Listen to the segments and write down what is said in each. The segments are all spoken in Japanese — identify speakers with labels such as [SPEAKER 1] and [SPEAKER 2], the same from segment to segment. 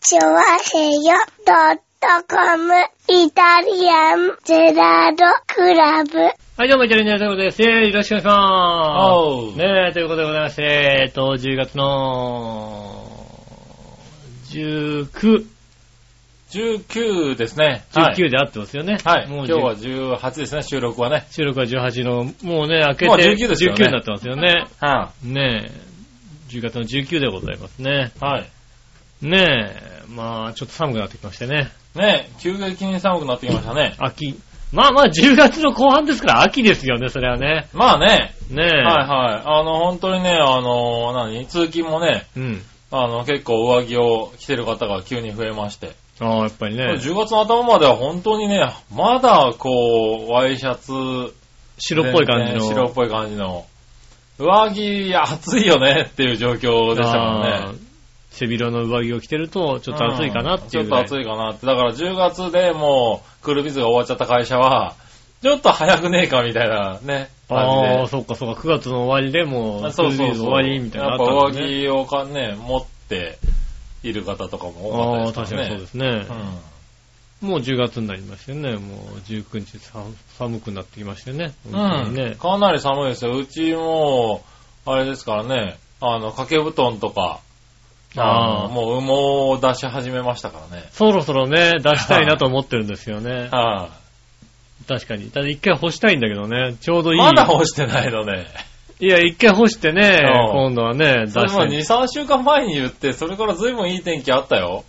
[SPEAKER 1] チョワヘヨドットコムイタリアンゼラードクラブ。
[SPEAKER 2] はい、どうも、イタリアンジェラートクラブです。イェーイよろしくお願いしま
[SPEAKER 3] お
[SPEAKER 2] す。
[SPEAKER 3] う
[SPEAKER 2] ねえ、ということでございまして、えっと、10月の、19、
[SPEAKER 3] 19ですね。はい
[SPEAKER 2] 19で合ってますよね。
[SPEAKER 3] はい。
[SPEAKER 2] も
[SPEAKER 3] 今
[SPEAKER 2] う
[SPEAKER 3] 日は18ですね、収録はね。
[SPEAKER 2] 収録は18の、もうね、明けて
[SPEAKER 3] もう19ですよね
[SPEAKER 2] 19になってますよね。
[SPEAKER 3] は
[SPEAKER 2] ねえ、10月の19でございますね。
[SPEAKER 3] い。はい。
[SPEAKER 2] ねえ、まあ、ちょっと寒くなってきましてね。
[SPEAKER 3] ねえ、急激に寒くなってきましたね。
[SPEAKER 2] 秋。まあまあ、10月の後半ですから秋ですよね、それはね。
[SPEAKER 3] まあね、
[SPEAKER 2] ねえ。
[SPEAKER 3] はいはい。あの、本当にね、あの、何、通勤もね、
[SPEAKER 2] うん。
[SPEAKER 3] あの、結構上着を着てる方が急に増えまして。
[SPEAKER 2] ああ、やっぱりね。
[SPEAKER 3] 10月の頭までは本当にね、まだこう、ワイシャツ、
[SPEAKER 2] 白っぽい感じの。
[SPEAKER 3] 全然白っぽい感じの。上着、いや暑いよねっていう状況でしたから
[SPEAKER 2] あ
[SPEAKER 3] ね。
[SPEAKER 2] ー背広の上着を着てると、ちょっと暑いかなっていう
[SPEAKER 3] うん
[SPEAKER 2] ぐ
[SPEAKER 3] ちょ
[SPEAKER 2] らい、
[SPEAKER 3] っと暑いかなって。だから10月でもう、クールビズが終わっちゃった会社は、ちょっと早くねえかみたいなね、
[SPEAKER 2] あ
[SPEAKER 3] 感
[SPEAKER 2] あ、
[SPEAKER 3] じ
[SPEAKER 2] そっかそっか、9月の終わりでも
[SPEAKER 3] で。
[SPEAKER 2] う、クールビズ終わりみたいな
[SPEAKER 3] やっ
[SPEAKER 2] の
[SPEAKER 3] ぱ
[SPEAKER 2] あ
[SPEAKER 3] 上
[SPEAKER 2] ったんですね
[SPEAKER 3] 着をかね、持っている方とかも
[SPEAKER 2] あ
[SPEAKER 3] 多
[SPEAKER 2] あ、
[SPEAKER 3] かっ
[SPEAKER 2] 確
[SPEAKER 3] た
[SPEAKER 2] かにそう
[SPEAKER 3] で
[SPEAKER 2] ですすね
[SPEAKER 3] か。らね。うん
[SPEAKER 2] もう10月になりましてね、もう19日さ寒くなってきましてね。本当に
[SPEAKER 3] うん
[SPEAKER 2] ね。
[SPEAKER 3] かなり寒いですよ。うちも、あれですからね、あの、掛け布団とか、
[SPEAKER 2] あ
[SPEAKER 3] あ
[SPEAKER 2] あ
[SPEAKER 3] のもう羽毛を出し始めましたからね。
[SPEAKER 2] そろそろね、出したいなと思ってるんですよね。
[SPEAKER 3] はい、
[SPEAKER 2] 確かに。ただ一回干したいんだけどね、ちょうどいい。
[SPEAKER 3] まだ干してないのね。
[SPEAKER 2] いや、一回干してね、
[SPEAKER 3] うん
[SPEAKER 2] 今度はね、出
[SPEAKER 3] それも
[SPEAKER 2] した
[SPEAKER 3] 2、
[SPEAKER 2] い。
[SPEAKER 3] 3週間前に言って、それから随分いい天気あったよ。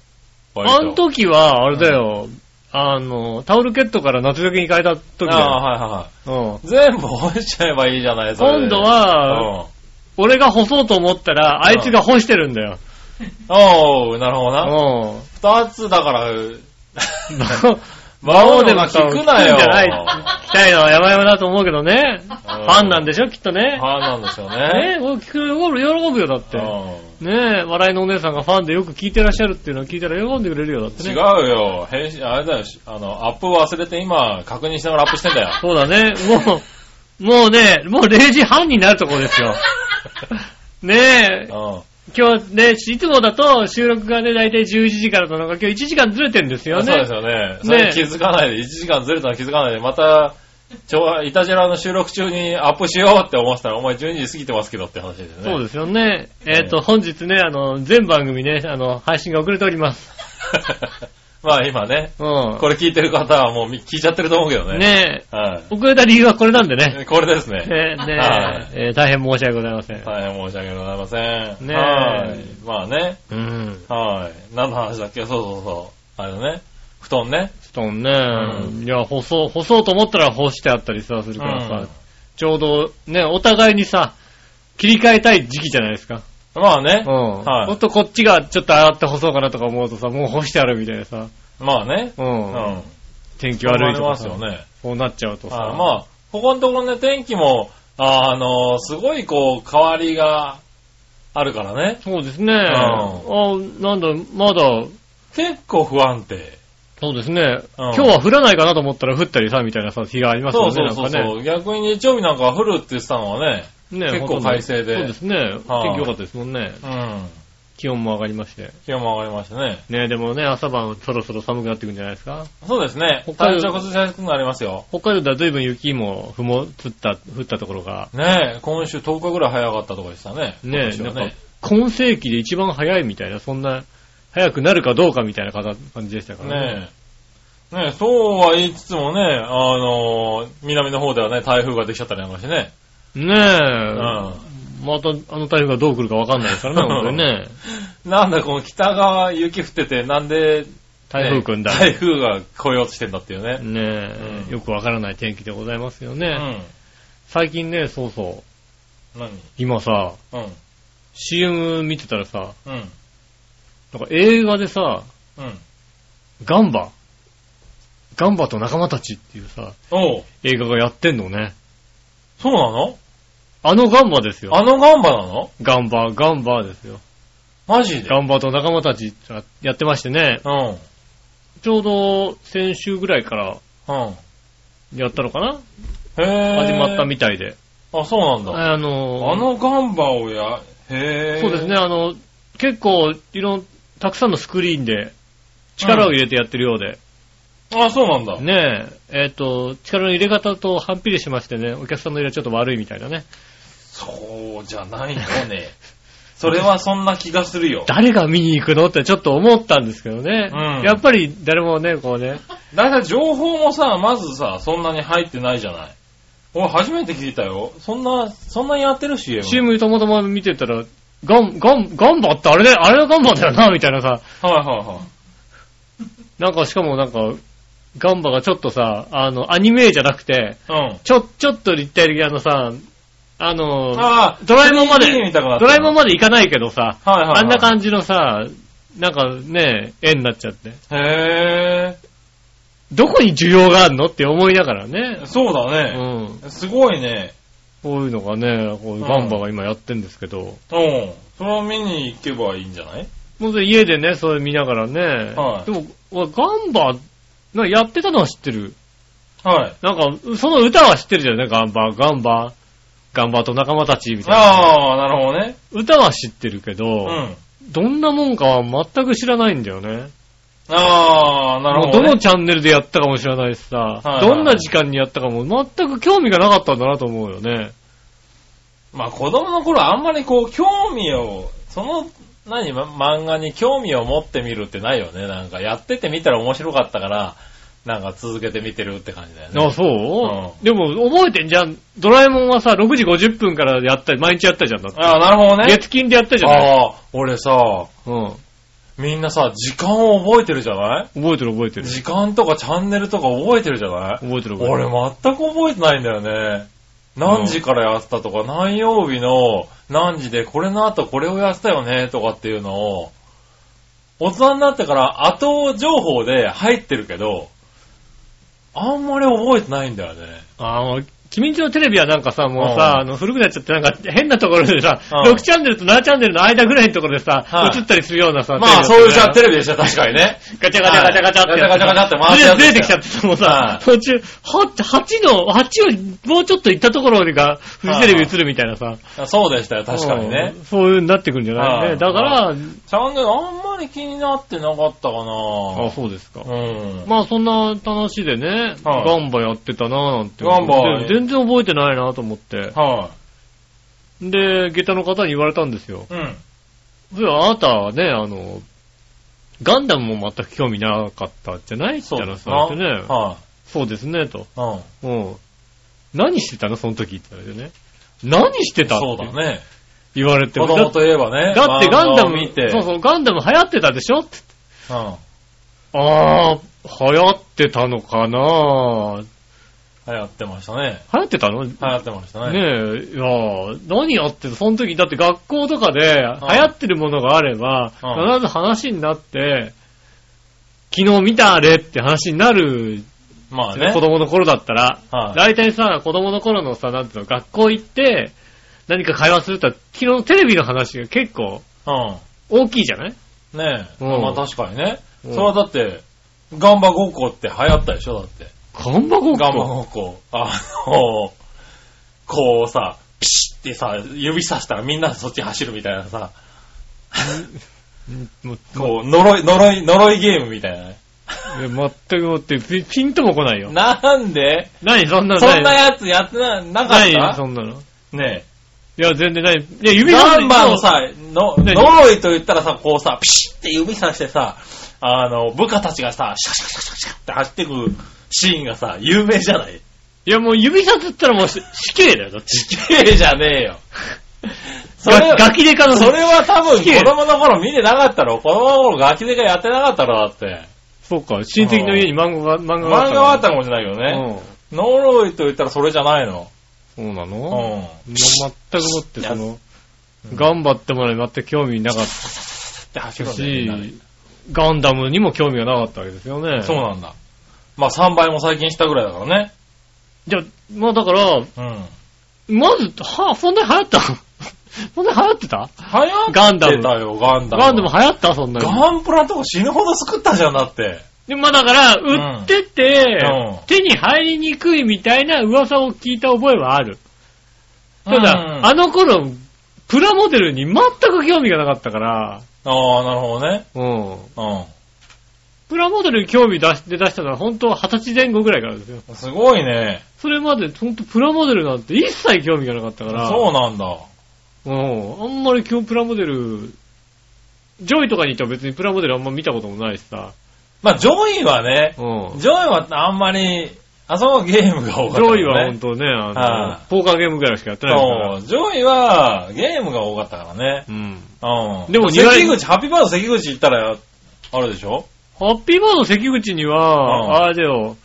[SPEAKER 3] 割と
[SPEAKER 2] あの時は、あれだよ、あの、タオルケットから夏時に変えた時だよ。
[SPEAKER 3] ああ、はいはいは
[SPEAKER 2] うん
[SPEAKER 3] い。全部干しちゃえばいいじゃない、それで
[SPEAKER 2] 今度、は、
[SPEAKER 3] うん。
[SPEAKER 2] 俺が干そうと思ったら、あいつが干してるんだよ。
[SPEAKER 3] おう、なるほどな。
[SPEAKER 2] う
[SPEAKER 3] 二つだから、
[SPEAKER 2] ん。魔王でも
[SPEAKER 3] 聞くなよ
[SPEAKER 2] 聞じゃない。聞きたいのは山々だと思うけどね。ファンなんでしょ、きっとね。
[SPEAKER 3] ああなんでしょう
[SPEAKER 2] ね
[SPEAKER 3] ね。
[SPEAKER 2] 俺聞く、俺喜ぶよ、だって。
[SPEAKER 3] うん
[SPEAKER 2] ねえ、笑いのお姉さんがファンでよく聞いてらっしゃるっていうのを聞いたら喜んでくれるよ、だって
[SPEAKER 3] 違う
[SPEAKER 2] ね。
[SPEAKER 3] よ。編集、あれだよ。あの、アップ忘れて今、確認しながらアップして んだよ。
[SPEAKER 2] そうだね。もう、もうね、もう0時半になるとこです よ。ねえ、
[SPEAKER 3] う
[SPEAKER 2] 今日ね、いつもだと収録がね、だいたい11時からなのが今日1時間ずれてんですよ
[SPEAKER 3] ん。
[SPEAKER 2] ね。
[SPEAKER 3] そうですよね。それ気づかないで、1時間ずれたの気づかないで、また、ちょ、イタジェラの収録中にアップしようって思ってたら、お前12時過ぎてますけどって話ですよね。
[SPEAKER 2] そう
[SPEAKER 3] で
[SPEAKER 2] ですよね。えっ、と、本日ね、あの、全番組ね、あの、配信が遅れております。
[SPEAKER 3] す。 まあ今ね、
[SPEAKER 2] うん。
[SPEAKER 3] これ聞いてる方はもうみ聞いちゃってると思うけどね。。
[SPEAKER 2] ね
[SPEAKER 3] は
[SPEAKER 2] え、遅れた理由はこれなんでね。
[SPEAKER 3] い。これですね。
[SPEAKER 2] えーねえ
[SPEAKER 3] はい
[SPEAKER 2] えー大変申し訳ございません。
[SPEAKER 3] 大変申し訳ございません。
[SPEAKER 2] ねえ
[SPEAKER 3] はい。まあね。
[SPEAKER 2] うん。
[SPEAKER 3] はい。何の話だっけそうそうそう。あれだね。布団ね。
[SPEAKER 2] ちょっとね、
[SPEAKER 3] う
[SPEAKER 2] いや、干そう、干そうと思ったら干してあったりさ、するからさ、
[SPEAKER 3] うん
[SPEAKER 2] ちょうど、ね、お互いにさ、切り替えたい時期じゃないですか。
[SPEAKER 3] まあね
[SPEAKER 2] うん。。
[SPEAKER 3] はい
[SPEAKER 2] ほんとこっちがちょっと洗って干そうかなとか思うとさ、もう干してあるみたいなさ、
[SPEAKER 3] まあね。
[SPEAKER 2] う。
[SPEAKER 3] うんん。
[SPEAKER 2] 天気悪いと
[SPEAKER 3] 困りま
[SPEAKER 2] か
[SPEAKER 3] す
[SPEAKER 2] さ、
[SPEAKER 3] よね。
[SPEAKER 2] こうなっちゃうとさ。
[SPEAKER 3] はいまあ、ここのところね、天気も、ああの、すごいこう、変わりがあるからね。
[SPEAKER 2] そうですね。
[SPEAKER 3] ん
[SPEAKER 2] あなんだ、まだ、
[SPEAKER 3] 結構不安定。
[SPEAKER 2] そうですね。今日は降らないかなと思ったら降ったりさ、みたいなさ、日がありますよ
[SPEAKER 3] そう
[SPEAKER 2] ね。
[SPEAKER 3] そうそうそ
[SPEAKER 2] なんか
[SPEAKER 3] う、逆に日曜日なんかは降るって言ってたのはね、
[SPEAKER 2] ね。ね
[SPEAKER 3] 結構
[SPEAKER 2] ほとんど
[SPEAKER 3] 快晴で
[SPEAKER 2] そうですね。天気
[SPEAKER 3] はい
[SPEAKER 2] 良かったですもんね。
[SPEAKER 3] うん。
[SPEAKER 2] 気温も上がりまして。
[SPEAKER 3] 気温も上がりましたね。
[SPEAKER 2] ねでもね、朝晩そろそろ寒くなってくんじゃないですか。
[SPEAKER 3] そうですね。
[SPEAKER 2] 北海
[SPEAKER 3] 体
[SPEAKER 2] 道
[SPEAKER 3] 調崩しやすくなりますよ。
[SPEAKER 2] 北海道では随分雪もふも、降った、降ったところが、
[SPEAKER 3] ねえ、今週10日ぐらい早かったとかでしたね。今
[SPEAKER 2] ね
[SPEAKER 3] 年
[SPEAKER 2] な
[SPEAKER 3] は
[SPEAKER 2] んか、今世紀で一番早いみたいな、そんな、早くなるかどうかみたいな方感じでしたからね。
[SPEAKER 3] ねえ。ねえ、そうは言いつつもね、あのー南の方ではね、台風ができちゃったりなんかしてね。
[SPEAKER 2] ねえ。
[SPEAKER 3] うん。
[SPEAKER 2] また、あの台風がどう来るかわかんないです からね、本当にね。
[SPEAKER 3] なんだ、この北側雪降ってて、なんで、
[SPEAKER 2] 台風くんだ。
[SPEAKER 3] ね台風が来ようとしてんだっていうね。
[SPEAKER 2] ねえ、
[SPEAKER 3] うん
[SPEAKER 2] よくわからない天気でございますよね。
[SPEAKER 3] うん。
[SPEAKER 2] 最近ね、そうそう、
[SPEAKER 3] 何
[SPEAKER 2] 今さ、
[SPEAKER 3] うん。
[SPEAKER 2] CM 見てたらさ、
[SPEAKER 3] うん。
[SPEAKER 2] なんか映画でさ、
[SPEAKER 3] うん。
[SPEAKER 2] ガンバ、ガンバと仲間たちっていうさ、
[SPEAKER 3] おう。
[SPEAKER 2] 映画がやってんのね。
[SPEAKER 3] そうなの
[SPEAKER 2] あのガンバですよ。
[SPEAKER 3] あのガンバなの
[SPEAKER 2] ガンバ、ガンバですよ。
[SPEAKER 3] マジで
[SPEAKER 2] ガンバと仲間たちってやってましてね、
[SPEAKER 3] うん。
[SPEAKER 2] ちょうど先週ぐらいから
[SPEAKER 3] うん。
[SPEAKER 2] やったのかな
[SPEAKER 3] へえ。
[SPEAKER 2] 始まったみたいで。
[SPEAKER 3] たあ、そうなんだ。
[SPEAKER 2] あのー
[SPEAKER 3] あのガンバをや、へえ。
[SPEAKER 2] そうですね、。あの、結構、いろんなたくさんのスクリーンで、力を入れてやってるようで、
[SPEAKER 3] あ、そうなんだ。
[SPEAKER 2] ねえ、えっ、と、力の入れ方と反比例しましてね、お客さんの入れはちょっと悪いみたいだね。
[SPEAKER 3] そうじゃないのね。それはそんな気がするよ。
[SPEAKER 2] 誰が見に行くのってちょっと思ったんですけどね。
[SPEAKER 3] うん
[SPEAKER 2] やっぱり誰もね、こうね、
[SPEAKER 3] だいたい情報もさ、まずさ、そんなに入ってないじゃない。俺初めて聞いたよ。そんな、そんなにやってる CM。
[SPEAKER 2] チームともとも見てたら、ガン、ガン、ガンバってあれで、あれがガンバだよな、みたいなさ。
[SPEAKER 3] はいはいはい。
[SPEAKER 2] なんかしかもなんか、ガンバがちょっとさ、あの、アニメじゃなくて、
[SPEAKER 3] うん。
[SPEAKER 2] ちょ、ちょっと立体的なあのさ、あの、
[SPEAKER 3] ああ、
[SPEAKER 2] ドラえもんまで
[SPEAKER 3] 3D 見たくなった
[SPEAKER 2] ドラえもんまで行かないけどさ、
[SPEAKER 3] はいはいはい
[SPEAKER 2] あんな感じのさ、なんかね、絵になっちゃって。
[SPEAKER 3] へ
[SPEAKER 2] どこに需要があるのって思いながらね
[SPEAKER 3] え。。そうだ
[SPEAKER 2] う
[SPEAKER 3] ね。
[SPEAKER 2] ん。
[SPEAKER 3] すごいね。
[SPEAKER 2] こういうのがね、こうガンバが今やってんですけど、
[SPEAKER 3] うん。それを見に行けばいいんじゃない
[SPEAKER 2] もう家でね、それ見ながらね、
[SPEAKER 3] は
[SPEAKER 2] で
[SPEAKER 3] い
[SPEAKER 2] も、俺ガンバ、なやってたのは知ってる。
[SPEAKER 3] はい。
[SPEAKER 2] なんか、その歌は知ってるじゃんね、ガンバ、ガンバ、ガンバと仲間たちみたいな。
[SPEAKER 3] ああ、なるほどね。
[SPEAKER 2] 歌は知ってるけど、
[SPEAKER 3] うん。
[SPEAKER 2] どんなもんかは全く知らないんだよね。
[SPEAKER 3] ああ、なるほ
[SPEAKER 2] もう
[SPEAKER 3] ど、
[SPEAKER 2] どの
[SPEAKER 3] ね。
[SPEAKER 2] チャンネルでやったかもしれないしさ、
[SPEAKER 3] いはい
[SPEAKER 2] どんな時間にやったかも全く興味がなかったんだなと思うよね。
[SPEAKER 3] まあ子供の頃あんまりこう、興味を、その、何、ま漫画に興味を持ってみるってないよね。なんかやっててみたら面白かったから、なんか続けて見てるって感じだよね。
[SPEAKER 2] あ、そう、
[SPEAKER 3] う
[SPEAKER 2] でも覚えてんじゃん。ドラえもんはさ、6時50分からやったり、毎日やったじゃん。だって
[SPEAKER 3] ああ、なるほどね。
[SPEAKER 2] 月金でやったじゃない。
[SPEAKER 3] ああ、俺さ、
[SPEAKER 2] うん。
[SPEAKER 3] みんなさ、時間を覚えてるじゃない
[SPEAKER 2] 覚えてる覚えてる。
[SPEAKER 3] 時間とかチャンネルとか覚えてるじゃない
[SPEAKER 2] 覚えてる覚えて
[SPEAKER 3] 俺
[SPEAKER 2] る。
[SPEAKER 3] 全く覚えてないんだよね。何時からやってたとか、何曜日の何時でこれの後これをやってたよねとかっていうのを、大人になってから後情報で入ってるけど、あんまり覚えてないんだよね。
[SPEAKER 2] あの、君んちのテレビはなんかさ、もうさ、
[SPEAKER 3] うん
[SPEAKER 2] あの、古くなっちゃってなんか変なところでさ、
[SPEAKER 3] うん
[SPEAKER 2] 6チャンネルと7チャンネルの間ぐらいのところでさ、
[SPEAKER 3] はい
[SPEAKER 2] 映ったりするようなさ、
[SPEAKER 3] まあそういうじゃあ
[SPEAKER 2] テ
[SPEAKER 3] テ
[SPEAKER 2] レ
[SPEAKER 3] レビでした、確かにね。
[SPEAKER 2] ビだったよねガチャガチャガチャガチャってやつ。
[SPEAKER 3] はいガチャガチャガチャって回してやる
[SPEAKER 2] ずれずれてきちゃってさ、もう
[SPEAKER 3] は
[SPEAKER 2] さ、
[SPEAKER 3] い
[SPEAKER 2] 途中、8の、8をもうちょっと行ったところが、フジテレビ映るみたいなさ。
[SPEAKER 3] そうでしたよ、確かにね
[SPEAKER 2] う。ん。そういうになってくるんじゃない
[SPEAKER 3] は
[SPEAKER 2] ね。
[SPEAKER 3] い
[SPEAKER 2] だから、
[SPEAKER 3] チャンネルあんまり気になってなかったかな
[SPEAKER 2] あ、そうですか。
[SPEAKER 3] うん。
[SPEAKER 2] まあそんな話でね、
[SPEAKER 3] はい
[SPEAKER 2] ガンバやってたなぁなんて。
[SPEAKER 3] ガンバ
[SPEAKER 2] で全然覚えてないなと思って。
[SPEAKER 3] は
[SPEAKER 2] で、下駄の方に言われたんですよ。
[SPEAKER 3] い。うん。
[SPEAKER 2] それはあなたはね、あの、ガンダムも全く興味なかったじゃないって
[SPEAKER 3] そ
[SPEAKER 2] 言ったら
[SPEAKER 3] うです
[SPEAKER 2] さ、
[SPEAKER 3] な。
[SPEAKER 2] そうね、
[SPEAKER 3] は
[SPEAKER 2] そうですね、と。
[SPEAKER 3] い。うん。
[SPEAKER 2] うん。何してたのその時って言われてね。何してたっ
[SPEAKER 3] そうだ
[SPEAKER 2] て
[SPEAKER 3] ね。
[SPEAKER 2] 言われて
[SPEAKER 3] 子供といえばね。
[SPEAKER 2] だってガンダ
[SPEAKER 3] 漫画を
[SPEAKER 2] ム
[SPEAKER 3] 見て。
[SPEAKER 2] そうそう、ガンダム流行ってたでしょって
[SPEAKER 3] うん。
[SPEAKER 2] あー、流行ってたのかなぁ。
[SPEAKER 3] 流行ってましたね。
[SPEAKER 2] 流行ってたの
[SPEAKER 3] 流行ってましたね。
[SPEAKER 2] ねえ、いやー何やってるその時、だって学校とかで流行ってるものがあれば、
[SPEAKER 3] うん
[SPEAKER 2] 必ず話になって、昨日見たあれって話になる、
[SPEAKER 3] まあね。
[SPEAKER 2] 子供の頃だったら、
[SPEAKER 3] はい
[SPEAKER 2] 大体さ、子供の頃のさ、なんていうの、学校行って、何か会話するって言ったら昨日のテレビの話が結構大きいじゃない
[SPEAKER 3] うん。ねえ。
[SPEAKER 2] うん
[SPEAKER 3] まあ確かにね。
[SPEAKER 2] う
[SPEAKER 3] そ
[SPEAKER 2] ん
[SPEAKER 3] れはだって、ガンバごっこって流行ったでしょだって。
[SPEAKER 2] ガンバごっ
[SPEAKER 3] ガンバ
[SPEAKER 2] こ
[SPEAKER 3] ごっこ。あの、こうさ、ピシッってさ、指さしたらみんなそっち走るみたいなさ、
[SPEAKER 2] うんもう
[SPEAKER 3] こう、呪い、呪い、呪いゲームみたいなね。
[SPEAKER 2] え全くもってピ、ピンとも来ないよ。
[SPEAKER 3] なんで
[SPEAKER 2] 何そんなの
[SPEAKER 3] そんな
[SPEAKER 2] や
[SPEAKER 3] やつやってな、なかっ
[SPEAKER 2] 何
[SPEAKER 3] た
[SPEAKER 2] そんなの
[SPEAKER 3] ね
[SPEAKER 2] いや、全然ない。いや、
[SPEAKER 3] え。
[SPEAKER 2] 指さ
[SPEAKER 3] ガ
[SPEAKER 2] す
[SPEAKER 3] ンバのさ、の、
[SPEAKER 2] ね
[SPEAKER 3] 呪いと言ったらさ、こうさ、ピシッって指さしてさ、あの、部下たちがさ、シャシャシャシャシャって走ってくシーンがさ、有名じゃない
[SPEAKER 2] いや、もう指さすったらもうし死刑だよ、だって。
[SPEAKER 3] 地形じゃね えよ。それ
[SPEAKER 2] ガガキデカの。
[SPEAKER 3] それは多分
[SPEAKER 2] 死刑
[SPEAKER 3] 子供の頃見てなかったろ。子供の頃ガキデカやってなかったろ、だって。
[SPEAKER 2] そうか、親戚の家に漫画が、漫
[SPEAKER 3] 漫
[SPEAKER 2] 画
[SPEAKER 3] 画はあったたかもしれないけど
[SPEAKER 2] から
[SPEAKER 3] ね。呪いと言ったらそれじゃないの。
[SPEAKER 2] うん。そうな
[SPEAKER 3] う
[SPEAKER 2] の
[SPEAKER 3] ん。
[SPEAKER 2] うん。全くもって、その、頑張ってもらい全く興味なかった
[SPEAKER 3] で、走るんだよみんなで
[SPEAKER 2] し、ガンダムにも興味がなかったわけですよね。
[SPEAKER 3] そうなんだ。まあ3倍も最近したぐらいだからね。
[SPEAKER 2] じゃあ、まあだから、
[SPEAKER 3] うん。
[SPEAKER 2] まず、は、そんなに流行った そんなに流行ってた
[SPEAKER 3] 流行
[SPEAKER 2] ガンダム
[SPEAKER 3] ってたよ、ガンダム。
[SPEAKER 2] ガンダム流行ったそんなに。
[SPEAKER 3] ガンプラとか死ぬほど作ったじゃんだって。
[SPEAKER 2] で、まあだから、
[SPEAKER 3] うん
[SPEAKER 2] 売ってて、
[SPEAKER 3] うん
[SPEAKER 2] 手に入りにくいみたいな噂を聞いた覚えはある。ただ、
[SPEAKER 3] うん
[SPEAKER 2] あの頃、プラモデルに全く興味がなかったから、
[SPEAKER 3] ああ、なるほどね。
[SPEAKER 2] うん。
[SPEAKER 3] う
[SPEAKER 2] プラモデルに興味出し出だしたのは本当は二十歳前後ぐらいからですよ。
[SPEAKER 3] ん。すごいね。
[SPEAKER 2] それまで本当プラモデルなんて一切興味がなかったから。
[SPEAKER 3] そうなんだ。
[SPEAKER 2] うん。あんまり基本プラモデル、ジョイとかに行っても別にプラモデルあんま見たこともないしさ。
[SPEAKER 3] まあ、ジョイはね、
[SPEAKER 2] うん。ジ
[SPEAKER 3] ジョイはあんまり、あそこゲームが多かったからね。
[SPEAKER 2] ョイは本当ね、あの、
[SPEAKER 3] は
[SPEAKER 2] ポーカーゲームぐらいしかやってないから。
[SPEAKER 3] そう、ジョイはゲームが多かったからね。
[SPEAKER 2] うん。
[SPEAKER 3] うん。
[SPEAKER 2] でも二
[SPEAKER 3] 関
[SPEAKER 2] 代
[SPEAKER 3] 口、ハッピーバード関口行ったら、あるでしょ
[SPEAKER 2] ハッピーバード関口に
[SPEAKER 3] うん
[SPEAKER 2] は、あれだよ、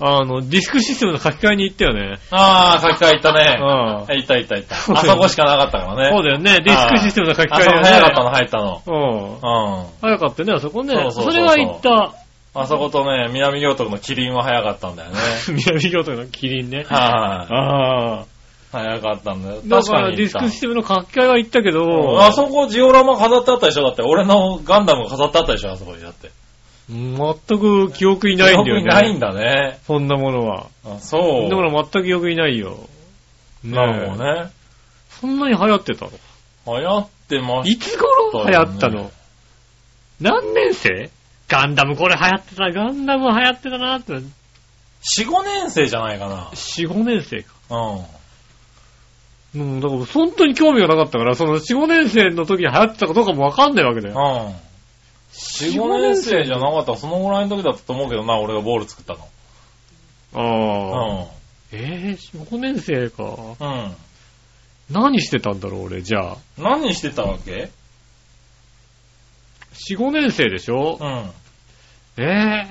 [SPEAKER 2] あの、ディスクシステムの書き換えに行ったよね。
[SPEAKER 3] ああ、書き換え行ったね。
[SPEAKER 2] うん。
[SPEAKER 3] 行った行った行 った。
[SPEAKER 2] そう
[SPEAKER 3] あそこしかなかったからね。
[SPEAKER 2] そうだよね、ディスクシステムの書き換
[SPEAKER 3] あ
[SPEAKER 2] え
[SPEAKER 3] そこ
[SPEAKER 2] よね。
[SPEAKER 3] 早かったの入ったの。
[SPEAKER 2] うん。
[SPEAKER 3] うん。
[SPEAKER 2] 早かったね、あそこね。
[SPEAKER 3] そうそうそうそう
[SPEAKER 2] れは行った。
[SPEAKER 3] あそことね、南行徳のキリンは早かったんだよね。
[SPEAKER 2] 南京都のキリンね。
[SPEAKER 3] はい、
[SPEAKER 2] ああ。
[SPEAKER 3] 早かったんだよ。
[SPEAKER 2] だ
[SPEAKER 3] 確
[SPEAKER 2] か
[SPEAKER 3] からに
[SPEAKER 2] ディ
[SPEAKER 3] 行っ
[SPEAKER 2] ス
[SPEAKER 3] た。
[SPEAKER 2] クシステムの書き換えは行ったけど、
[SPEAKER 3] あそこジオラマ飾ってあったでしょだって俺のガンダムが飾ってあったでしょあそこにだって。
[SPEAKER 2] 全く記憶にないんだよ
[SPEAKER 3] 記憶
[SPEAKER 2] ね。
[SPEAKER 3] にないんだね。
[SPEAKER 2] そんなものは。
[SPEAKER 3] あ
[SPEAKER 2] そ
[SPEAKER 3] そ
[SPEAKER 2] ん
[SPEAKER 3] う。
[SPEAKER 2] なもの全く記憶にないよ。ねえ
[SPEAKER 3] なるほどね。
[SPEAKER 2] そんなに流行ってたの
[SPEAKER 3] 流行ってまし
[SPEAKER 2] いつ頃流行ったの、
[SPEAKER 3] ね
[SPEAKER 2] 何年生ガンダムこれ流行ってた、ガンダム流行ってたなって。
[SPEAKER 3] た。4、5年生じゃないかな。
[SPEAKER 2] 4、5年生か。
[SPEAKER 3] うん。
[SPEAKER 2] うん、だから本当に興味がなかったから、その4、5年生の時に流行ってたかどうかもわかんないわけだ
[SPEAKER 3] うん。
[SPEAKER 2] よ。
[SPEAKER 3] 4、5年生じゃなかったらそのぐらいの時だったと思うけどな、俺がボール作った
[SPEAKER 2] ああ。
[SPEAKER 3] の。
[SPEAKER 2] えー、4、5年生か。
[SPEAKER 3] うん。うん。
[SPEAKER 2] 何してたんだろう、俺、じゃあ。
[SPEAKER 3] 何してたわけ
[SPEAKER 2] 4、5年生でしょ
[SPEAKER 3] うん。
[SPEAKER 2] え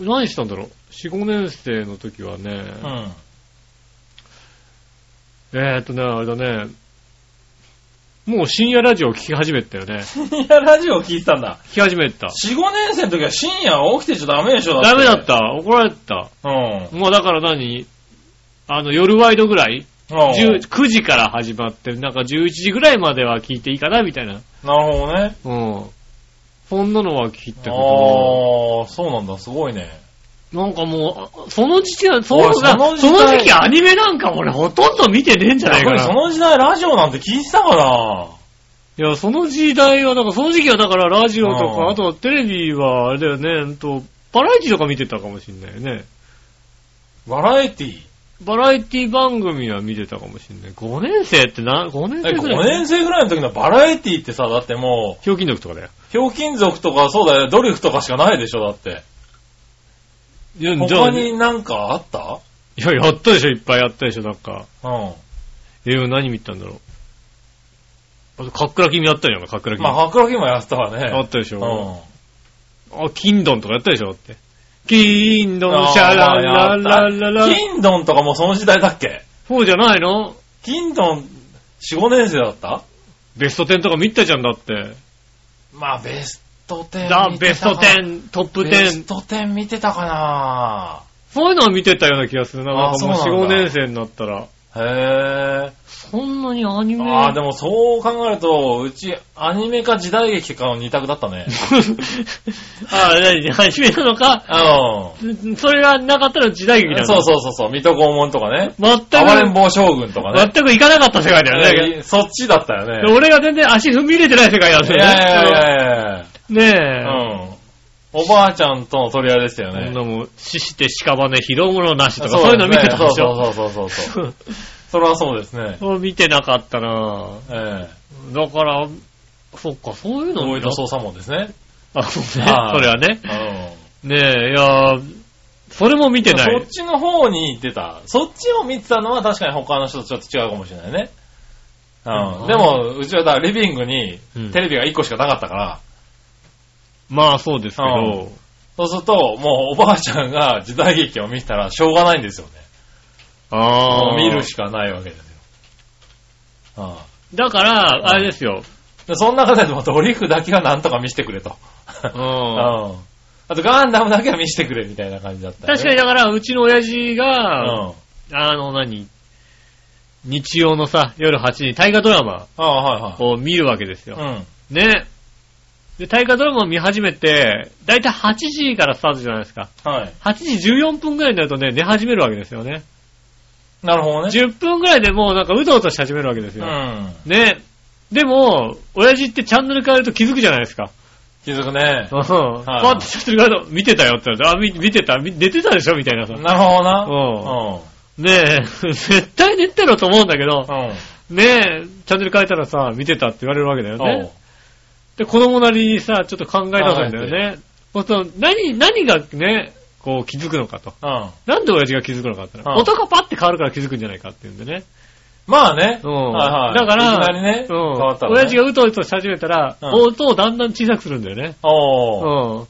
[SPEAKER 2] ー、何したんだろう ?4、5年生の時はね、
[SPEAKER 3] うん。
[SPEAKER 2] えーっとね、あれだね、もう深夜ラジオを聞き始めてたよね。
[SPEAKER 3] 深夜ラジオ聞いてたんだ。
[SPEAKER 2] 聞き始めて た。
[SPEAKER 3] 4、5年生の時は深夜起きてちゃダメでしょ
[SPEAKER 2] ダメだっ。た。怒られてた。
[SPEAKER 3] てうん。
[SPEAKER 2] もうだから何あの、夜ワイドぐらい
[SPEAKER 3] うん
[SPEAKER 2] 10 ?9 時から始まって、なんか11時ぐらいまでは聞いていいかなみたいな。
[SPEAKER 3] なるほどね。
[SPEAKER 2] うん。そんなのは聞いたけ
[SPEAKER 3] あ
[SPEAKER 2] ど、
[SPEAKER 3] あー、そうなんだ、すごいね。
[SPEAKER 2] なんかもう、あその時期は、そ
[SPEAKER 3] 俺
[SPEAKER 2] の
[SPEAKER 3] その時
[SPEAKER 2] そ
[SPEAKER 3] 代
[SPEAKER 2] の時期アニメなんか俺ほとんど見てねえんじゃ
[SPEAKER 3] や
[SPEAKER 2] な
[SPEAKER 3] っ
[SPEAKER 2] い
[SPEAKER 3] ぱ
[SPEAKER 2] か
[SPEAKER 3] りそ
[SPEAKER 2] な。
[SPEAKER 3] の時代ラジオなんて聞いてたかない
[SPEAKER 2] や、その時代は、だからその時期はだからラジオと
[SPEAKER 3] う
[SPEAKER 2] か、
[SPEAKER 3] ん
[SPEAKER 2] あとはテレビは、あれだよね、うんと、バラエティとか見てたかもしんないよね。
[SPEAKER 3] バラエティ
[SPEAKER 2] バラエティ番組は見てたかもしんない。5年生ってな、5年
[SPEAKER 3] え、
[SPEAKER 2] 生
[SPEAKER 3] 5
[SPEAKER 2] くらい
[SPEAKER 3] 年生ぐらいの時のバラエティってさ、だっても
[SPEAKER 2] ひょうきん族とかだよ。
[SPEAKER 3] う、ひょうきん族とか、そうだよ、ドリフとかしかないでしょ、だって。
[SPEAKER 2] いや、じゃ
[SPEAKER 3] 他
[SPEAKER 2] あ、
[SPEAKER 3] になんかあった
[SPEAKER 2] いや、やったでしょ、いっぱいやったでしょ、なんか。
[SPEAKER 3] うん。
[SPEAKER 2] えー、何見たんだろう。あと、かっくらきみやったよな、かっくらきみ。
[SPEAKER 3] まあ、ハクロキもやってたわ
[SPEAKER 2] あ
[SPEAKER 3] ね。
[SPEAKER 2] ったでし
[SPEAKER 3] う
[SPEAKER 2] ょ。
[SPEAKER 3] ん。
[SPEAKER 2] あ、金ドンとかやったでしょ、だって。金ドン、シャラララララ。
[SPEAKER 3] 金ドンとかもその時代だっけ
[SPEAKER 2] そうじゃないの
[SPEAKER 3] 金ドン、4、5年生だった
[SPEAKER 2] ベスト10とか見たじゃんだって。
[SPEAKER 3] まあ、ベスト10
[SPEAKER 2] だ、
[SPEAKER 3] 見
[SPEAKER 2] ベ
[SPEAKER 3] て
[SPEAKER 2] ス
[SPEAKER 3] た
[SPEAKER 2] ト
[SPEAKER 3] かな。
[SPEAKER 2] 10、トップ
[SPEAKER 3] ベス
[SPEAKER 2] 10。
[SPEAKER 3] ト10見てたかな
[SPEAKER 2] そういうのは見てたような気がするな。な
[SPEAKER 3] あ
[SPEAKER 2] んかもう
[SPEAKER 3] そう
[SPEAKER 2] 4、5
[SPEAKER 3] なんだ
[SPEAKER 2] 年生になったら。
[SPEAKER 3] へ
[SPEAKER 2] そんなにアニ
[SPEAKER 3] ぇー。
[SPEAKER 2] メ。
[SPEAKER 3] ああ、でもそう考えると、うちアニメか時代劇かの二択だった ね。
[SPEAKER 2] ああ、何アニメなのか
[SPEAKER 3] う
[SPEAKER 2] それがなかったら時代劇なの
[SPEAKER 3] ん。そうそうそうそう、水戸黄門とかね。
[SPEAKER 2] 全く。
[SPEAKER 3] 暴れん坊将軍とかね。
[SPEAKER 2] 全く行かなかった世界だよね。
[SPEAKER 3] ねそっちだったよ
[SPEAKER 2] で
[SPEAKER 3] ね。
[SPEAKER 2] 俺が全然足踏み入れてない世界だっ
[SPEAKER 3] い
[SPEAKER 2] た
[SPEAKER 3] や
[SPEAKER 2] よ
[SPEAKER 3] い
[SPEAKER 2] ね。
[SPEAKER 3] やいやいや
[SPEAKER 2] ね
[SPEAKER 3] う
[SPEAKER 2] え。
[SPEAKER 3] ん。おばあちゃんとの取り合いでしたよ
[SPEAKER 2] そん
[SPEAKER 3] ね。
[SPEAKER 2] なもん、死して屍拾うものなしとか、そういうの見てたでしょ。
[SPEAKER 3] そうそうそうそうそう。それはそうですね。
[SPEAKER 2] そう見てなかったな
[SPEAKER 3] ええ。
[SPEAKER 2] ぁだから、そっか、そういうの
[SPEAKER 3] 大井と
[SPEAKER 2] そう。
[SPEAKER 3] 捜査もですね。
[SPEAKER 2] あ、そうね。
[SPEAKER 3] はい
[SPEAKER 2] それはね
[SPEAKER 3] う。ん。
[SPEAKER 2] ねえ、いやーそれも見てな
[SPEAKER 3] そっ
[SPEAKER 2] い。
[SPEAKER 3] ちの方に行ってた。そっちを見てたのは確かに他の人とちょっと違うかもしれないね。う
[SPEAKER 2] うん
[SPEAKER 3] ん。でも、うちはだからリビングに
[SPEAKER 2] うん
[SPEAKER 3] テレビが1個しかなかったから、
[SPEAKER 2] まあそうですけど、
[SPEAKER 3] そうすると、もうおばあちゃんが時代劇を見てたらしょうがないんですよね。
[SPEAKER 2] あ
[SPEAKER 3] も
[SPEAKER 2] あ。
[SPEAKER 3] う見るしかないわけですよ。うん
[SPEAKER 2] だから、あれですよ。
[SPEAKER 3] で、その中でもドリフだけはなんとか見せてくれと。
[SPEAKER 2] う
[SPEAKER 3] うん
[SPEAKER 2] ん。
[SPEAKER 3] あとガンダムだけは見せてくれみたいな感じだった、
[SPEAKER 2] 確かに。だから、うちの親父
[SPEAKER 3] う
[SPEAKER 2] が、
[SPEAKER 3] ん。
[SPEAKER 2] あの、何日曜のさ、夜8時に大河ドラマ
[SPEAKER 3] ああ、
[SPEAKER 2] を見るわけです
[SPEAKER 3] はい
[SPEAKER 2] よ。
[SPEAKER 3] はい。うん。
[SPEAKER 2] ね。で、大河ドラマを見始めて、だいたい8時からスタートじゃないですか。
[SPEAKER 3] はい。
[SPEAKER 2] 8時14分ぐらいになるとね、寝始めるわけですよね。
[SPEAKER 3] なるほどね。
[SPEAKER 2] 10分ぐらいでもうなんかうとうとし始めるわけです
[SPEAKER 3] う
[SPEAKER 2] よ。
[SPEAKER 3] ん。
[SPEAKER 2] ね。でも、親父ってチャンネル変えると気づくじゃないですか。
[SPEAKER 3] 気づくね
[SPEAKER 2] う。ん。パってチャンネル変えると、見てたよって言われて、あ、み見てたみ寝てたでしょみたいなさ。
[SPEAKER 3] なるほどな。
[SPEAKER 2] ねえ、絶対寝てろと思うんだけど、
[SPEAKER 3] うん。うん。
[SPEAKER 2] ねえ、チャンネル変えたらさ、見てたって言われるわけだよね。で、子供なりにさ、ちょっと考え出すんだよね。そうすると何、何がね、こう気づくのかと。
[SPEAKER 3] おううん。
[SPEAKER 2] なんで親父が気づくのかって言ったら、
[SPEAKER 3] うん
[SPEAKER 2] 男パッて変わるから気づくんじゃないかっていうんでね。
[SPEAKER 3] まあね。
[SPEAKER 2] うん
[SPEAKER 3] はいはい。
[SPEAKER 2] だから
[SPEAKER 3] いきなりね。
[SPEAKER 2] う
[SPEAKER 3] 変
[SPEAKER 2] ん
[SPEAKER 3] わったらね。
[SPEAKER 2] 親父がうとうとし始めたら、
[SPEAKER 3] うん
[SPEAKER 2] 音をだんだん小さくするんだよね。
[SPEAKER 3] おう。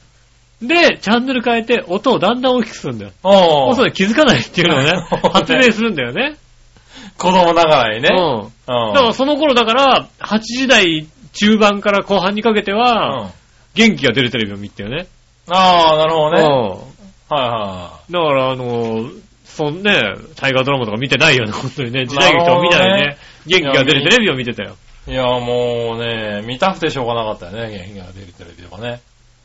[SPEAKER 2] うん。で、チャンネル変えて音をだんだん大きくするんだよ。
[SPEAKER 3] お
[SPEAKER 2] もう
[SPEAKER 3] う。
[SPEAKER 2] それ気づかないっていうのをね
[SPEAKER 3] そうね、
[SPEAKER 2] 発明するんだよね。
[SPEAKER 3] 子供ながらにね。
[SPEAKER 2] うん。
[SPEAKER 3] うん。
[SPEAKER 2] だからその頃だから、8時台中盤から後半にかけて
[SPEAKER 3] う
[SPEAKER 2] は
[SPEAKER 3] ん、
[SPEAKER 2] 元気が出るテレビを見てよね。
[SPEAKER 3] ああ、なるほどね。
[SPEAKER 2] う
[SPEAKER 3] はいは
[SPEAKER 2] ん。だからあのー、そんね、大河ドラマとか見てないよね、 本当にね。時代劇とか見たりね、元気が出るテレビを見てたよ。
[SPEAKER 3] い。いや、もうね、見たくてしょうがなかったよね。元気が出るテレビとかね。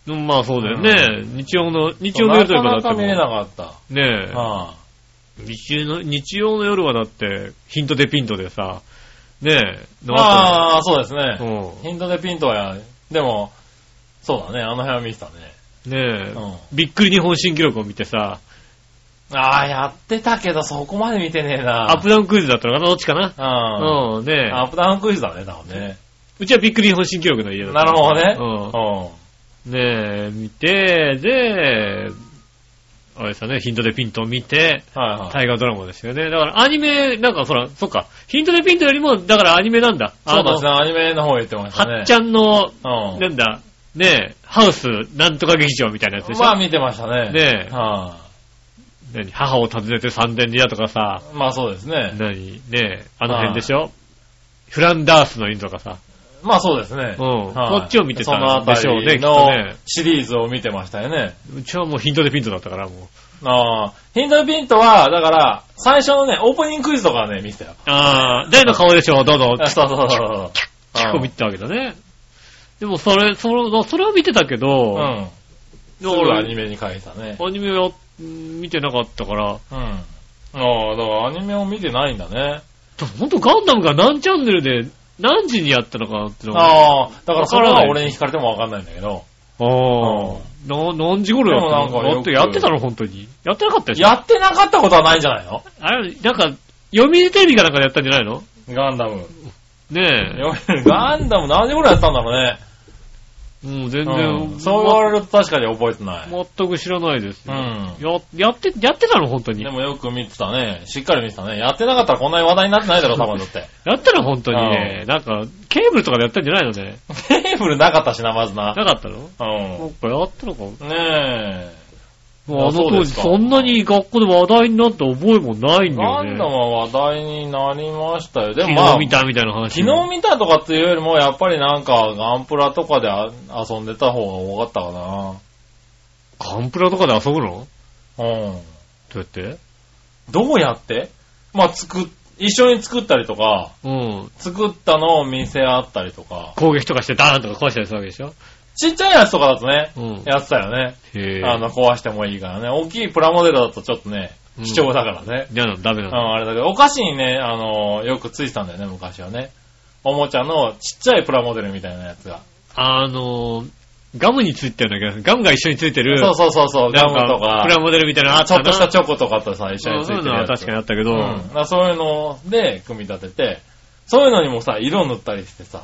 [SPEAKER 2] うんまあそうだよね。日曜の、日曜の夜と
[SPEAKER 3] なか
[SPEAKER 2] か
[SPEAKER 3] な
[SPEAKER 2] だっ
[SPEAKER 3] か
[SPEAKER 2] て
[SPEAKER 3] 見れな
[SPEAKER 2] も
[SPEAKER 3] かった。
[SPEAKER 2] う、ねえ、
[SPEAKER 3] は
[SPEAKER 2] 日曜の、日曜の夜はだって、ヒントでピントでさ、ねえ、
[SPEAKER 3] いああ、そうですね。
[SPEAKER 2] うん。
[SPEAKER 3] ヒントでピントはや、でも、そうだね、あの辺は見てたね。
[SPEAKER 2] ねえ、
[SPEAKER 3] うん
[SPEAKER 2] びっくり日本新記録を見てさ、
[SPEAKER 3] ああ、やってたけど、そこまで見てねえな。
[SPEAKER 2] アップダウンクイズだったのかなどっちかな
[SPEAKER 3] うん。
[SPEAKER 2] うん、ねえ。
[SPEAKER 3] アップダウンクイズだね、多分ね。
[SPEAKER 2] うちはびっくり日本新記録の家だった
[SPEAKER 3] なるほどね。
[SPEAKER 2] うん。ねえ、見て、で、あれですよね、ヒントでピントを見て、
[SPEAKER 3] うん。はいはい。
[SPEAKER 2] 大河ドラマですよね。だからアニメ、なんかほら、そっか、ヒントでピントよりも、だからアニメなんだ。
[SPEAKER 3] そうです
[SPEAKER 2] ね。
[SPEAKER 3] ね、アニメの方言ってましたね。
[SPEAKER 2] はっちゃんの、
[SPEAKER 3] うん。
[SPEAKER 2] なんだ、ねえ、ハウスなんとか劇場みたいなやつでしょ、
[SPEAKER 3] まあ見てましたね。
[SPEAKER 2] ねえ
[SPEAKER 3] は
[SPEAKER 2] 何母を訪ねて三千里だとかさ、
[SPEAKER 3] いまあそうですね。
[SPEAKER 2] 何ねえ、あの辺でしょフランダースの犬とかさ。
[SPEAKER 3] まあそうですね。
[SPEAKER 2] うん
[SPEAKER 3] はい
[SPEAKER 2] こっちを見てた
[SPEAKER 3] そのあたり
[SPEAKER 2] でしょうねきっと
[SPEAKER 3] の
[SPEAKER 2] ね
[SPEAKER 3] シリーズを見てましたよね。
[SPEAKER 2] うちはもうヒントでピントだったから、もう。
[SPEAKER 3] ああ。ヒントピントは、だから、最初のね、オープニングクイズとかはね、見てたよ。
[SPEAKER 2] あー、誰の顔でしょう、どう ぞ。
[SPEAKER 3] あそうそうそうそう。
[SPEAKER 2] 結構見てたわけだね。でもそれ、そのそれは見てたけ
[SPEAKER 3] う
[SPEAKER 2] ど、
[SPEAKER 3] ん。
[SPEAKER 2] で
[SPEAKER 3] す
[SPEAKER 2] も
[SPEAKER 3] ぐ
[SPEAKER 2] 俺
[SPEAKER 3] アニメに変えたね。
[SPEAKER 2] アニメはうん見てなかったから、
[SPEAKER 3] うん。ああ、だからアニメを見てないんだね。
[SPEAKER 2] でもほんとガンダムが何チャンネルで何時にやったのかなってのが。あ
[SPEAKER 3] ああ、だからそれ
[SPEAKER 2] わから
[SPEAKER 3] は
[SPEAKER 2] ない
[SPEAKER 3] 俺に聞かれてもわかんないんだけど。
[SPEAKER 2] あー。な何時頃やった
[SPEAKER 3] でもなんかよ
[SPEAKER 2] のだ
[SPEAKER 3] く
[SPEAKER 2] ってやってたの本当に。やってなかったでしょ
[SPEAKER 3] やってなかったことはないんじゃないの
[SPEAKER 2] あれ、なんか、読売テレビかなんかでやったんじゃないの
[SPEAKER 3] ガンダム。
[SPEAKER 2] ね
[SPEAKER 3] ガンダム何時頃やってたんだろうね。
[SPEAKER 2] え。もう全
[SPEAKER 3] う
[SPEAKER 2] 然
[SPEAKER 3] ん、そう言われると確かに覚えてない。
[SPEAKER 2] ま全く知らないです
[SPEAKER 3] う
[SPEAKER 2] よ。
[SPEAKER 3] ん。
[SPEAKER 2] や、やって、やってたの本当に。
[SPEAKER 3] で
[SPEAKER 2] や
[SPEAKER 3] もよく見てたね。しっかり見てたね。やってなかったらこんなに話題になってないだろ、多分だって。
[SPEAKER 2] ったの本当にね。なんか、ケーブルとかでやったんじゃないのね。
[SPEAKER 3] テーブルなかったしな、まずな。
[SPEAKER 2] なかったの
[SPEAKER 3] う
[SPEAKER 2] なん
[SPEAKER 3] ん。
[SPEAKER 2] かやったのかも。
[SPEAKER 3] ね
[SPEAKER 2] もうあの
[SPEAKER 3] そ
[SPEAKER 2] 当
[SPEAKER 3] うで
[SPEAKER 2] 時、
[SPEAKER 3] すか
[SPEAKER 2] そんなに学校で話題になった覚えもない
[SPEAKER 3] え。
[SPEAKER 2] んだ
[SPEAKER 3] ガ
[SPEAKER 2] よ
[SPEAKER 3] ン
[SPEAKER 2] ね。
[SPEAKER 3] ダムは話題になりましたよ。で
[SPEAKER 2] 昨
[SPEAKER 3] もまあ
[SPEAKER 2] 日、見たみたいな話。
[SPEAKER 3] 昨日見たとかっていうよりも、やっぱりなんか、ガンプラとかであ遊んでた方が多かったかな。
[SPEAKER 2] カンプラとかで遊ぶの
[SPEAKER 3] うん。
[SPEAKER 2] どうやって
[SPEAKER 3] どうやってまあ、作っ、一緒に作ったりとか、
[SPEAKER 2] うん。
[SPEAKER 3] 作ったのを見せ合ったりとか、
[SPEAKER 2] 攻撃とかしてダーンとか壊したりするわけでしょ
[SPEAKER 3] ちっちゃいやつとかだとね、
[SPEAKER 2] うん
[SPEAKER 3] やってたよね。
[SPEAKER 2] へぇ
[SPEAKER 3] あの、壊してもいいからね。大きいプラモデルだとちょっとね、
[SPEAKER 2] うん
[SPEAKER 3] 貴重だからね。
[SPEAKER 2] 嫌なのダメな
[SPEAKER 3] うん、
[SPEAKER 2] の。
[SPEAKER 3] あれだけど、お菓子にね、あの、よくついてたんだよね、昔はね。おもちゃのちっちゃいプラモデルみたいなやつが。
[SPEAKER 2] あの、ガムについてるんだけど、ガムが一緒についてる。
[SPEAKER 3] そうそうそうそう、ガムと
[SPEAKER 2] なん
[SPEAKER 3] か
[SPEAKER 2] プ、ラモデルみたいなのあっ
[SPEAKER 3] ちょ
[SPEAKER 2] た
[SPEAKER 3] っ
[SPEAKER 2] な
[SPEAKER 3] としたチョコとかとさ、一緒につ
[SPEAKER 2] そうい
[SPEAKER 3] いうてる
[SPEAKER 2] の
[SPEAKER 3] や
[SPEAKER 2] は
[SPEAKER 3] つ。
[SPEAKER 2] 確かにあったけ
[SPEAKER 3] う
[SPEAKER 2] ど、
[SPEAKER 3] ん。だからそういうので、組み立てて、そういうのにもさ、色塗ったりしてさ、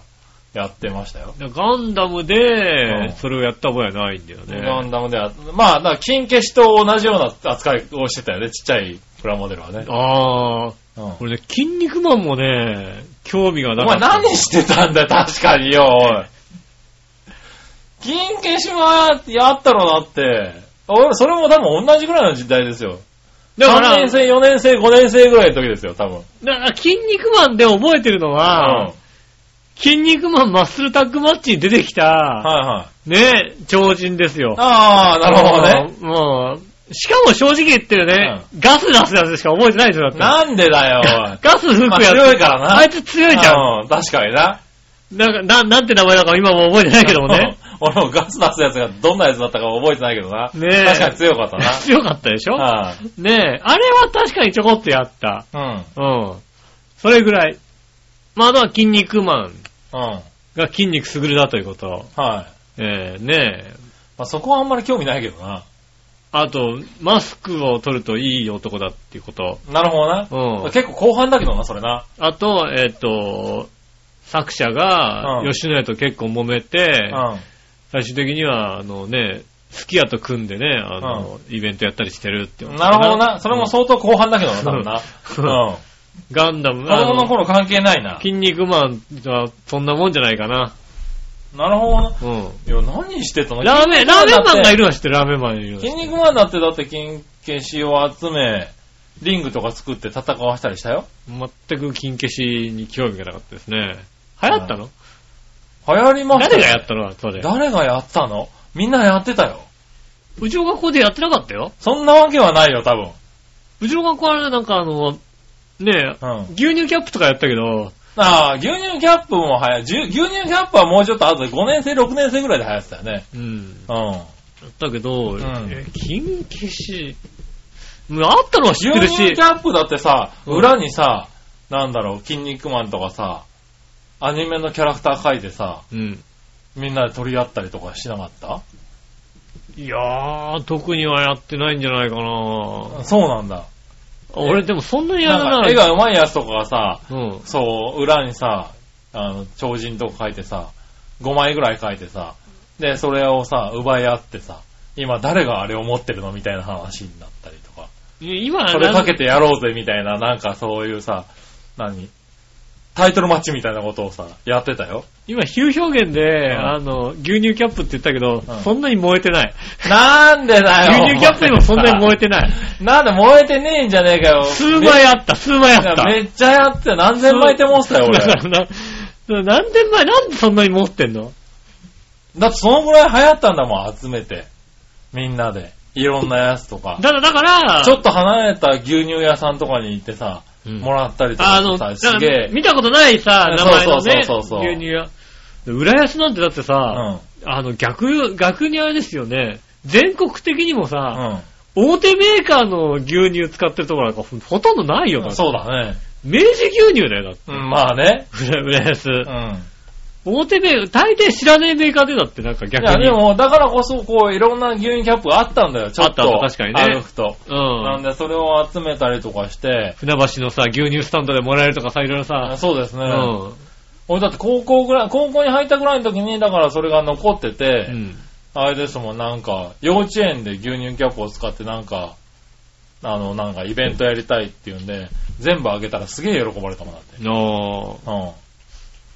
[SPEAKER 3] やってましたよ。
[SPEAKER 2] ガンダム
[SPEAKER 3] うん
[SPEAKER 2] で、それをやった覚えはないんだよ
[SPEAKER 3] ガン
[SPEAKER 2] ね。
[SPEAKER 3] ダムでは、まあ、だから金消しと同じような扱いをしてたよね、ちっちゃいプラモデルはね。
[SPEAKER 2] ああ、
[SPEAKER 3] うん
[SPEAKER 2] これね、筋肉マンもね、興味がな
[SPEAKER 3] お
[SPEAKER 2] か
[SPEAKER 3] 前
[SPEAKER 2] った。
[SPEAKER 3] 何してたんだよ、確かによ、おい。金消しはやったろ、だって。俺、それも多分同じぐらいの時代ですよ。
[SPEAKER 2] だか
[SPEAKER 3] 3
[SPEAKER 2] ら
[SPEAKER 3] 年、生、4年生、5年生ぐらいの時ですよ、多分。
[SPEAKER 2] だから筋肉マンで覚えてるのは、
[SPEAKER 3] うん
[SPEAKER 2] 筋肉マンマッスルタッグマッチに出てきた、
[SPEAKER 3] はいはい。
[SPEAKER 2] ね、超人ですよ。
[SPEAKER 3] ああ、なるほどね。
[SPEAKER 2] どね。もう、しかも正直言ってるね、ガス出すやつしか覚えてないですよ、だって。
[SPEAKER 3] なんでだよ、 おい。
[SPEAKER 2] ガス吹
[SPEAKER 3] まあ
[SPEAKER 2] くやつ。
[SPEAKER 3] 強いからな
[SPEAKER 2] あいつ強いじゃん。
[SPEAKER 3] うん、確かにな。
[SPEAKER 2] なんか、な、なんて名前だか今も覚えてないけどもね。
[SPEAKER 3] うん。 俺もガス出すやつがどんなやつだったか覚えてないけどな。
[SPEAKER 2] ねえ
[SPEAKER 3] 確かに強かったな。
[SPEAKER 2] 強か ったでしょ
[SPEAKER 3] はい
[SPEAKER 2] ねえ、あれは確かにちょこっとやった。
[SPEAKER 3] うん。
[SPEAKER 2] うん。それぐらい。まあ、あとは筋肉マン。
[SPEAKER 3] うん。
[SPEAKER 2] が筋肉優れだということ。
[SPEAKER 3] はい。
[SPEAKER 2] えー、ねえ。
[SPEAKER 3] まあ、そこはあんまり興味ないけどな。
[SPEAKER 2] あと、マスクを取るといい男だっていうこと。
[SPEAKER 3] なるほどな。
[SPEAKER 2] うん
[SPEAKER 3] 結構後半だけどな、それな。
[SPEAKER 2] あと、えっ、と、作者が
[SPEAKER 3] う、ん
[SPEAKER 2] 吉野家と結構揉めて、
[SPEAKER 3] うん。
[SPEAKER 2] 最終的には、あのね、スキヤと組んでね、あの、イベントやったりしてるってこと
[SPEAKER 3] なるほどな。それも
[SPEAKER 2] う
[SPEAKER 3] 相当後半だけどな、多分な。
[SPEAKER 2] うん
[SPEAKER 3] うん。
[SPEAKER 2] ん。ガンダム
[SPEAKER 3] 子供の
[SPEAKER 2] あの
[SPEAKER 3] 頃関係ないな。
[SPEAKER 2] 筋肉マンはそんなもんじゃないかな。
[SPEAKER 3] なるほどな。
[SPEAKER 2] うん。
[SPEAKER 3] いや、何してたの
[SPEAKER 2] ラーメン、ラーメンマンがいる
[SPEAKER 3] る。
[SPEAKER 2] のは知ってるラーメンマンいるのは知っ
[SPEAKER 3] 筋
[SPEAKER 2] てる
[SPEAKER 3] 肉マンだって、だって金消しを集め、リングとか作って戦わしたりしたよ。
[SPEAKER 2] 全く金消しに興味がなかったですね。流行ったの
[SPEAKER 3] 流行りました
[SPEAKER 2] 誰がや
[SPEAKER 3] っ
[SPEAKER 2] ったのそれ。
[SPEAKER 3] 誰がやったのみんなやってたよ。
[SPEAKER 2] うちの学校でやってなかったよ。
[SPEAKER 3] そんなわけはないよ、多分。
[SPEAKER 2] うちの学校はなんかあの、ねえ、
[SPEAKER 3] うん。
[SPEAKER 2] 牛乳キャップとかやったけど、
[SPEAKER 3] ああ、牛乳キャップも流行、じゅ牛乳キャップはもうちょっと後で5年生、6年生ぐらいで流行ってたよね。
[SPEAKER 2] うん。
[SPEAKER 3] うん。
[SPEAKER 2] やったけど、
[SPEAKER 3] ん
[SPEAKER 2] え金消し、もうあったのは知って
[SPEAKER 3] 牛
[SPEAKER 2] る
[SPEAKER 3] 乳
[SPEAKER 2] し
[SPEAKER 3] キ、ャップだってさ、
[SPEAKER 2] うん
[SPEAKER 3] 裏にさ、なんだろう、筋肉マンとかさ、アニメのキャラクター書いてさ、
[SPEAKER 2] うん。
[SPEAKER 3] みんなで取り合ったりとかしなかっ
[SPEAKER 2] いやー、特にはやってないんじゃないか
[SPEAKER 3] た
[SPEAKER 2] な
[SPEAKER 3] そうなんだ。
[SPEAKER 2] 俺でもそんなにやら
[SPEAKER 3] なんか
[SPEAKER 2] ない。
[SPEAKER 3] 絵が上手いやつとかがさ、
[SPEAKER 2] うん。
[SPEAKER 3] そう、裏にさ、あの、超人とか書いてさ、5枚ぐらい書いてさ、で、それをさ、奪い合ってさ、今誰があれを持ってるのみたいな話になったりとか、
[SPEAKER 2] 今、
[SPEAKER 3] それかけてやろうぜみたいな、なんかそういうさ、何タイトルマッチみたいなことをさ、やってたよ。
[SPEAKER 2] 今、比喩表現で、
[SPEAKER 3] うん
[SPEAKER 2] あの、牛乳キャップって言ったけど、
[SPEAKER 3] うん
[SPEAKER 2] そんなに燃えてない。
[SPEAKER 3] なんでだよ。
[SPEAKER 2] 牛乳キャップにもそんなに燃えてない。
[SPEAKER 3] なんで燃えてねえんじゃねえかよ。
[SPEAKER 2] 数倍あった、数倍あった。
[SPEAKER 3] めっちゃやって、何千枚って持ってたよ、俺。
[SPEAKER 2] だから
[SPEAKER 3] だ
[SPEAKER 2] な、何年前、なんでそんなに持ってんの
[SPEAKER 3] ってそのぐらい流行ったんだもん、集めて。みんなで。いろんなやつとか。
[SPEAKER 2] だから、だから、
[SPEAKER 3] ちょっと離れた牛乳屋さんとかに行ってさ、
[SPEAKER 2] うん
[SPEAKER 3] もらったりと
[SPEAKER 2] あ
[SPEAKER 3] か
[SPEAKER 2] の、
[SPEAKER 3] さ、
[SPEAKER 2] だ
[SPEAKER 3] す
[SPEAKER 2] か
[SPEAKER 3] げ
[SPEAKER 2] ら
[SPEAKER 3] え。
[SPEAKER 2] 見たことないさ、名前のね、
[SPEAKER 3] そうそうそうそう
[SPEAKER 2] 牛乳屋。浦安なんてだって
[SPEAKER 3] う
[SPEAKER 2] さ、
[SPEAKER 3] ん。
[SPEAKER 2] あの、逆、逆にあれですよね、全国的にもさ、
[SPEAKER 3] う
[SPEAKER 2] 大手メーカーの牛乳使ってるところなんかほほとんどないよ、だっ
[SPEAKER 3] ん。
[SPEAKER 2] て
[SPEAKER 3] そうだね。
[SPEAKER 2] 明治牛乳だよ、だって。
[SPEAKER 3] うん、まあね。
[SPEAKER 2] 浦浦安。
[SPEAKER 3] うん。
[SPEAKER 2] 大手メーカー、大抵知らねえメーカーでだってなんか
[SPEAKER 3] い
[SPEAKER 2] 逆に。
[SPEAKER 3] や、でも、だからこそ、こう、いろんな牛乳キャップがあったんだよ、ちょっと。
[SPEAKER 2] あったあった確かにね
[SPEAKER 3] 歩くと。
[SPEAKER 2] う
[SPEAKER 3] なん
[SPEAKER 2] ん。
[SPEAKER 3] で、それを集めたりとかして、
[SPEAKER 2] 船橋のさ、牛乳スタンドでもらえるとかさ、いろいろ
[SPEAKER 3] あ
[SPEAKER 2] さ。
[SPEAKER 3] そうですね。
[SPEAKER 2] うん。
[SPEAKER 3] 俺だって高校ぐらい、高校に入ったぐらいの時に、だからそれが残ってて、
[SPEAKER 2] うん。
[SPEAKER 3] あれですもん、なんか、幼稚園で牛乳キャップを使ってなんか、あの、なんかイベントやりたいっていうんで、全部あげたらすげえ喜ばれたもんだって。
[SPEAKER 2] あ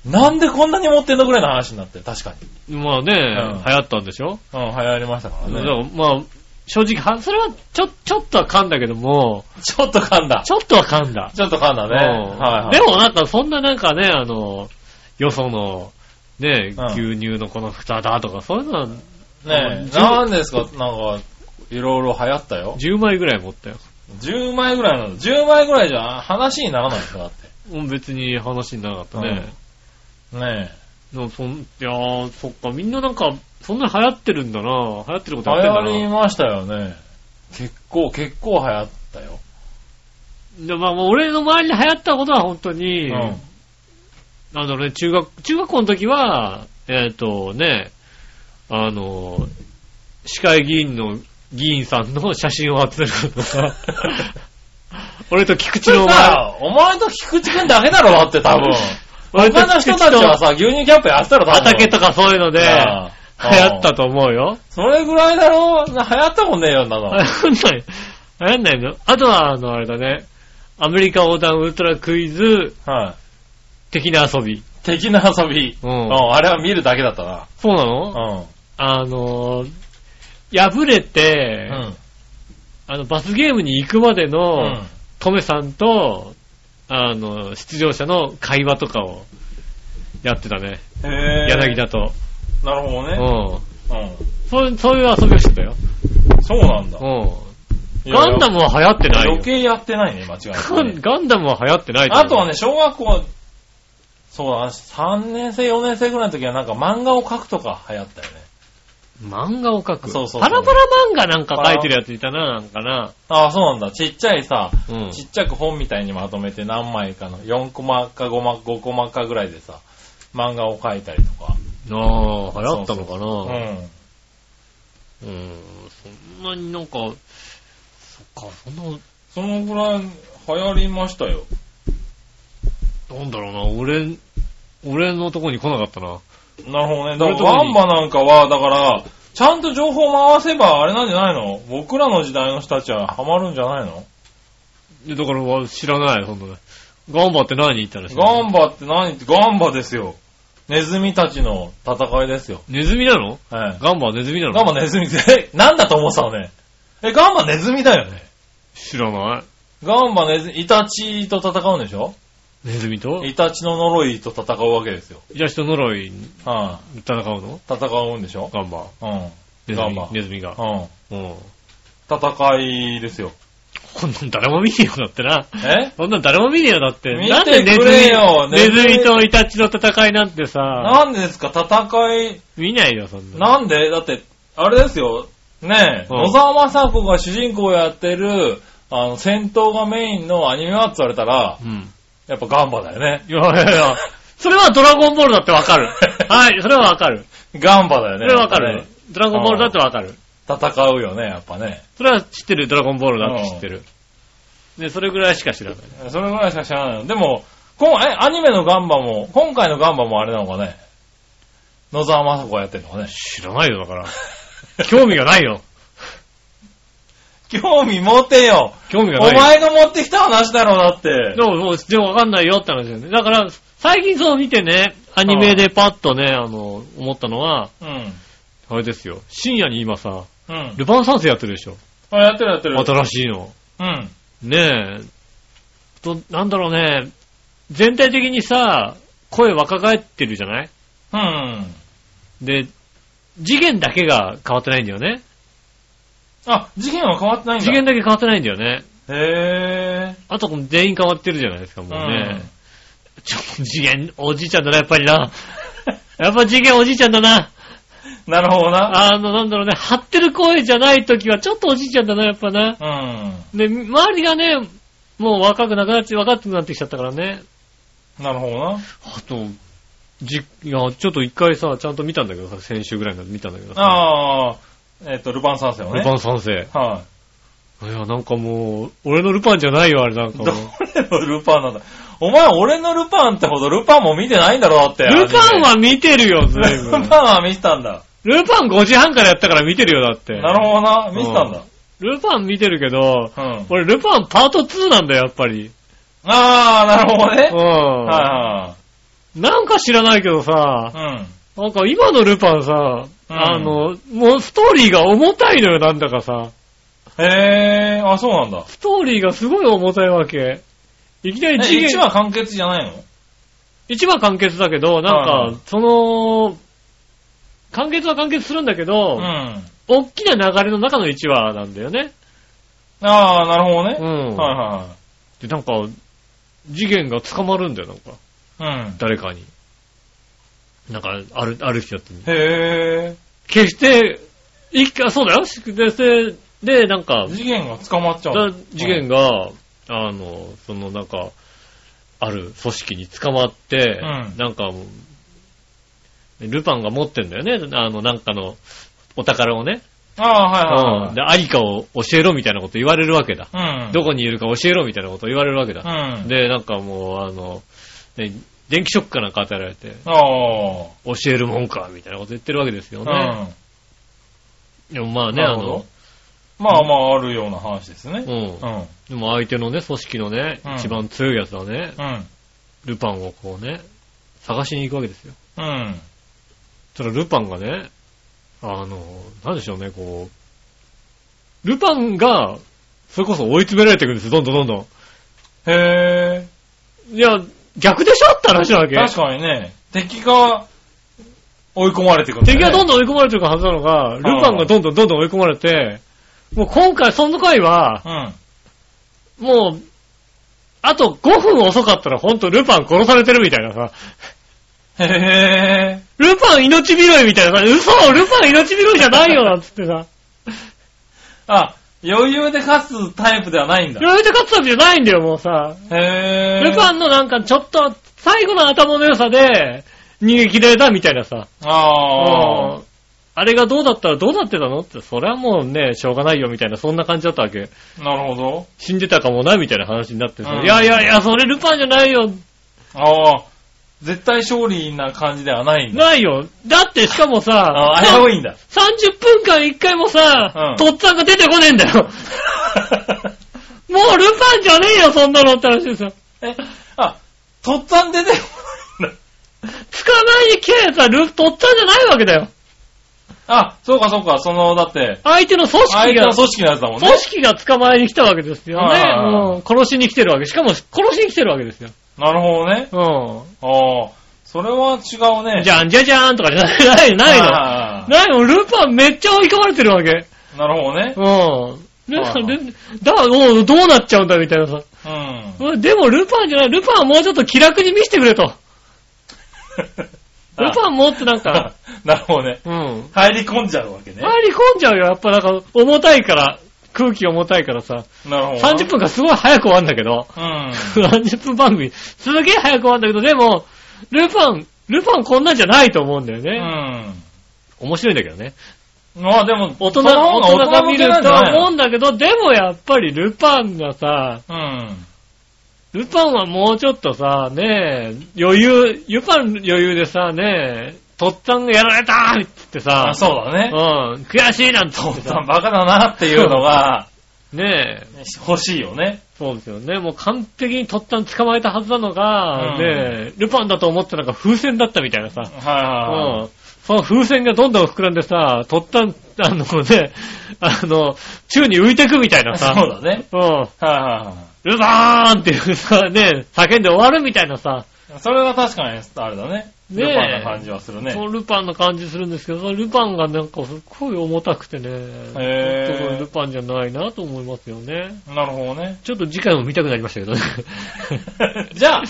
[SPEAKER 3] うん。なんでこんなに持ってんのぐらいの話になって、確かに。
[SPEAKER 2] ーまあね、
[SPEAKER 3] ん
[SPEAKER 2] 流行ったんでしょ、
[SPEAKER 3] うん、流行りましたから
[SPEAKER 2] だ
[SPEAKER 3] ね。
[SPEAKER 2] からまあ、正直は、それはちょ、ちょっとは噛んだけども、
[SPEAKER 3] ちょっと噛んだ。
[SPEAKER 2] ちょっとは噛んだ。
[SPEAKER 3] ちょっと噛んだね。
[SPEAKER 2] うん
[SPEAKER 3] はいはい。
[SPEAKER 2] でもなんかそんななんかね、あの、よその、ね、
[SPEAKER 3] うん
[SPEAKER 2] 牛乳のこの蓋だとか、そういうのは
[SPEAKER 3] ねえ、
[SPEAKER 2] 10
[SPEAKER 3] なんですか、なんか、いろいろ流行ったよ。
[SPEAKER 2] 10枚ぐらい持ったよ。
[SPEAKER 3] 10枚ぐらいなの。10枚ぐらいじゃ話にならないですよ、だって。
[SPEAKER 2] うん別に話にならなかったね。
[SPEAKER 3] ね
[SPEAKER 2] でもそんいやー、そっか、みんななんか、そんなに流行ってるんだな流行ってるこ
[SPEAKER 3] え。
[SPEAKER 2] と
[SPEAKER 3] 流
[SPEAKER 2] やって
[SPEAKER 3] 行
[SPEAKER 2] ん
[SPEAKER 3] り
[SPEAKER 2] だ
[SPEAKER 3] ましたよね。結構、結構流行ったよ。
[SPEAKER 2] な。でまあ、もう俺の周りで流行ったことは本当に、
[SPEAKER 3] うん。
[SPEAKER 2] なんだろうね、中学、中学校の時は、えっ、とね、あの、市会議員の議員さんの写真を集めること さ、俺と菊池
[SPEAKER 3] それ
[SPEAKER 2] の前、
[SPEAKER 3] さ、お前と菊池くんだけだろ、だって多分。
[SPEAKER 2] 俺と
[SPEAKER 3] 他の人たちはさ、牛乳キャップやってたろ、多分。
[SPEAKER 2] 畑とかそういうので、流
[SPEAKER 3] ああ
[SPEAKER 2] 行ったと思うよ。
[SPEAKER 3] それぐらいだろ、な流行ったもんねえよ、なの。
[SPEAKER 2] 流行ん ない、流行んないのあとは、あの、あれだね、アメリカ横断ウルトラクイズ
[SPEAKER 3] はい。
[SPEAKER 2] 的な遊び。
[SPEAKER 3] 的な遊び。
[SPEAKER 2] う
[SPEAKER 3] うんん、あれは見るだけだったな。
[SPEAKER 2] そうなの
[SPEAKER 3] う
[SPEAKER 2] あの、破れて、
[SPEAKER 3] ん。うん。
[SPEAKER 2] あの、罰ゲームに行くまで
[SPEAKER 3] う
[SPEAKER 2] の、
[SPEAKER 3] ん。
[SPEAKER 2] トメさんと、あの、出場者の会話とかをやってたね。
[SPEAKER 3] へえ。
[SPEAKER 2] 柳。田と。
[SPEAKER 3] なるほど
[SPEAKER 2] う
[SPEAKER 3] ね。
[SPEAKER 2] ん。
[SPEAKER 3] うん。
[SPEAKER 2] そういう、そういう遊びをしてたよ。
[SPEAKER 3] そうなんだ。
[SPEAKER 2] うガンダ
[SPEAKER 3] ム
[SPEAKER 2] ムは流行ってないよ
[SPEAKER 3] 余。計やってないね、間違い
[SPEAKER 2] ガ
[SPEAKER 3] な
[SPEAKER 2] ン
[SPEAKER 3] く、ね。
[SPEAKER 2] ガンダムは流行ってない
[SPEAKER 3] あとは
[SPEAKER 2] ね、
[SPEAKER 3] ね、小学校、そうだな、3年生、4年生ぐらいの時はなんか漫画を描くとか流行ったよね。
[SPEAKER 2] 漫画を描く。
[SPEAKER 3] そうそうそう
[SPEAKER 2] パラパラ漫画なんか描いてるやついたな、なんかな。
[SPEAKER 3] ああ、そうなんだ。ちっちゃいさ、
[SPEAKER 2] うん。
[SPEAKER 3] ちっちゃく本みたいにまとめて何枚かの、4コマか5コマ、5コマかぐらいでさ、漫画を描いたりとか。
[SPEAKER 2] ああ、流行ったのかな
[SPEAKER 3] う。
[SPEAKER 2] うんん。そんなになんか、そっか、そんな、
[SPEAKER 3] そのぐらい流行りましたよ。
[SPEAKER 2] なんだろうな、俺、俺のとこに来なかったな。
[SPEAKER 3] なるほどね。だ
[SPEAKER 2] 俺と
[SPEAKER 3] か
[SPEAKER 2] か
[SPEAKER 3] らワ
[SPEAKER 2] に
[SPEAKER 3] ンバなんかは、だから、ちゃんと情報回せばあれなんじゃないの僕らの時代の人たちはハマるんじゃないの
[SPEAKER 2] いやだからわ知らない、ほんとね。ガンバって何言ったら知らない
[SPEAKER 3] ガンバって何ってガンバですよ。ネズミたちの戦いですよ。
[SPEAKER 2] ネズミなの
[SPEAKER 3] はい。
[SPEAKER 2] ガンバはネズミなの
[SPEAKER 3] ガンバネズミって、えなんだと思ってたのね。え、ガンバネズミだよね。
[SPEAKER 2] 知らない。
[SPEAKER 3] ガンバネズミ、イタチと戦うんでしょ
[SPEAKER 2] ネズミと
[SPEAKER 3] イタチの呪いと戦うわけですよ。
[SPEAKER 2] イラスト呪い
[SPEAKER 3] は
[SPEAKER 2] 戦うの
[SPEAKER 3] い。戦うんでしょ
[SPEAKER 2] ガンバ。
[SPEAKER 3] うん。うん。
[SPEAKER 2] ネズ
[SPEAKER 3] ガン
[SPEAKER 2] ミ
[SPEAKER 3] バ。
[SPEAKER 2] ネズミが。うん。
[SPEAKER 3] 戦いですよ。
[SPEAKER 2] こんなん誰も見ねえよ、だってな。
[SPEAKER 3] え
[SPEAKER 2] そんなん誰も見ねえよ、だって。
[SPEAKER 3] 見て
[SPEAKER 2] なんでネズ
[SPEAKER 3] くれよ
[SPEAKER 2] ミ、ネズ
[SPEAKER 3] ネズミ
[SPEAKER 2] ミとイタチの戦いなんてさ、
[SPEAKER 3] なんでですか戦い、
[SPEAKER 2] 見ないよ、そんな。
[SPEAKER 3] なんでだって、あれですよ。ねえ、
[SPEAKER 2] うん
[SPEAKER 3] 野沢雅子が主人公をやってる、あの、戦闘がメインのアニメはって言われたら、
[SPEAKER 2] うん。
[SPEAKER 3] やっぱガンバだよね。
[SPEAKER 2] いやいやいや、それはドラゴンボールだってわ かる。はい、それはわかる。
[SPEAKER 3] ガンバだよ
[SPEAKER 2] そ
[SPEAKER 3] ね。
[SPEAKER 2] れはわか
[SPEAKER 3] やっ
[SPEAKER 2] る
[SPEAKER 3] ぱね。。
[SPEAKER 2] ドラゴンボールだってわかる。
[SPEAKER 3] 戦うよね、やっぱね。
[SPEAKER 2] それは知ってる、ドラゴンボールだって知ってる。で、それぐらいしか知らない。
[SPEAKER 3] それぐらいしか知らないの。でも、こんえ、アニメのガンバも、今回のガンバもあれなのかね。野沢雅子がやってるのかね。
[SPEAKER 2] 知らないよ、だ から。興味がないよ。
[SPEAKER 3] 興味持てよ。
[SPEAKER 2] 興味が
[SPEAKER 3] お
[SPEAKER 2] ないよ。
[SPEAKER 3] 前が持ってきた話だろ、だって
[SPEAKER 2] で。も、もう、でもわかんないよって話だよね。だから、最近そう見てね、アニメでパッとね、あの、思ったのは、
[SPEAKER 3] うん。
[SPEAKER 2] あれですよ。深夜に今さ、
[SPEAKER 3] うん。
[SPEAKER 2] ルパン三世やってるでしょ。
[SPEAKER 3] あ、やってるやってる。
[SPEAKER 2] 新しいの。
[SPEAKER 3] うん。
[SPEAKER 2] ねえ。と、なんだろうね。全体的にさ、声若返ってるじゃない
[SPEAKER 3] うん。
[SPEAKER 2] で、次元だけが変わってないんだよね。
[SPEAKER 3] あ、事件は変わってないんだ。
[SPEAKER 2] 次元だけ変わってないんだよね。
[SPEAKER 3] へ
[SPEAKER 2] あとこの全員変わってるじゃないですか、も
[SPEAKER 3] ぇ
[SPEAKER 2] う
[SPEAKER 3] ー。
[SPEAKER 2] ね。ちょ、次元、おじいちゃんだな、やっぱりな。 やっぱ次元おじいちゃんだな。
[SPEAKER 3] うん。なるほどな。
[SPEAKER 2] あの、なんだろうね、張ってる声じゃない時はちょっとおじいちゃんだな、やっぱな。
[SPEAKER 3] う
[SPEAKER 2] で、周りがね、もう若くなくなって、若くなってきちゃったからね。
[SPEAKER 3] ん。なるほどな。
[SPEAKER 2] あと、じ、いや、ちょっと一回さ、ちゃんと見たんだけどさ、先週ぐらいの見たんだけどさ、
[SPEAKER 3] ああ、えっと、ルパン三世をね。
[SPEAKER 2] ルパン三世。
[SPEAKER 3] はい
[SPEAKER 2] や、なんかもう、俺のルパンじゃないよ、あれなん
[SPEAKER 3] い。
[SPEAKER 2] かも
[SPEAKER 3] ど
[SPEAKER 2] う。
[SPEAKER 3] れのルパンなんだお前、俺のルパンってほどルパンも見てないんだろ、だって。
[SPEAKER 2] ルパンは見てるよ、ず
[SPEAKER 3] アニ
[SPEAKER 2] い
[SPEAKER 3] メ
[SPEAKER 2] ぶ
[SPEAKER 3] ル
[SPEAKER 2] ん。
[SPEAKER 3] パンは見てたんだ。
[SPEAKER 2] ルパン5時半からやったから見てるよ、だって。
[SPEAKER 3] なるほどな。見てたんだ。
[SPEAKER 2] ルパン見てるけど、
[SPEAKER 3] うん。
[SPEAKER 2] 俺、ルパンパート2なんだよ、やっぱり。
[SPEAKER 3] ああ、なるほどね
[SPEAKER 2] う。
[SPEAKER 3] は
[SPEAKER 2] ん。
[SPEAKER 3] いは
[SPEAKER 2] なんか知らないけどさ
[SPEAKER 3] い、はい。
[SPEAKER 2] なんか今のルパンさ、
[SPEAKER 3] うん
[SPEAKER 2] あの、もうストーリーが重たいのよ、なんだかさ。
[SPEAKER 3] うん。へえ、あ、そうなんだ。
[SPEAKER 2] ストーリーがすごい重たいわけ。いきなり次
[SPEAKER 3] え、
[SPEAKER 2] 元、
[SPEAKER 3] 一話完結じゃないの
[SPEAKER 2] 一話完結だけど、な
[SPEAKER 3] は
[SPEAKER 2] ん
[SPEAKER 3] い
[SPEAKER 2] か、その、完結は完結するんだけど、
[SPEAKER 3] うん。
[SPEAKER 2] 大きな流れの中の一話なんだよね。
[SPEAKER 3] ああ、なるほどね。
[SPEAKER 2] うん。
[SPEAKER 3] はいはいはい。
[SPEAKER 2] で、なんか、次元が捕まるんだよ、なんか。
[SPEAKER 3] うん。
[SPEAKER 2] 誰かに。なんか、ある、ある人だったの
[SPEAKER 3] へ
[SPEAKER 2] 決して、一回、そうだよ。で、で、でなんか
[SPEAKER 3] ぇ、次元が捕まっちゃうの
[SPEAKER 2] だ次元が、あの、そのなんか、ある組織に捕まって、
[SPEAKER 3] うん
[SPEAKER 2] なんかもう、ルパンが持ってんだよね、あの、なんかの、お宝をね。
[SPEAKER 3] ああ、はい
[SPEAKER 2] で、アリカを教えろみたいなこと言われるわけだ。
[SPEAKER 3] はいはい。うん。
[SPEAKER 2] どこにいるか教えろみたいなこと言われるわけ
[SPEAKER 3] う
[SPEAKER 2] だ。
[SPEAKER 3] ん。
[SPEAKER 2] で、なんかもう、あの、ね、電気ショックかなんか与えられて、
[SPEAKER 3] ああ。
[SPEAKER 2] 教えるもんか、みたいなこと言ってるわけですよね。
[SPEAKER 3] ね。
[SPEAKER 2] でもまあね、
[SPEAKER 3] な
[SPEAKER 2] あ
[SPEAKER 3] るほど
[SPEAKER 2] の、
[SPEAKER 3] まあまあ、あるような話ですね。
[SPEAKER 2] うん
[SPEAKER 3] う。ん。うん。
[SPEAKER 2] でも相手のね、組織のね
[SPEAKER 3] うん、
[SPEAKER 2] 一番強いやつはね、ルパンをこうね、探しに行くわけですよ。
[SPEAKER 3] うん。
[SPEAKER 2] そしたらルパンがね、あの、なんでしょうね、こう、ルパンが、それこそ追い詰められていくんですよ、どんどんどんど
[SPEAKER 3] へ
[SPEAKER 2] ん。いや、逆でしょって話なわ
[SPEAKER 3] え。
[SPEAKER 2] け。
[SPEAKER 3] 確かにね、敵が追い込まれてくる、
[SPEAKER 2] 敵がどん
[SPEAKER 3] ど
[SPEAKER 2] どん
[SPEAKER 3] ん。
[SPEAKER 2] 追い込まれていくはずなのが、ルパンがどんどんどんどん追い込まれて、もう今回、その回は、
[SPEAKER 3] うん。
[SPEAKER 2] もう、あと5分遅かったらほんとルパン殺されてるみたいなさ、
[SPEAKER 3] へえ。
[SPEAKER 2] ルパン命拾いみたいなさ、嘘ルパン命拾いじゃないよなんつってさ、
[SPEAKER 3] あ、余裕で勝つタイプではないんだ
[SPEAKER 2] い。ろいろ勝つわけじゃないんだよ、もうさ。
[SPEAKER 3] へえ。
[SPEAKER 2] ルパンのなんかちょっと、最後の頭の良さで、逃げ切られたみたいなさ。
[SPEAKER 3] ああ
[SPEAKER 2] う。んあれがどうだったらどうなってたのって、それはもうね、しょうがないよみたいな、そんな感じだったわけ。
[SPEAKER 3] なるほど。
[SPEAKER 2] 死んでたかもな、みたいな話になってさ、
[SPEAKER 3] うん
[SPEAKER 2] いやいやいや、それルパンじゃないよ、
[SPEAKER 3] ああ。絶対勝利な感じではないんだ。
[SPEAKER 2] ないよ。だってしかもさ、
[SPEAKER 3] ああ、危ういん だ。
[SPEAKER 2] 30分間1回もさ、
[SPEAKER 3] うん
[SPEAKER 2] とっつぁんが出てこねえん だよ。もうルパンじゃねえよ、そんなのって話ですよ。
[SPEAKER 3] え、あ、とっつぁん出てこないんだ。
[SPEAKER 2] 捕まえに来たやつはル、とっつぁんじゃないわけだよ。
[SPEAKER 3] あ、そうかそうか、その、だって、
[SPEAKER 2] 相手の組
[SPEAKER 3] 相
[SPEAKER 2] 織
[SPEAKER 3] 手
[SPEAKER 2] が
[SPEAKER 3] の、組織のやつだもんね
[SPEAKER 2] 組。織が捕まえに来たわけですよね。
[SPEAKER 3] ああ
[SPEAKER 2] うん殺しに来てるわけ。しかも殺しに来てるわけですよ。
[SPEAKER 3] なるほどね。
[SPEAKER 2] う。
[SPEAKER 3] ああ。それは違うんね。
[SPEAKER 2] じ
[SPEAKER 3] ゃ
[SPEAKER 2] ゃんじゃじゃーんとかじゃない、ないの。
[SPEAKER 3] あ
[SPEAKER 2] ないの、ルパンめっちゃ追い込まれてるわけ。
[SPEAKER 3] あなるほどね。
[SPEAKER 2] うん。ル
[SPEAKER 3] は
[SPEAKER 2] パ
[SPEAKER 3] い
[SPEAKER 2] ン、
[SPEAKER 3] は
[SPEAKER 2] ルだ、おうどうなっちゃうんだみたいなさ。
[SPEAKER 3] うん。
[SPEAKER 2] うんでもルパンじゃない、ルパンはもうちょっと気楽に見せてくれと。ルパンもってなん か、
[SPEAKER 3] なるほどね。
[SPEAKER 2] うん。
[SPEAKER 3] 入り込んじゃうわけね。
[SPEAKER 2] 入り込んじゃうよ。やっぱなんか、重たいから、空気重たいからさ。
[SPEAKER 3] なるほどな。
[SPEAKER 2] 30分がすごい早く終わるんだけど。
[SPEAKER 3] うん。
[SPEAKER 2] 30分番組、すげえ早く終わるんだけど、でも、ルパン、ルパンこんなんじゃないと思うんだよ
[SPEAKER 3] う
[SPEAKER 2] ね。
[SPEAKER 3] ん。
[SPEAKER 2] 面白いんだけどね。
[SPEAKER 3] まあでも、
[SPEAKER 2] 大人、
[SPEAKER 3] その
[SPEAKER 2] 大
[SPEAKER 3] 方が
[SPEAKER 2] 人が
[SPEAKER 3] 向
[SPEAKER 2] 見
[SPEAKER 3] け
[SPEAKER 2] る
[SPEAKER 3] なんじ
[SPEAKER 2] と
[SPEAKER 3] ゃないの
[SPEAKER 2] 思うんだけど、でもやっぱりルパンがさ、
[SPEAKER 3] うん。
[SPEAKER 2] ルパンはもうちょっとさ、ねえ、余裕、ルパン余裕でさ、ねえ、とっつぁんがやられたーって言ってさ、
[SPEAKER 3] あ、そうだね。
[SPEAKER 2] うん、悔しいなんて言ってさ、
[SPEAKER 3] バカだなっていうのが
[SPEAKER 2] ねえ、
[SPEAKER 3] 欲しいよね。
[SPEAKER 2] そうですよね。もう完璧にとっつぁん捕まえたはずなのが、ね
[SPEAKER 3] うん
[SPEAKER 2] え、ルパンだと思ったのが風船だったみたいなさ、
[SPEAKER 3] は
[SPEAKER 2] うん。その風船がどんどん膨らんでさ、とったん、あのね、あの、宙に浮いてくみたい
[SPEAKER 3] いは。
[SPEAKER 2] ないさ。
[SPEAKER 3] そうだね。
[SPEAKER 2] うん。
[SPEAKER 3] はいは
[SPEAKER 2] ルバーンっていうさ、ね、叫んで終わるみたいなさ、
[SPEAKER 3] いはい。それは確かに、あれだね。
[SPEAKER 2] ねえ
[SPEAKER 3] ルパンな感じはするね
[SPEAKER 2] そ。のルパンの感じするんですけど、そのルパンがなんかすっごい重たくてね、
[SPEAKER 3] へー
[SPEAKER 2] ちょっとこれルパンじゃないなと思いますよね。
[SPEAKER 3] なるほどね。
[SPEAKER 2] ちょっと次回も見たくなりましたけどね。
[SPEAKER 3] じゃあ、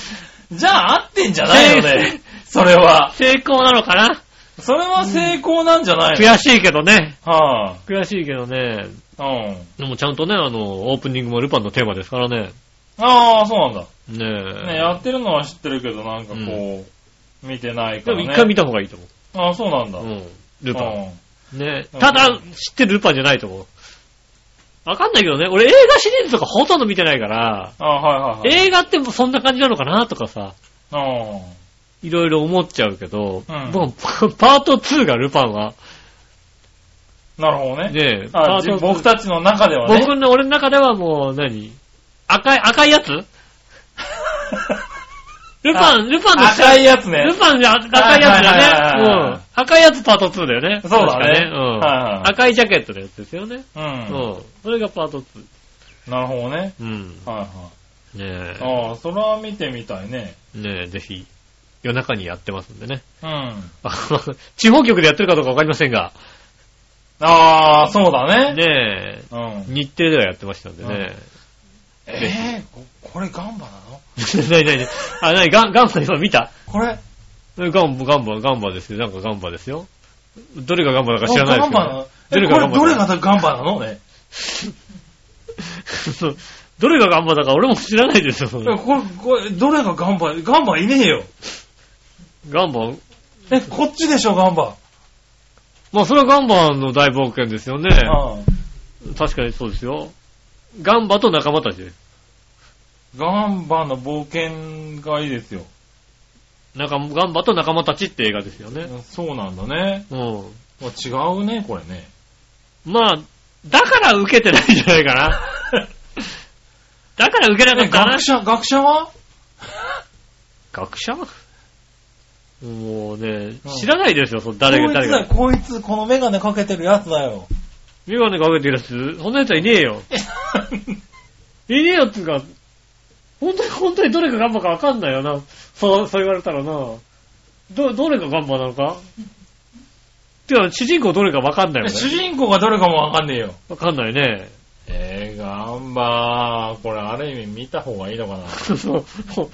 [SPEAKER 3] じゃあ合ってんじゃないよ ね。それは。
[SPEAKER 2] 成功なのかな
[SPEAKER 3] それは成功なんじゃないの
[SPEAKER 2] 悔しいけどね。
[SPEAKER 3] は
[SPEAKER 2] 悔しいけどね。
[SPEAKER 3] あ。うん。
[SPEAKER 2] でもちゃんとね、あの、オープニングもルパンのテーマですからね。
[SPEAKER 3] ああ、そうなんだ。
[SPEAKER 2] ねえ。
[SPEAKER 3] ね、やってるのは知ってるけど、なんかこう、見てない
[SPEAKER 2] で
[SPEAKER 3] から
[SPEAKER 2] も
[SPEAKER 3] ね。
[SPEAKER 2] 一回見た方がいいと思う。
[SPEAKER 3] ああ、そうなんだ。
[SPEAKER 2] うん。ルパン。
[SPEAKER 3] うん
[SPEAKER 2] ね。
[SPEAKER 3] うん
[SPEAKER 2] ただ、知ってるルパンじゃないと思う。わかんないけどね。俺映画シリーズとかほとんど見てないから、
[SPEAKER 3] ああ、はいはいはい。
[SPEAKER 2] 映画ってもうそんな感じなのかなとかさ、
[SPEAKER 3] うん
[SPEAKER 2] いろいろ思っちゃうけど、
[SPEAKER 3] うん
[SPEAKER 2] もうパパート2がルパンは。
[SPEAKER 3] なるほどね。
[SPEAKER 2] ねパ
[SPEAKER 3] あ
[SPEAKER 2] ー
[SPEAKER 3] じ
[SPEAKER 2] ト
[SPEAKER 3] 僕たちの中ではね。
[SPEAKER 2] 僕の、俺の中ではもう何赤い、赤いやつルパン、ルパンの
[SPEAKER 3] 赤いやつね。
[SPEAKER 2] ルパンじゃ赤いやつだ
[SPEAKER 3] はいはいはいはい
[SPEAKER 2] ね。うん。赤いやつパート2だよね。
[SPEAKER 3] そうだね
[SPEAKER 2] 確かうん
[SPEAKER 3] はいはい
[SPEAKER 2] 赤いジャケットのやつですよね。う
[SPEAKER 3] う。
[SPEAKER 2] んん。それがパート2。
[SPEAKER 3] なるほどね。
[SPEAKER 2] うん。
[SPEAKER 3] はいはい。
[SPEAKER 2] ねえ。
[SPEAKER 3] ああ、それは見てみたいね。
[SPEAKER 2] ねえ、ぜひ、夜中にやってますんでね。
[SPEAKER 3] うん。
[SPEAKER 2] 地方局でやってるかどうかわかりませんが、
[SPEAKER 3] ああ、そうだね。
[SPEAKER 2] ねえ、
[SPEAKER 3] うん。
[SPEAKER 2] 日程ではやってましたんでね。
[SPEAKER 3] えー、ここれガンバなの
[SPEAKER 2] なになにあ、なに、ガン、ガンバ今見た
[SPEAKER 3] これ、
[SPEAKER 2] ガンバ、ガンバ、ガンバですよ。なんかガンバですよ。どれがガンバだか知らない
[SPEAKER 3] ガ
[SPEAKER 2] で
[SPEAKER 3] ンバ
[SPEAKER 2] す
[SPEAKER 3] な
[SPEAKER 2] け
[SPEAKER 3] のえ
[SPEAKER 2] ど。
[SPEAKER 3] これどれ
[SPEAKER 2] だ
[SPEAKER 3] がガンバなのね。
[SPEAKER 2] そうどれがガンバだか俺も知らないですよ。そん
[SPEAKER 3] え
[SPEAKER 2] なの
[SPEAKER 3] これ、これ、どれがガンバガンバいねえよ。
[SPEAKER 2] ガンバ、
[SPEAKER 3] え、こっちでしょ、ガンバ。
[SPEAKER 2] まあそれはガンバの大冒険ですよね。
[SPEAKER 3] うん。
[SPEAKER 2] 確かにそうですよ。ガンバと仲間たちです。
[SPEAKER 3] ガンバの冒険がいいですよ。
[SPEAKER 2] なんかガンバと仲間たちって映画ですよね。
[SPEAKER 3] そうなんだね。
[SPEAKER 2] うん。
[SPEAKER 3] あ違うね、これね。
[SPEAKER 2] まあ、だから受けてないんじゃないか な。だから受けなか
[SPEAKER 3] え
[SPEAKER 2] ったな
[SPEAKER 3] 学。者、学者は
[SPEAKER 2] 学者もうね
[SPEAKER 3] うん、
[SPEAKER 2] 知らないですよ、その誰が、誰が。
[SPEAKER 3] こいつだよ、こいつ、このメガネかけてるやつだよ。
[SPEAKER 2] メガネかけてるやつ、そんなやつはいねえよ。いねえよっていうか、本当に、本当にどれがガンバかわかんないよな。そう、そう言われたらな。ど、どれがガンバなのかてか、主人公どれかわ かんないよね。
[SPEAKER 3] 主人公がどれかもわかんねえよ。
[SPEAKER 2] わかんないね。
[SPEAKER 3] えー、ガンバー。これ、ある意味見た方がいいのか な。
[SPEAKER 2] そうそう。もう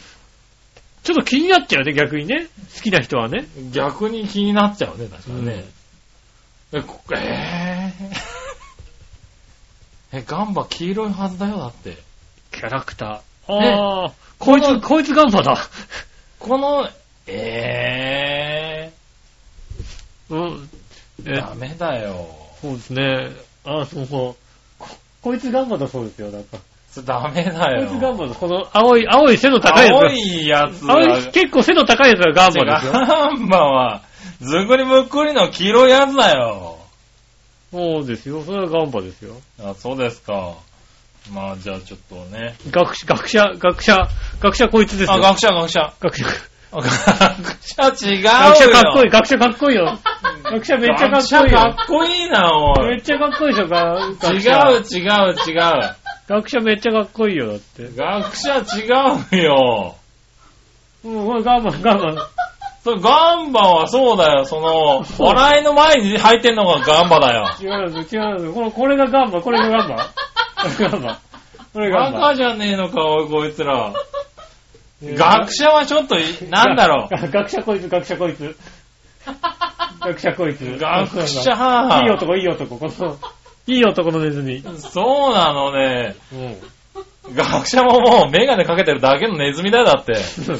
[SPEAKER 2] ちょっと気になっちゃうね、逆にね。好きな人はね。
[SPEAKER 3] 逆に気になっちゃうね、確かにね。え、こえー え、ガンバ黄色いはずだよ、だって。
[SPEAKER 2] キャラクター。ああ、こい
[SPEAKER 3] この
[SPEAKER 2] つ、こいつガンバだ。
[SPEAKER 3] この、え
[SPEAKER 2] うん。え、
[SPEAKER 3] ダメだよ。
[SPEAKER 2] そうですね。あ、そうそう。こ、こいつガンバだそうですよ、だから。
[SPEAKER 3] それダメだよ。
[SPEAKER 2] こいつガンバだ。この青い、青い背の高いやつ
[SPEAKER 3] 青いやつ
[SPEAKER 2] が。青い、結構背の高いやつがガンバですよ。
[SPEAKER 3] ガンバは、ずっくりむっくりの黄色いやつだよ。
[SPEAKER 2] そうですよ。それはガンバですよ。
[SPEAKER 3] あ、そうですか。まあ、じゃあちょっとね。
[SPEAKER 2] 学者、学者、学者、学者こいつですよ。
[SPEAKER 3] あ、学者、学者。
[SPEAKER 2] 学者。
[SPEAKER 3] あ学者違うよ。
[SPEAKER 2] 学者かっこいい、学者かっこいいよ。学者めっちゃかっこいい
[SPEAKER 3] 学者
[SPEAKER 2] よ
[SPEAKER 3] か。っこいいな、お
[SPEAKER 2] めっ
[SPEAKER 3] い。
[SPEAKER 2] ちゃかっこいいでしょ、が学
[SPEAKER 3] 違
[SPEAKER 2] 者。
[SPEAKER 3] う、違う、違う。
[SPEAKER 2] 学者めっちゃかっこいいよ、だって。
[SPEAKER 3] 学者違うよ。
[SPEAKER 2] うん、これガンバ、ガンバ。
[SPEAKER 3] それガンバはそうだよ、その、笑いの前に入ってんのがガンバだよ。
[SPEAKER 2] 違うんです、違うんです。このこれがガンバ、これがガンバ。これガンバ。これガンバ
[SPEAKER 3] バ。カじゃねえのか、おい、こいつら。学者はちょっとい、なんだろう。
[SPEAKER 2] う。学者こいつ、学者こいつ。学者こいつ。
[SPEAKER 3] 学者
[SPEAKER 2] いい男、いい男、この、いい男のネズミ。
[SPEAKER 3] そうなのね。
[SPEAKER 2] うん。
[SPEAKER 3] 学者ももうメガネかけてるだけのネズミだよ、だって。
[SPEAKER 2] そう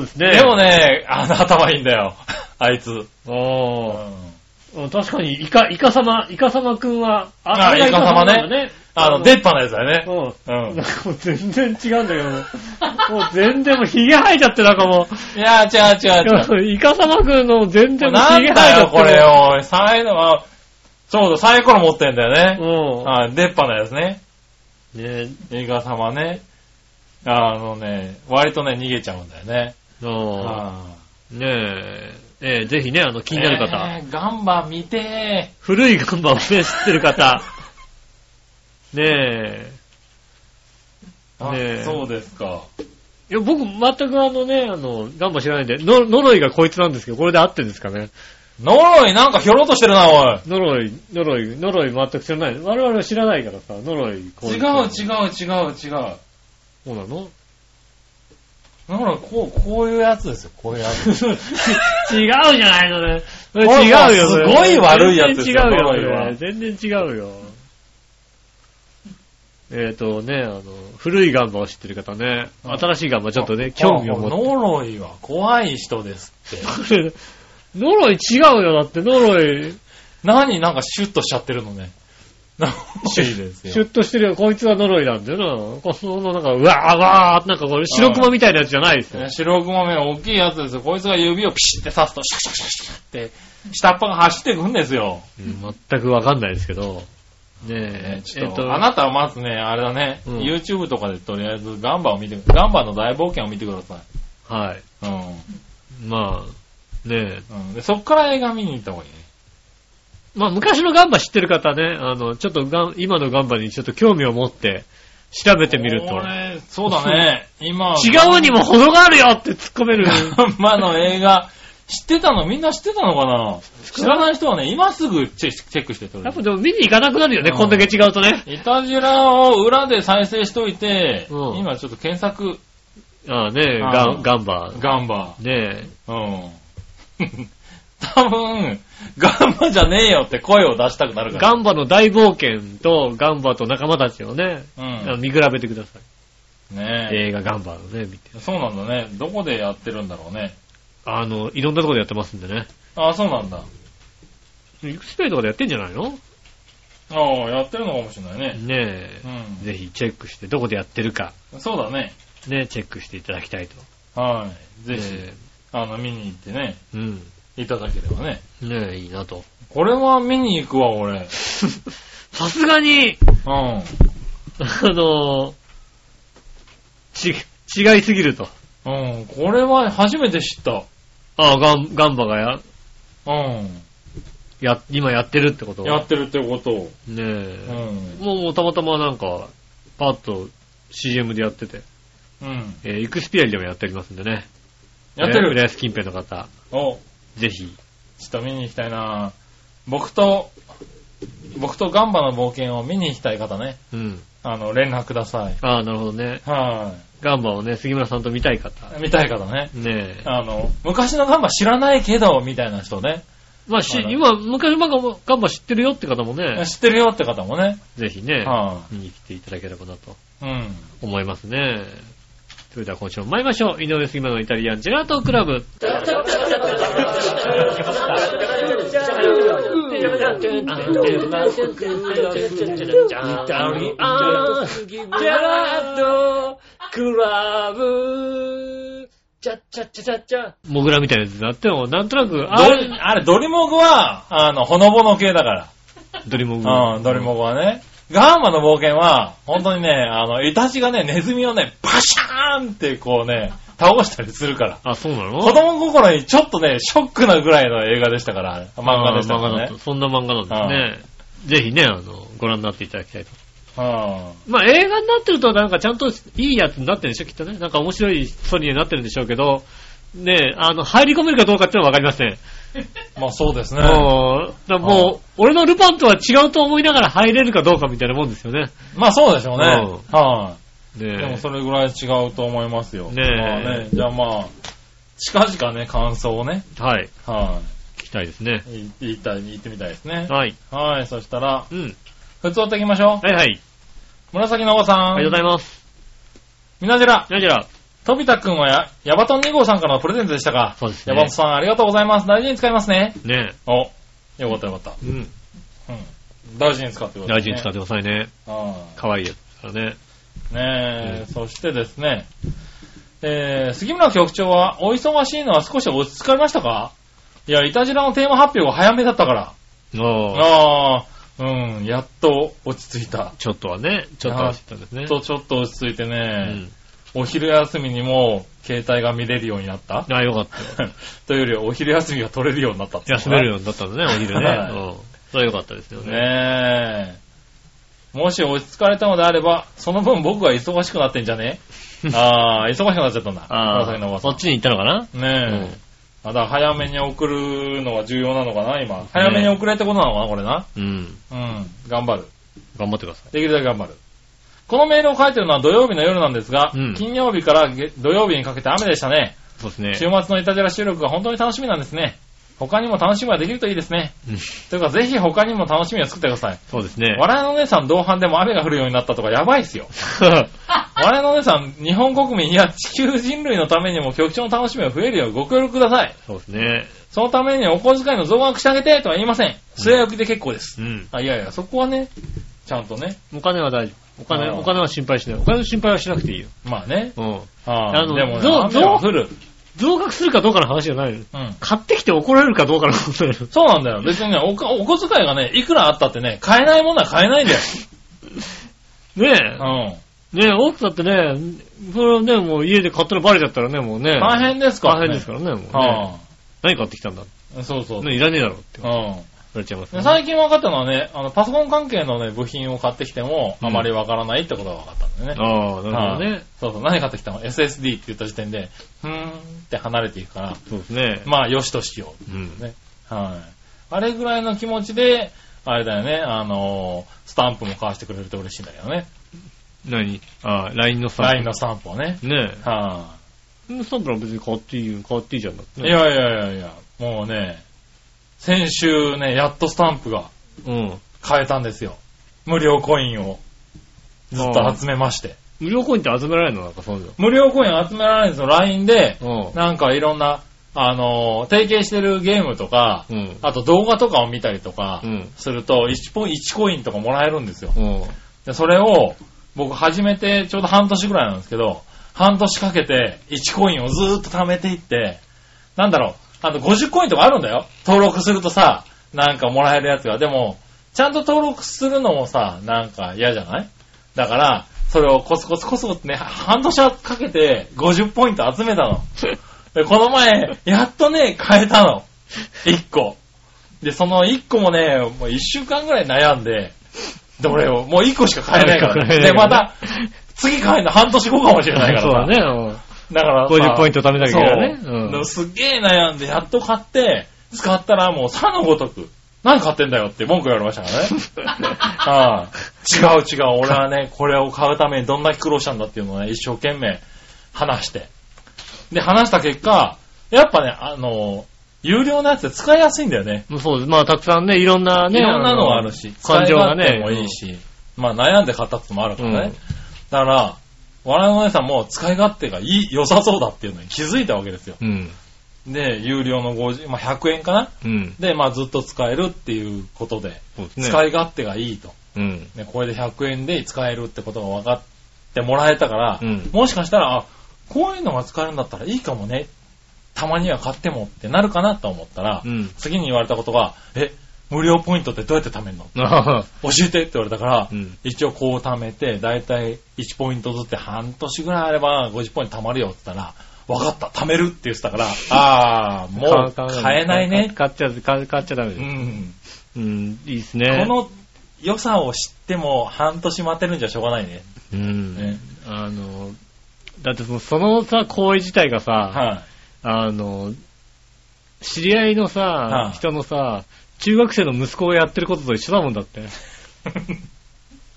[SPEAKER 2] ですね。
[SPEAKER 3] でもね、あの頭いいんだよ。 あいつ。う
[SPEAKER 2] あ
[SPEAKER 3] ん
[SPEAKER 2] ーうん確かに、イカ、イカ様、イカ様くんは、
[SPEAKER 3] あ
[SPEAKER 2] れがなんだ
[SPEAKER 3] イカ様あの、出っ歯のやつだよね。
[SPEAKER 2] う
[SPEAKER 3] うん
[SPEAKER 2] ん。なんかもう全然違うんだけど、もう全然もうヒゲ生えちゃってなんかも
[SPEAKER 3] いや、違う違う違う。
[SPEAKER 2] う、イカ様くんの全然もう
[SPEAKER 3] な
[SPEAKER 2] ヒ
[SPEAKER 3] ん
[SPEAKER 2] ゲ生えち
[SPEAKER 3] だ
[SPEAKER 2] ゃ
[SPEAKER 3] よ、
[SPEAKER 2] って
[SPEAKER 3] これを。サイのは、そうだ、サイコロ持ってんだよね。
[SPEAKER 2] よ。
[SPEAKER 3] はい、出っ歯のやつね。
[SPEAKER 2] うん。ね
[SPEAKER 3] 映画様ね。あのね、割とね、逃げちゃうんだよね。
[SPEAKER 2] あ
[SPEAKER 3] あ
[SPEAKER 2] ーねえ、えーぜひね、あの、気になる方、
[SPEAKER 3] えーガンバ見て
[SPEAKER 2] 古い看板をね、知ってる 方、ねえ、
[SPEAKER 3] ー。あ
[SPEAKER 2] ねえ
[SPEAKER 3] そうですか。
[SPEAKER 2] いや、僕、全くあのね、あの、ガンバ知らないんで、の、呪いがこいつなんですけど、これで合ってるんですかね。
[SPEAKER 3] 呪いなんかひょろっとしてるな、おい。
[SPEAKER 2] 呪い、呪い、呪い全く知らない。我々は知らないからさ、呪い、こい
[SPEAKER 3] 違
[SPEAKER 2] つ
[SPEAKER 3] う違う違う違う。
[SPEAKER 2] そうなの
[SPEAKER 3] だから、こう、こういうやつですよ、こういうや つ。
[SPEAKER 2] 違うじゃないのね。それ
[SPEAKER 3] これ
[SPEAKER 2] 違うよ、
[SPEAKER 3] もう
[SPEAKER 2] それ
[SPEAKER 3] すごい悪いやつですよ
[SPEAKER 2] 全然違うよ、
[SPEAKER 3] 呪いは
[SPEAKER 2] それ 全然違うよ。えっ、とね、あの、古いガンバを知ってる方ね、
[SPEAKER 3] うん
[SPEAKER 2] 新しいガンバちょっとね、興味を持って。
[SPEAKER 3] 呪いは怖い人ですって。
[SPEAKER 2] 呪い違うよ、だって呪い、
[SPEAKER 3] 何なんかシュッとしちゃってるのね。シュッです
[SPEAKER 2] シュッとしてるよ。こいつは呪いなんだよな。この、なんか、うわーわーなんかこれ、白熊みたいなやつじゃないですよ。
[SPEAKER 3] 白雲目の大きいやつですよ。こいつが指をピシッて刺すと、シャクシャクシャクシャクって、下っ端が走ってくんですよ。
[SPEAKER 2] うん全くわかんないですけど。ねえ
[SPEAKER 3] ね、ちょっと、
[SPEAKER 2] えっ
[SPEAKER 3] あなたはまずね、あれだね、
[SPEAKER 2] うん
[SPEAKER 3] YouTube とかでとりあえずガンバを見て、ガンバの大冒険を見てください。
[SPEAKER 2] はい。
[SPEAKER 3] うん。
[SPEAKER 2] まあ、ねえ。
[SPEAKER 3] うん、でそっから映画見に行った方がいいね。
[SPEAKER 2] まあ、昔のガンバ知ってる方ね、あの、ちょっとガン、今のガンバにちょっと興味を持って、調べてみると
[SPEAKER 3] こ。れそうだね。今。
[SPEAKER 2] 違うにも程があるよって突っ込める。
[SPEAKER 3] ガ ンバの映画、知ってたのみんな知ってたのかな知らない人はね、今すぐチェチェックしてと
[SPEAKER 2] や
[SPEAKER 3] る
[SPEAKER 2] っ。ぱでも見に行かなくなるよね、
[SPEAKER 3] うん
[SPEAKER 2] こんだけ違うとね。
[SPEAKER 3] イタジラを裏で再生しといて、
[SPEAKER 2] うん
[SPEAKER 3] 今ちょっと検索、
[SPEAKER 2] ああねえ、
[SPEAKER 3] あ
[SPEAKER 2] ガ
[SPEAKER 3] あ
[SPEAKER 2] ン、ガンバ。
[SPEAKER 3] ガンバ。
[SPEAKER 2] ね
[SPEAKER 3] うん。 多分、ガンバじゃねえよって声を出したくなる
[SPEAKER 2] え。
[SPEAKER 3] から。
[SPEAKER 2] ガンバの大冒険とガンバと仲間たちをね、
[SPEAKER 3] うん。
[SPEAKER 2] 見比べてくださ
[SPEAKER 3] ね
[SPEAKER 2] い。映画ガンバーのね、見て。
[SPEAKER 3] え。そうなんだね。どこでやってるんだろうね。
[SPEAKER 2] あの、いろんなところでやってますんでね。
[SPEAKER 3] あそうなんだ。
[SPEAKER 2] 行くスペイとかでやってんじゃないのね
[SPEAKER 3] ああ、やってるのかもしれないね。
[SPEAKER 2] え
[SPEAKER 3] う。ん。
[SPEAKER 2] ぜひチェックして、どこでやってるか、
[SPEAKER 3] そうだね。
[SPEAKER 2] ね、チェックしていただきたいと。
[SPEAKER 3] はい。ぜひ、
[SPEAKER 2] ね
[SPEAKER 3] あの、見に行ってね、
[SPEAKER 2] えうん。
[SPEAKER 3] いただければね。
[SPEAKER 2] ねえ、いいなと。
[SPEAKER 3] これは見に行くわ、俺。
[SPEAKER 2] さすがに、
[SPEAKER 3] うん。
[SPEAKER 2] あの、ち、違いすぎると。
[SPEAKER 3] うん。これは初めて知った。
[SPEAKER 2] ああ、ガン、ガンバがや、
[SPEAKER 3] うん。
[SPEAKER 2] や、今やってるってこと
[SPEAKER 3] や
[SPEAKER 2] は。
[SPEAKER 3] ってるってことを。
[SPEAKER 2] ね
[SPEAKER 3] う
[SPEAKER 2] え。
[SPEAKER 3] ん。
[SPEAKER 2] もう、もうたまたまなんか、パッと CM でやってて、
[SPEAKER 3] うん。
[SPEAKER 2] えー、イクスピアリでもやっておりますんでね。
[SPEAKER 3] やってる。
[SPEAKER 2] ね浦安近辺の方、
[SPEAKER 3] お、
[SPEAKER 2] ぜひ。
[SPEAKER 3] ちょっと見に行きたいな僕と、僕とガンバの冒険を見に行きたい方ね。
[SPEAKER 2] うん。
[SPEAKER 3] あの、連絡ください。
[SPEAKER 2] ああ、なるほどね。
[SPEAKER 3] は
[SPEAKER 2] ガンバをね、杉村さんと見たい方。
[SPEAKER 3] い。見たい方ね。
[SPEAKER 2] ねえ。
[SPEAKER 3] あの、昔のガンバ知らないけど、みたいな人ね。
[SPEAKER 2] まあ、し、
[SPEAKER 3] まだ
[SPEAKER 2] 今、昔のガンバガンバ知ってるよって方もね、
[SPEAKER 3] 知ってるよって方もね。
[SPEAKER 2] ぜひね、
[SPEAKER 3] は
[SPEAKER 2] 見に来ていただければなと
[SPEAKER 3] い。うん。
[SPEAKER 2] 思いますね。それでは今週も参りましょう。井上杉村のイタリアンジェラートクラブ。モグラみたいなやつになっても、なんとなく、
[SPEAKER 3] ドリあれ、ドリモグは、あの、ほのぼの系だか
[SPEAKER 2] ドリモグ。
[SPEAKER 3] ら。うん、ドリモグはね。ガーマの冒険は、本当にね、あの、イタチがね、ネズミをね、パシャーンってこうね、倒したりするから。
[SPEAKER 2] あ、そうなの
[SPEAKER 3] 子供心にちょっとね、ショックなぐらいの映画でしたから、あれ漫画でした
[SPEAKER 2] あ
[SPEAKER 3] か
[SPEAKER 2] 漫画だ
[SPEAKER 3] ら
[SPEAKER 2] っ
[SPEAKER 3] ね
[SPEAKER 2] た。そんな漫画なんですね。ぜひね、あの、ご覧になっていただきたいと。
[SPEAKER 3] う
[SPEAKER 2] まあ映画になってるとなんかちゃんといいやつになってるんでしょ、きっとね。なんか面白いソニーになってるんでしょうけど、ねえ、あの、入り込めるかどうかっていうのはわかりません。
[SPEAKER 3] ん。まあそうですね。
[SPEAKER 2] もう、だからもう、俺のルパンとは違うと思いながら入れるかどうかみたいなもんですよね。
[SPEAKER 3] まあそうでしょうね。
[SPEAKER 2] う
[SPEAKER 3] はい。
[SPEAKER 2] ねえ。
[SPEAKER 3] でもそれぐらい違うと思いますよ。
[SPEAKER 2] ねえ
[SPEAKER 3] まあね、じゃあまあ、近々ね、感想をね、
[SPEAKER 2] はい。
[SPEAKER 3] は
[SPEAKER 2] 聞きたいですね。
[SPEAKER 3] い、い言った、言ってみたいですね。
[SPEAKER 2] はい。
[SPEAKER 3] はい、そしたら、
[SPEAKER 2] うん。
[SPEAKER 3] 普通っていきましょう。
[SPEAKER 2] はいはい。
[SPEAKER 3] 紫のおばさん。
[SPEAKER 2] ありがとうございます。
[SPEAKER 3] みなじら、
[SPEAKER 2] じゃあじゃあ、
[SPEAKER 3] とびたくんはや、ヤバトン2号さんからのプレゼントでしたか。
[SPEAKER 2] そうです
[SPEAKER 3] ヤ
[SPEAKER 2] ね。
[SPEAKER 3] バトンさん、ありがとうございます。大事に使いますね。
[SPEAKER 2] ね
[SPEAKER 3] お、よかったよかった。
[SPEAKER 2] え。うん。
[SPEAKER 3] うん。大事に使ってください、ね。
[SPEAKER 2] 大事に使ってくださいね。
[SPEAKER 3] あ
[SPEAKER 2] 可愛いやつですからね。
[SPEAKER 3] あねえ、そしてですね、えー、杉村局長は、お忙しいのは少し落ち着かれましたかいや、いたじらのテーマ発表が早めだったから。
[SPEAKER 2] ああ。
[SPEAKER 3] ああ、うん、やっと落ち着いた。
[SPEAKER 2] ちょっとはね、ちょっとは知ったんですね。
[SPEAKER 3] やっとちょっと落ち着いて
[SPEAKER 2] う
[SPEAKER 3] ね、
[SPEAKER 2] ん。
[SPEAKER 3] お昼休みにもう携帯が見れるようになった。
[SPEAKER 2] ああ、よかった。
[SPEAKER 3] というよりはお昼休みが取れるようになったっていうのか
[SPEAKER 2] 休
[SPEAKER 3] な
[SPEAKER 2] めるようになったんだね、お昼ね。
[SPEAKER 3] はい
[SPEAKER 2] うん。それはよかったですよね。
[SPEAKER 3] ねえ。もし落ち着かれたのであれば、その分僕が忙しくなってんじ ゃねああ、忙しくなっちゃったんだ。紫のおばさ
[SPEAKER 2] そ
[SPEAKER 3] ん
[SPEAKER 2] っちに行ったのかな
[SPEAKER 3] ねえ。まだ早めに送るのは重要なのかな、今。早めに送れってことなのかな、これな。
[SPEAKER 2] うん。うん。
[SPEAKER 3] うん。頑張る。
[SPEAKER 2] 頑張ってください。
[SPEAKER 3] できるだけ頑張る。このメールを書いてるのは土曜日の夜なんですが、
[SPEAKER 2] うん
[SPEAKER 3] 金曜日からげ土曜日にかけて雨でしたね。
[SPEAKER 2] そうです
[SPEAKER 3] 週
[SPEAKER 2] ね。
[SPEAKER 3] 末のイタジラ収録が本当に楽しみなんですね。他にも楽しみができるといいですね。
[SPEAKER 2] うん
[SPEAKER 3] というか、ぜひ他にも楽しみを作ってください。
[SPEAKER 2] そうですね。
[SPEAKER 3] 笑いのお姉さん同伴でも雨が降るようになったとかやばいっすよ。笑いのお姉さん、日本国民や地球人類のためにも局長の楽しみが増えるようご協力ください。
[SPEAKER 2] そうですね。
[SPEAKER 3] そのためにお小遣いの増額してあげてとは言いません。据え置きで結構です。
[SPEAKER 2] うん。
[SPEAKER 3] あ、いやいや、そこはね、ちゃんとね。
[SPEAKER 2] お金は大丈夫。お金、
[SPEAKER 3] うん
[SPEAKER 2] お金は心配しない。お金の心配はしなくていいよ。
[SPEAKER 3] まあね。
[SPEAKER 2] うん。
[SPEAKER 3] あ
[SPEAKER 2] あの
[SPEAKER 3] でもね、
[SPEAKER 2] どう
[SPEAKER 3] 雨は降る。
[SPEAKER 2] 増額するかどうかの話じゃないの。
[SPEAKER 3] うん。
[SPEAKER 2] 買ってきて怒られるかどうかのことだよ。
[SPEAKER 3] そうなんだよ。別にね、おかお小遣いがね、いくらあったってね、買えないものは買えないん だよ。
[SPEAKER 2] ね
[SPEAKER 3] うん。
[SPEAKER 2] え。ねえ、奥だってね、それをね、もう家で買ったのバレちゃったらね、もうね。
[SPEAKER 3] 大変ですから
[SPEAKER 2] 大
[SPEAKER 3] ね。
[SPEAKER 2] 変ですからね、もうね。
[SPEAKER 3] は
[SPEAKER 2] 何買ってきたんだ
[SPEAKER 3] あそうそう。
[SPEAKER 2] ね、いらねえだろって言
[SPEAKER 3] うん。
[SPEAKER 2] われちゃいます
[SPEAKER 3] で
[SPEAKER 2] ね。
[SPEAKER 3] 最近分かったのはね、あの、パソコン関係のね、部品を買ってきても、
[SPEAKER 2] うん
[SPEAKER 3] あまり分からないってことが分かったんだよね。
[SPEAKER 2] ああ、なるほど
[SPEAKER 3] はい
[SPEAKER 2] ね。
[SPEAKER 3] そうそう、何買ってきたの ?SSD って言った時点で、ふーんって離れていくから、
[SPEAKER 2] そうですね。
[SPEAKER 3] まあ、よしとしよ
[SPEAKER 2] うん。
[SPEAKER 3] う。ね。はい。あれぐらいの気持ちで、あれだよね、あのースタンプも買わしてくれると嬉しいんだけどね。
[SPEAKER 2] 何ああ、LINE のさ。
[SPEAKER 3] LINE のスタンプをね。
[SPEAKER 2] ねえ。
[SPEAKER 3] は
[SPEAKER 2] スタンプは別に買っていいよ、買っていいじゃんだって
[SPEAKER 3] い、
[SPEAKER 2] ね。
[SPEAKER 3] いやいやいやいや、もうね、先週ね、やっとスタンプが
[SPEAKER 2] うん。
[SPEAKER 3] 買えたんですよ。無料コインをずっと集めまして。
[SPEAKER 2] 無料コインって集められるのなんかそうじ
[SPEAKER 3] 無料コイン集められるんですよ。LINE で、
[SPEAKER 2] ゃん。うん。
[SPEAKER 3] なんかいろんな、あのー、提携してるゲームとか、
[SPEAKER 2] うん。
[SPEAKER 3] あと動画とかを見たりとか
[SPEAKER 2] う、ん。
[SPEAKER 3] すると1ポ、1コインとかもらえるんですよ。
[SPEAKER 2] うん。
[SPEAKER 3] で、それを、僕始めてちょうど半年ぐらいなんですけど、半年かけて1コインをずーっと貯めていって、なんだろう、あの50コインとかあるんだよ。登録するとさ、なんかもらえるやつが。でも、ちゃんと登録するのもさ、なんか嫌じゃないだから、それをコツコツコツコツね、半年かけて50ポイント集めたの。で、この前、やっとね、変えたの。1個。で、その1個もね、もう1週間ぐらい悩んで、どれを、もう1個しか変えないから、
[SPEAKER 2] 変え
[SPEAKER 3] で、
[SPEAKER 2] ないか
[SPEAKER 3] ま
[SPEAKER 2] ら
[SPEAKER 3] た、次変えるの半年後かもしれ ないから
[SPEAKER 2] そ
[SPEAKER 3] さ
[SPEAKER 2] うだね。うん
[SPEAKER 3] だからさ、
[SPEAKER 2] 50ポイント貯めなきゃいけないね
[SPEAKER 3] そう
[SPEAKER 2] うん
[SPEAKER 3] だからすっげえ悩んで、やっと買って、使ったらもう、さのごとく、何買ってんだよって文句言われました から ね。ああ違う違う、俺はね、これを買うためにどんだけ苦労したんだっていうのをね、一生懸命話して。で、話した結果、やっぱね、あの、有料のやつで使いやすいんだよね。
[SPEAKER 2] もうそうです。まあ、たくさんね、いろんなね。
[SPEAKER 3] いろんなのがあるし、
[SPEAKER 2] 感情がね。
[SPEAKER 3] 使い勝手もいいし、まあ悩んで買ったってのもあるからね。
[SPEAKER 2] うん
[SPEAKER 3] だから、笑いのお姉さんも使い勝手がいい、良さそうだっていうのに気づいたわけですよ。
[SPEAKER 2] うん。
[SPEAKER 3] で、有料の50、まあ、100円かな
[SPEAKER 2] うん。
[SPEAKER 3] で、まあずっと使えるっていうことで、
[SPEAKER 2] そうですね。
[SPEAKER 3] 使い勝手がいいと。
[SPEAKER 2] うん。
[SPEAKER 3] ね、これで100円で使えるってことが分かってもらえたから、
[SPEAKER 2] うん
[SPEAKER 3] もしかしたら、あ、こういうのが使えるんだったらいいかもね。たまには買ってもってなるかなと思ったら、
[SPEAKER 2] うん。
[SPEAKER 3] 次に言われたことが、え、無料ポイントってどうやって貯めるの
[SPEAKER 2] あはは
[SPEAKER 3] 教えてって言われたから、
[SPEAKER 2] うん
[SPEAKER 3] 一応こう貯めて、だいたい1ポイントずつって半年ぐらいあれば50ポイント貯まるよって言ったら、分かった、貯めるって言ってたから、あー、もう買えないね。
[SPEAKER 2] 買っちゃ、買買っちゃダメ
[SPEAKER 3] う
[SPEAKER 2] です。
[SPEAKER 3] ん。
[SPEAKER 2] うん、いいですね。
[SPEAKER 3] この良さを知っても半年待てるんじゃしょうがないね。
[SPEAKER 2] うん、
[SPEAKER 3] ね
[SPEAKER 2] あの、だってそのそのさ、行為自体がさ、
[SPEAKER 3] は
[SPEAKER 2] あの、知り合いのさ、
[SPEAKER 3] はい
[SPEAKER 2] 人のさ、中学生の息子がやってることと一緒だもんだって。
[SPEAKER 3] い。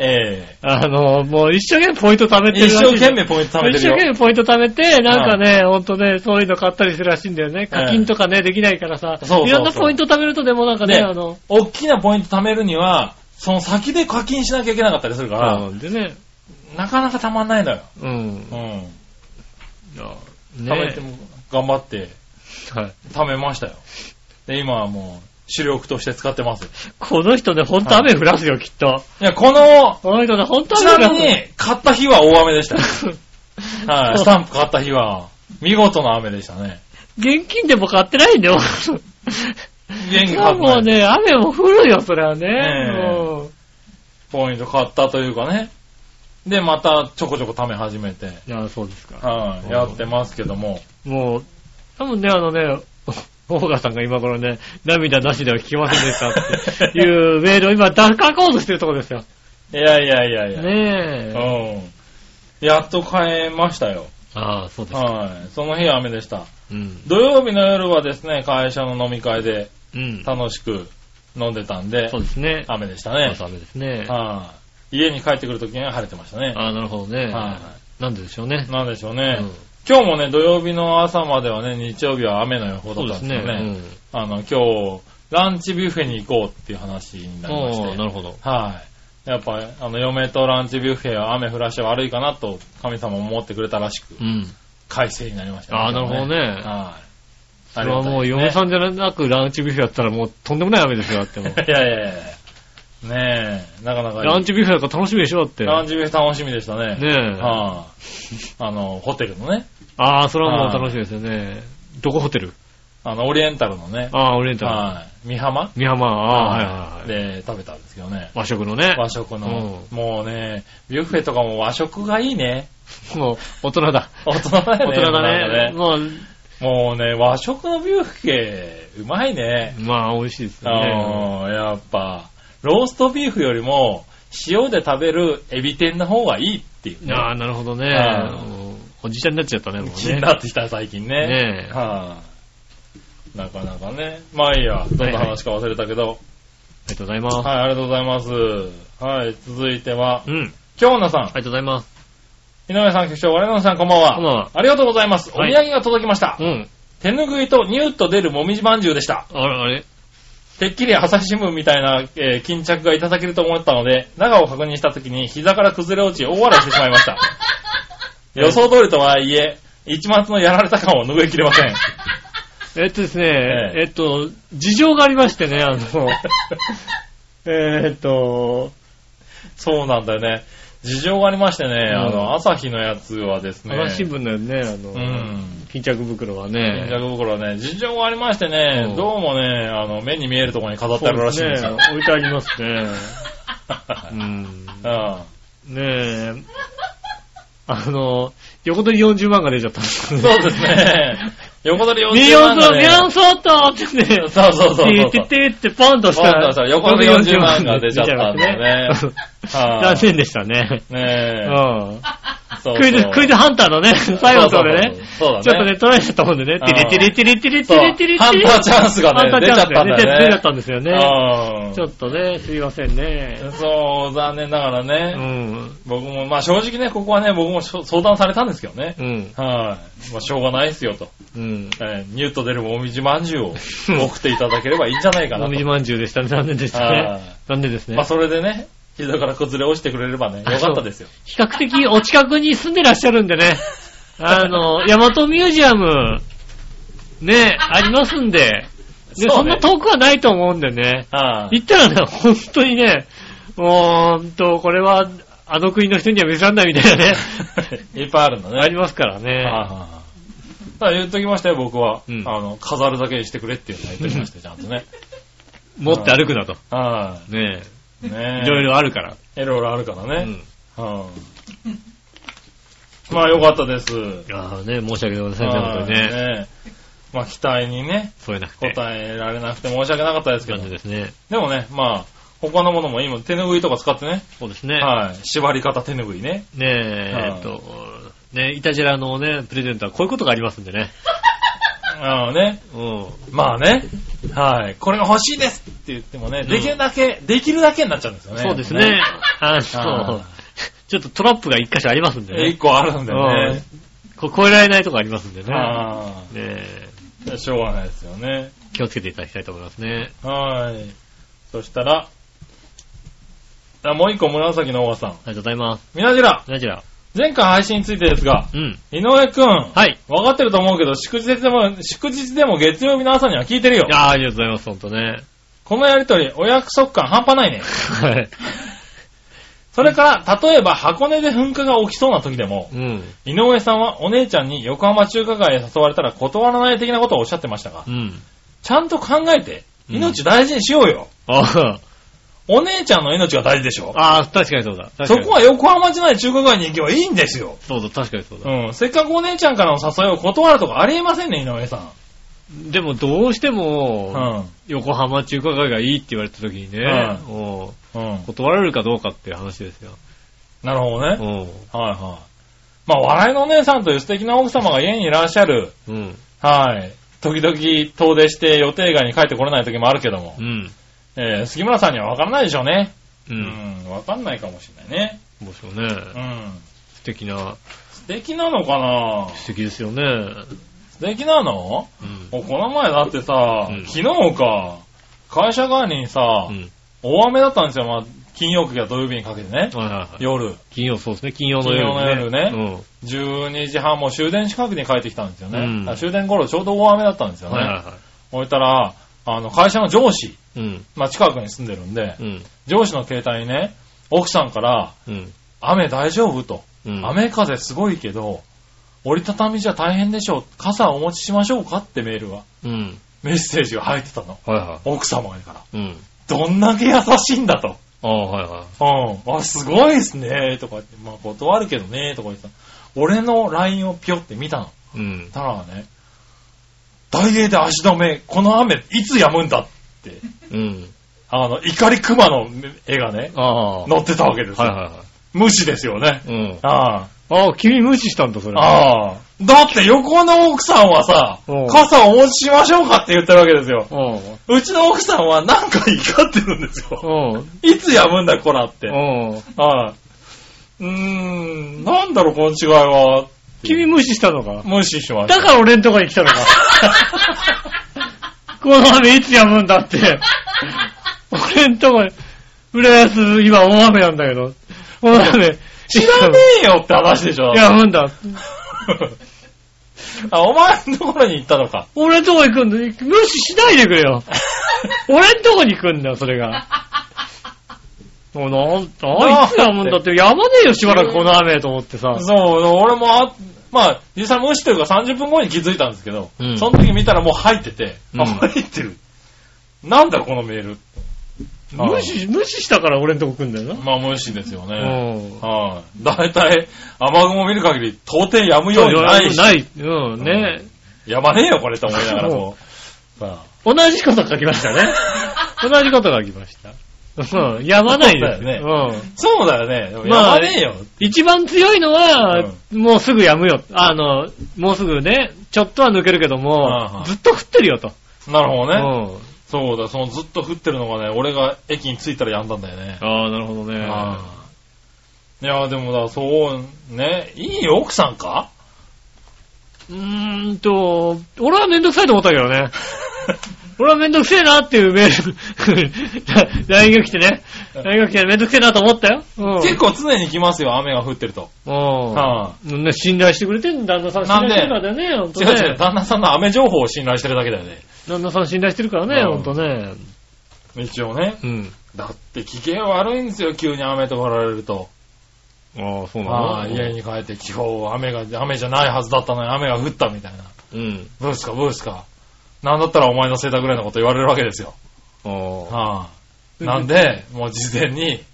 [SPEAKER 3] え
[SPEAKER 2] あの、もう一生懸命ポイント貯め
[SPEAKER 3] え
[SPEAKER 2] てるら
[SPEAKER 3] 一
[SPEAKER 2] しい
[SPEAKER 3] 生懸命ポイント貯め
[SPEAKER 2] 一
[SPEAKER 3] てる
[SPEAKER 2] 生
[SPEAKER 3] よ。
[SPEAKER 2] 懸命ポイント貯めて、なんかね、ほんとね、そういうの買ったりするらしいんだよね。課金とかね、できないからさ、
[SPEAKER 3] そうそうそう
[SPEAKER 2] いろんなポイント貯めるとでもなんかね、
[SPEAKER 3] ね
[SPEAKER 2] あの、
[SPEAKER 3] 大きなポイント貯めるには、その先で課金しなきゃいけなかったりするから、
[SPEAKER 2] そうでね、
[SPEAKER 3] なかなか貯まんないのよ。
[SPEAKER 2] うん。
[SPEAKER 3] うん。
[SPEAKER 2] いや
[SPEAKER 3] 貯め
[SPEAKER 2] ね
[SPEAKER 3] ても頑張って
[SPEAKER 2] はい
[SPEAKER 3] 貯めましたよ。で、今はもう主力として使ってますよ。
[SPEAKER 2] この人ね、ほんと雨降らすよ、きっと。
[SPEAKER 3] いや、この、
[SPEAKER 2] この人ね、ほんと
[SPEAKER 3] ち
[SPEAKER 2] 雨降
[SPEAKER 3] な
[SPEAKER 2] ら
[SPEAKER 3] み
[SPEAKER 2] す よ。
[SPEAKER 3] に買った日は大雨でした よ。はい、スタンプ買った日は、見事な雨でしたね。
[SPEAKER 2] 現金でも買ってないんだよ。
[SPEAKER 3] 元気 買
[SPEAKER 2] も
[SPEAKER 3] っ
[SPEAKER 2] う
[SPEAKER 3] て
[SPEAKER 2] ね、雨も降るよ、それはね。
[SPEAKER 3] ねえ
[SPEAKER 2] も
[SPEAKER 3] ポイント買ったというかね。で、またちょこちょこ貯め始めて、
[SPEAKER 2] ういや、そうですか。
[SPEAKER 3] は
[SPEAKER 2] うん
[SPEAKER 3] い、やってますけども。
[SPEAKER 2] もう、多分ね、あのね、 オーガさんが今頃ね、涙なしでは聞きませんでしたっていうメールを今、書こうとしてるところですよ。
[SPEAKER 3] いやいやいやいや。
[SPEAKER 2] ねえ。
[SPEAKER 3] うん。やっと買えましたよ。
[SPEAKER 2] ああ、そうですか。
[SPEAKER 3] はい。その日は雨でした。
[SPEAKER 2] うん。
[SPEAKER 3] 土曜日の夜はですね、会社の飲み会で
[SPEAKER 2] うん。
[SPEAKER 3] 楽しく飲んでたんで
[SPEAKER 2] そう、ですね。
[SPEAKER 3] 雨でした
[SPEAKER 2] そう
[SPEAKER 3] ね
[SPEAKER 2] です。雨ですね。
[SPEAKER 3] はい。家に帰ってくるときには晴れてましたね。
[SPEAKER 2] ああ、なるほどね。
[SPEAKER 3] は
[SPEAKER 2] なんででしょうね
[SPEAKER 3] い。。なんでしょう
[SPEAKER 2] う
[SPEAKER 3] ね
[SPEAKER 2] ん。
[SPEAKER 3] 今日もね、土曜日の朝まではね、日曜日は雨の予報だ
[SPEAKER 2] そう
[SPEAKER 3] っ
[SPEAKER 2] で
[SPEAKER 3] た
[SPEAKER 2] す
[SPEAKER 3] んです
[SPEAKER 2] ね
[SPEAKER 3] よ。ね。あの、今日、ランチビュッフェに行こうっていう話に
[SPEAKER 2] う。
[SPEAKER 3] なんりまし
[SPEAKER 2] お
[SPEAKER 3] て
[SPEAKER 2] ー、。なるほど。
[SPEAKER 3] はい。やっぱ、あの、嫁とランチビュッフェは雨降らして悪いかなと、神様も思ってくれたらしく、
[SPEAKER 2] うん。
[SPEAKER 3] 改正になりました
[SPEAKER 2] あーなるほどね
[SPEAKER 3] はい。
[SPEAKER 2] それはもう嫁さ
[SPEAKER 3] ん。
[SPEAKER 2] んじゃなくランチビュッフェやったらもうとんでもない雨ですよ、だ ってもう。
[SPEAKER 3] いやいやいやねえ、なかなかいい
[SPEAKER 2] ランチビュッフェなんか楽しみでしょ、だって。
[SPEAKER 3] ラン
[SPEAKER 2] ね
[SPEAKER 3] チビュッフェ楽しみでしたね。
[SPEAKER 2] え。
[SPEAKER 3] はい。あの、ホテルのね、
[SPEAKER 2] ああ、それはもう楽しみですよね。どこホテル
[SPEAKER 3] あの、オリエンタルのね、
[SPEAKER 2] ああ、オリエンタ
[SPEAKER 3] はい。三浜
[SPEAKER 2] ル。美浜、ああ、はいはいはい。
[SPEAKER 3] で、食べたんですけどね。
[SPEAKER 2] 和食のね。
[SPEAKER 3] 和食の、もうね、ビュッフェとかも和食がいいね。
[SPEAKER 2] もう、大人だ。
[SPEAKER 3] 大人だ
[SPEAKER 2] 大
[SPEAKER 3] よね。
[SPEAKER 2] 人
[SPEAKER 3] なんか
[SPEAKER 2] だね。もう、
[SPEAKER 3] もうね、和食のビュッフェ、うまいね。
[SPEAKER 2] まあ、美味しいですよね。
[SPEAKER 3] あーやっぱ、ローストビーフよりも、塩で食べるエビ天の方がいいっていうね。
[SPEAKER 2] ああ、なるほどね
[SPEAKER 3] ああ。
[SPEAKER 2] もうおじちゃんになっちゃったね、もう
[SPEAKER 3] 気に
[SPEAKER 2] ね。
[SPEAKER 3] なってきた最近ね。
[SPEAKER 2] ねえ
[SPEAKER 3] はいなかなかね。まあいいや、どんな話か忘れたけど。
[SPEAKER 2] ありがとうござい
[SPEAKER 3] はい、
[SPEAKER 2] ます。
[SPEAKER 3] ありがとうございます。はい、続いては、
[SPEAKER 2] うん。あり
[SPEAKER 3] 京奈さん。
[SPEAKER 2] がとうございます。
[SPEAKER 3] 井上さん、局長、我々さん、こんばんは。
[SPEAKER 2] こんばんは
[SPEAKER 3] ありがとうございます。お土
[SPEAKER 2] はい
[SPEAKER 3] 産が届きました。
[SPEAKER 2] うん。
[SPEAKER 3] 手ぬぐいとニューッと出るもみじまんじゅうでした。
[SPEAKER 2] あれ、あれ
[SPEAKER 3] てっきり朝日新聞みたいな、えー巾着がいただけると思ったので、長を確認した時に膝から崩れ落ち大笑いしてしま いました。予想通りとはいえ、一抹のやられた感を拭いきれません。
[SPEAKER 2] えっとですね、
[SPEAKER 3] ええ
[SPEAKER 2] えっと、事情がありましてね、あ の、えーっと、
[SPEAKER 3] そうなんだよね。事情がありましてね、
[SPEAKER 2] ん
[SPEAKER 3] あの、朝日のやつはですね、
[SPEAKER 2] 話新聞だよね、あの、
[SPEAKER 3] うん
[SPEAKER 2] 巾着袋は
[SPEAKER 3] 巾
[SPEAKER 2] ね。
[SPEAKER 3] 着袋はね、事情がありましてね、
[SPEAKER 2] うん
[SPEAKER 3] どうもね、あの、目に見えるところに飾ってあるらしいんです
[SPEAKER 2] そう
[SPEAKER 3] よ。
[SPEAKER 2] ね。置いてありますね。うん。
[SPEAKER 3] うん
[SPEAKER 2] ねえ。あの、横取り40万が出ちゃった。そう
[SPEAKER 3] そうで す。ね。横取り40
[SPEAKER 2] ミヨ
[SPEAKER 3] 万
[SPEAKER 2] ン
[SPEAKER 3] が
[SPEAKER 2] ソ、
[SPEAKER 3] ね。
[SPEAKER 2] ミヨンソートってね、
[SPEAKER 3] そうそうそうそうそう
[SPEAKER 2] てってってポンとした
[SPEAKER 3] ポンと
[SPEAKER 2] ら、
[SPEAKER 3] したら横取り40万が出ちゃったんだよね
[SPEAKER 2] 出ちゃいましたね
[SPEAKER 3] はい
[SPEAKER 2] 残念でしたね。
[SPEAKER 3] ねえ。
[SPEAKER 2] うん。
[SPEAKER 3] そうそう
[SPEAKER 2] クイズ、クイズハンターのね、最後のところでね。
[SPEAKER 3] そうそうそうそうだね
[SPEAKER 2] ちょっとね、取られちゃったもんでね。
[SPEAKER 3] うん
[SPEAKER 2] テレテレテレテレテ
[SPEAKER 3] そう
[SPEAKER 2] レテレテレ。
[SPEAKER 3] ハンターチャンスがね
[SPEAKER 2] ハンターチャンスが
[SPEAKER 3] 出ちゃったんだよね
[SPEAKER 2] 出ちゃったんですよね。
[SPEAKER 3] うん
[SPEAKER 2] ちょっとね、すいませんね。
[SPEAKER 3] そう、残念ながら
[SPEAKER 2] う
[SPEAKER 3] ね。
[SPEAKER 2] ん。
[SPEAKER 3] 僕も、まあ正直ね、ここはね、僕もしょ相談されたんですけどね。
[SPEAKER 2] うん。
[SPEAKER 3] はい。まあしょうがないですよと。
[SPEAKER 2] うん。
[SPEAKER 3] えーニュート出るもみじまんじゅう を送っていただければいいんじゃないかな
[SPEAKER 2] もみじ
[SPEAKER 3] と。
[SPEAKER 2] まんじゅうでしたね。残念でした
[SPEAKER 3] は
[SPEAKER 2] ね
[SPEAKER 3] い。
[SPEAKER 2] 残念ですね
[SPEAKER 3] まあ。それでね、膝から崩れ落ちてくれればね、よかったですよ。
[SPEAKER 2] 比較的お近くに住んでらっしゃるんでね。あ の、ヤマトミュージアム、ね、ありますんで。
[SPEAKER 3] そう
[SPEAKER 2] で、
[SPEAKER 3] ね
[SPEAKER 2] そんな遠くはないと思うんでね。
[SPEAKER 3] ああ
[SPEAKER 2] 行ったらね、本当にね、もう、ほんと、これは、あの国の人には見せらんないみたいな ね、
[SPEAKER 3] いっぱいあるんだね。
[SPEAKER 2] ありますからね。
[SPEAKER 3] はいはいはいだから言っときましたよ、僕は。
[SPEAKER 2] うん
[SPEAKER 3] あの、飾るだけにしてくれっていうのは言っときましたよ、ちゃんとね。
[SPEAKER 2] 持って歩くなと。
[SPEAKER 3] は
[SPEAKER 2] ね
[SPEAKER 3] い。ねえ
[SPEAKER 2] いろい。ろあるから。
[SPEAKER 3] いろいろあるから
[SPEAKER 2] う
[SPEAKER 3] ね。
[SPEAKER 2] ん。
[SPEAKER 3] はい。まあ、よかったです。
[SPEAKER 2] ああね、申し訳ございません、本当に
[SPEAKER 3] はい
[SPEAKER 2] ね。
[SPEAKER 3] ねえまあ、期待にね、
[SPEAKER 2] 添えなくて。
[SPEAKER 3] 答えられなくて申し訳なかったですけ
[SPEAKER 2] 感
[SPEAKER 3] ど
[SPEAKER 2] じ。ですね。
[SPEAKER 3] でもね、まあ、他のものも今、手拭いとか使ってね。
[SPEAKER 2] そうですね。
[SPEAKER 3] はい。縛り方手拭いね。
[SPEAKER 2] ねえ、
[SPEAKER 3] はい
[SPEAKER 2] えっと、ねイタジェラのね、プレゼントはこういうことがありますんでね。
[SPEAKER 3] ああね。
[SPEAKER 2] うん。
[SPEAKER 3] まあね。はい。これが欲しいですって言ってもね、
[SPEAKER 2] ん
[SPEAKER 3] できるだけ、できるだけになっちゃうんですよね。
[SPEAKER 2] そうですね。あの
[SPEAKER 3] あ、
[SPEAKER 2] ちょっとトラップが一箇所ありますんで
[SPEAKER 3] え一
[SPEAKER 2] ね。
[SPEAKER 3] 個あるんだよね。
[SPEAKER 2] こ超えられないとこありますんでね。ね
[SPEAKER 3] あ
[SPEAKER 2] え
[SPEAKER 3] あ。しょうがないですよね。
[SPEAKER 2] 気をつけていただきたいと思いますね。
[SPEAKER 3] はい。そしたら、あもう一個紫のおばさん。
[SPEAKER 2] ありがとうございます。
[SPEAKER 3] みなじら、
[SPEAKER 2] ナジラ。
[SPEAKER 3] 前回配信についてですが、
[SPEAKER 2] うん。
[SPEAKER 3] 井上くん、わ
[SPEAKER 2] はい。
[SPEAKER 3] かってると思うけど、祝日でも、祝日でも月曜日の朝には聞いてるよ
[SPEAKER 2] い。やあありがとうございます、ほんとね。
[SPEAKER 3] このやりとり、お約束感半端ないね。
[SPEAKER 2] はい。
[SPEAKER 3] それから、例えば箱根で噴火が起きそうな時でも、
[SPEAKER 2] うん。
[SPEAKER 3] 井上さんはお姉ちゃんに横浜中華街へ誘われたら断らない的なことをおっしゃってましたが
[SPEAKER 2] う、ん。
[SPEAKER 3] ちゃんと考えて、
[SPEAKER 2] うん
[SPEAKER 3] 命大事にしようよ。
[SPEAKER 2] ああ
[SPEAKER 3] お姉ちゃんの命が大事でしょ。
[SPEAKER 2] ああ、確かにそうだ。確か
[SPEAKER 3] そ
[SPEAKER 2] に
[SPEAKER 3] こは横浜市内中華街に行けばいいんですよ。
[SPEAKER 2] そうだ、確かにそうだ。
[SPEAKER 3] うん。せっかくお姉ちゃんからの誘いを断るとかありえませんね、井上さ
[SPEAKER 2] でも、どうして
[SPEAKER 3] ん。う
[SPEAKER 2] も、
[SPEAKER 3] ん。
[SPEAKER 2] 横浜中華街がいいって言われた時にね、
[SPEAKER 3] う
[SPEAKER 2] うん
[SPEAKER 3] うん。
[SPEAKER 2] 断られるかどうかっていう話ですよ。
[SPEAKER 3] なるほど
[SPEAKER 2] う
[SPEAKER 3] ね。
[SPEAKER 2] ん。
[SPEAKER 3] はいはい。まあ、笑いのお姉さんという素敵な奥様が家にいらっしゃる。
[SPEAKER 2] うん。
[SPEAKER 3] はい。時々遠出して予定外に帰ってこれない時もあるけども
[SPEAKER 2] う。ん。
[SPEAKER 3] えー、杉村さんには分からないでしょうね。
[SPEAKER 2] う。
[SPEAKER 3] うんん。分かんないかもしれないね。
[SPEAKER 2] もうそうね。
[SPEAKER 3] うん。
[SPEAKER 2] 素敵な、
[SPEAKER 3] 素敵なのかな
[SPEAKER 2] 素敵ですよね。
[SPEAKER 3] 素敵なの
[SPEAKER 2] うん。
[SPEAKER 3] おこの前だってさ、
[SPEAKER 2] うん
[SPEAKER 3] 昨日か、会社帰りにさ、
[SPEAKER 2] うん。
[SPEAKER 3] 大雨だったんですよ、まあ、金曜日から土曜日にかけてね。
[SPEAKER 2] はいはいはい。
[SPEAKER 3] 夜、
[SPEAKER 2] 金曜、そうですね。金曜の夜、
[SPEAKER 3] 金曜の12時半もう終電近くに帰ってきたんですよね。
[SPEAKER 2] うん
[SPEAKER 3] あ終電頃ちょうど大雨だったんです
[SPEAKER 2] う
[SPEAKER 3] よ
[SPEAKER 2] ん。
[SPEAKER 3] ね。
[SPEAKER 2] はいはいは
[SPEAKER 3] 置いたら、あの、会社の上司、
[SPEAKER 2] い。うん。
[SPEAKER 3] まあ、近くに住んでるんで、
[SPEAKER 2] うん。
[SPEAKER 3] 上司の携帯にね、奥さんから、
[SPEAKER 2] うん。
[SPEAKER 3] 雨大丈夫と。
[SPEAKER 2] うん。
[SPEAKER 3] 雨風すごいけど、折りたたみじゃ大変でしょう。傘をお持ちしましょうかってメールが、
[SPEAKER 2] うん。
[SPEAKER 3] メッセージが入ってたの。
[SPEAKER 2] はいは
[SPEAKER 3] 奥様から。
[SPEAKER 2] い。うん。
[SPEAKER 3] どんだけ優しいんだと。
[SPEAKER 2] ああ、はいは
[SPEAKER 3] うん。あ、すごいですね、とか言って。まあ、断るけどね、とか言ってた。俺の LINE をピョって見たの。
[SPEAKER 2] い。うん。
[SPEAKER 3] たらね、大英で足止め、この雨、いつ止むんだって、
[SPEAKER 2] うん。
[SPEAKER 3] あの、怒り熊の絵がね、
[SPEAKER 2] ああ。はい
[SPEAKER 3] 載ってたわけですよ。
[SPEAKER 2] はいは
[SPEAKER 3] 無視ですよね。
[SPEAKER 2] い。うん。
[SPEAKER 3] あ
[SPEAKER 2] ああ、君無視したんだ、そ
[SPEAKER 3] あ、
[SPEAKER 2] れ。
[SPEAKER 3] ああ。だって横の奥さんはさ
[SPEAKER 2] うん、
[SPEAKER 3] 傘をお持ちしましょうかって言ってるわけですよ。
[SPEAKER 2] うん。
[SPEAKER 3] うちの奥さんはなんか怒ってるんですよ。
[SPEAKER 2] うん。
[SPEAKER 3] いつ止むんだ、こらって。
[SPEAKER 2] うん。
[SPEAKER 3] はい。うーん、なんだろう、この違いは。
[SPEAKER 2] 君無視したのか。
[SPEAKER 3] 無視しました。
[SPEAKER 2] だから俺んとこに来た のか。この雨いつやむんだって。俺んとこに、浦安今大雨なんだけど、この雨、
[SPEAKER 3] 知らねえよって話でしょ。
[SPEAKER 2] やむんだ。
[SPEAKER 3] あ、お前のところに行ったのか。
[SPEAKER 2] 俺んとこ行くんだ。無視しないでくれ よ。俺んとこに行くんだよ、それが。もうなんあいつやむんだって、やまねえよ、しばらくこの雨と思ってさ。
[SPEAKER 3] そう、俺もあ、まあ、実際無視というか30分後に気づいたんですけど、
[SPEAKER 2] うん
[SPEAKER 3] その時見たらもう入ってて、
[SPEAKER 2] う
[SPEAKER 3] あ、
[SPEAKER 2] ん
[SPEAKER 3] 入ってる。なんだろうこのメール。
[SPEAKER 2] 無視、無視したから俺んとこ来んだよ
[SPEAKER 3] まあ無視ですよ
[SPEAKER 2] な。
[SPEAKER 3] ね。
[SPEAKER 2] うん。
[SPEAKER 3] はい。だいたい雨雲見る限り到底止むようにないし。
[SPEAKER 2] ない。うん、ね。
[SPEAKER 3] やばねえよこれと思いながらこう。さあ
[SPEAKER 2] 同じこと書きました ね。同じこと書きました。うん、やまないです
[SPEAKER 3] そうだ
[SPEAKER 2] よ。
[SPEAKER 3] そうだよね。でもや
[SPEAKER 2] まあ
[SPEAKER 3] ばねえよ。
[SPEAKER 2] うん。一番強いのは、もうすぐやむよ。あの、もうすぐね、ちょっとは抜けるけど
[SPEAKER 3] はい
[SPEAKER 2] も
[SPEAKER 3] は、い
[SPEAKER 2] ずっと降ってるよと。
[SPEAKER 3] なるほ
[SPEAKER 2] う
[SPEAKER 3] どね。
[SPEAKER 2] ん。
[SPEAKER 3] そうだ、そのずっと降ってるのがね、俺が駅に着いたらやんだんだよね。
[SPEAKER 2] ああ、なるほどね。
[SPEAKER 3] いや、でもだ、そう、ね、いい奥さんか
[SPEAKER 2] うーんと、俺はめんどくさいと思ったけどね。俺はめんどくせえなっていうメール、LINE が来てね、大学生めんどくせえなと思ったよ。うん。
[SPEAKER 3] 結構常に来ますよ、雨が降ってると。は
[SPEAKER 2] うん。ね、信頼してくれてんだ、旦那さん信
[SPEAKER 3] なん
[SPEAKER 2] 頼
[SPEAKER 3] で
[SPEAKER 2] してるからね、ほんと
[SPEAKER 3] 違う
[SPEAKER 2] ね。
[SPEAKER 3] 違う、旦那さんの雨情報を信頼してるだけだよね。
[SPEAKER 2] 旦那さん信頼してるからね、
[SPEAKER 3] う
[SPEAKER 2] ほ
[SPEAKER 3] ん
[SPEAKER 2] んとね。
[SPEAKER 3] 一応ね。
[SPEAKER 2] うん。
[SPEAKER 3] だって機嫌悪いんですよ、急に雨と降られると。
[SPEAKER 2] ああ、そう
[SPEAKER 3] あ
[SPEAKER 2] な
[SPEAKER 3] あ
[SPEAKER 2] の
[SPEAKER 3] 家に帰って今日雨が、雨じゃないはずだったのに雨が降ったみたいな。
[SPEAKER 2] うん。
[SPEAKER 3] どうですか、どうですか。なんだったらお前のせいだぐらいのこと言われるわけですよ。
[SPEAKER 2] ああ。
[SPEAKER 3] はあ、なんで、もう事前に、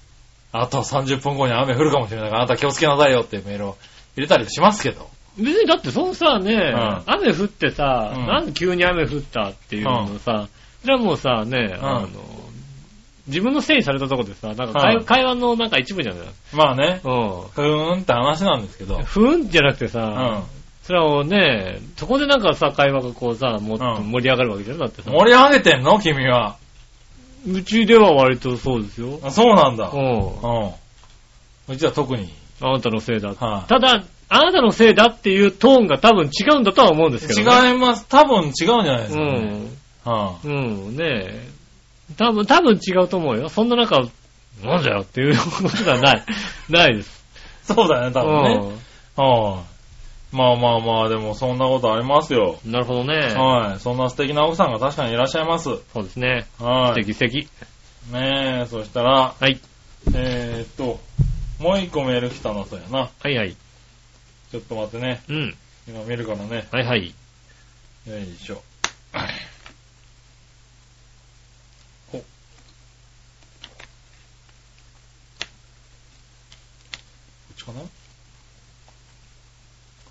[SPEAKER 3] あと30分後に雨降るかもしれないから、あなた気をつけなさいよっていうメールを入れたりしますけど。
[SPEAKER 2] 別にだってそのさ、ね、
[SPEAKER 3] ん
[SPEAKER 2] 雨降ってさ、
[SPEAKER 3] うん
[SPEAKER 2] なんで急に雨降ったっていうのさ、それはもうさ、ね、
[SPEAKER 3] ん
[SPEAKER 2] あの、自分のせいにされたとこでさ、なんか会,、
[SPEAKER 3] はい
[SPEAKER 2] 会話のなんか一部じゃない
[SPEAKER 3] まあね、
[SPEAKER 2] う。
[SPEAKER 3] ふーんって話なんですけど。うん
[SPEAKER 2] ふーんじゃなくてさ、
[SPEAKER 3] ん。
[SPEAKER 2] それをね、そこでなんかさ、会話がこうさ、もっと
[SPEAKER 3] うん
[SPEAKER 2] 盛り上がるわけじゃん。だってさ、
[SPEAKER 3] 盛り上げてんの君は。
[SPEAKER 2] うちでは割とそうですよ。
[SPEAKER 3] あそうなんだ
[SPEAKER 2] う。ん。
[SPEAKER 3] うん。うちは特に。
[SPEAKER 2] あなたのせいだ。
[SPEAKER 3] はい
[SPEAKER 2] ただ、あなたのせいだっていうトーンが多分違うんだとは思うんですけど、ね。
[SPEAKER 3] 違います。多分違うんじゃないですかね。は
[SPEAKER 2] うん。うん、ねえ。多分、多分違うと思うよ。そんな中、なんだよっていうことは ない。ないです。
[SPEAKER 3] いそうだよね、多分ね。はい。まあまあまあ、でもそんなことありますよ。
[SPEAKER 2] うん。なるほどね。
[SPEAKER 3] はい。そんな素敵な奥さんが確かにいらっしゃいます。
[SPEAKER 2] そうですね。素
[SPEAKER 3] はい。
[SPEAKER 2] 敵素敵。
[SPEAKER 3] ねえ、そしたら、
[SPEAKER 2] はい。
[SPEAKER 3] えーっと、もう一個メール来たのそうやな。
[SPEAKER 2] はいはい。
[SPEAKER 3] ちょっと待ってね。
[SPEAKER 2] うん。
[SPEAKER 3] 今見るからね。
[SPEAKER 2] はいはい。
[SPEAKER 3] よいしょ。ほこっちかなこ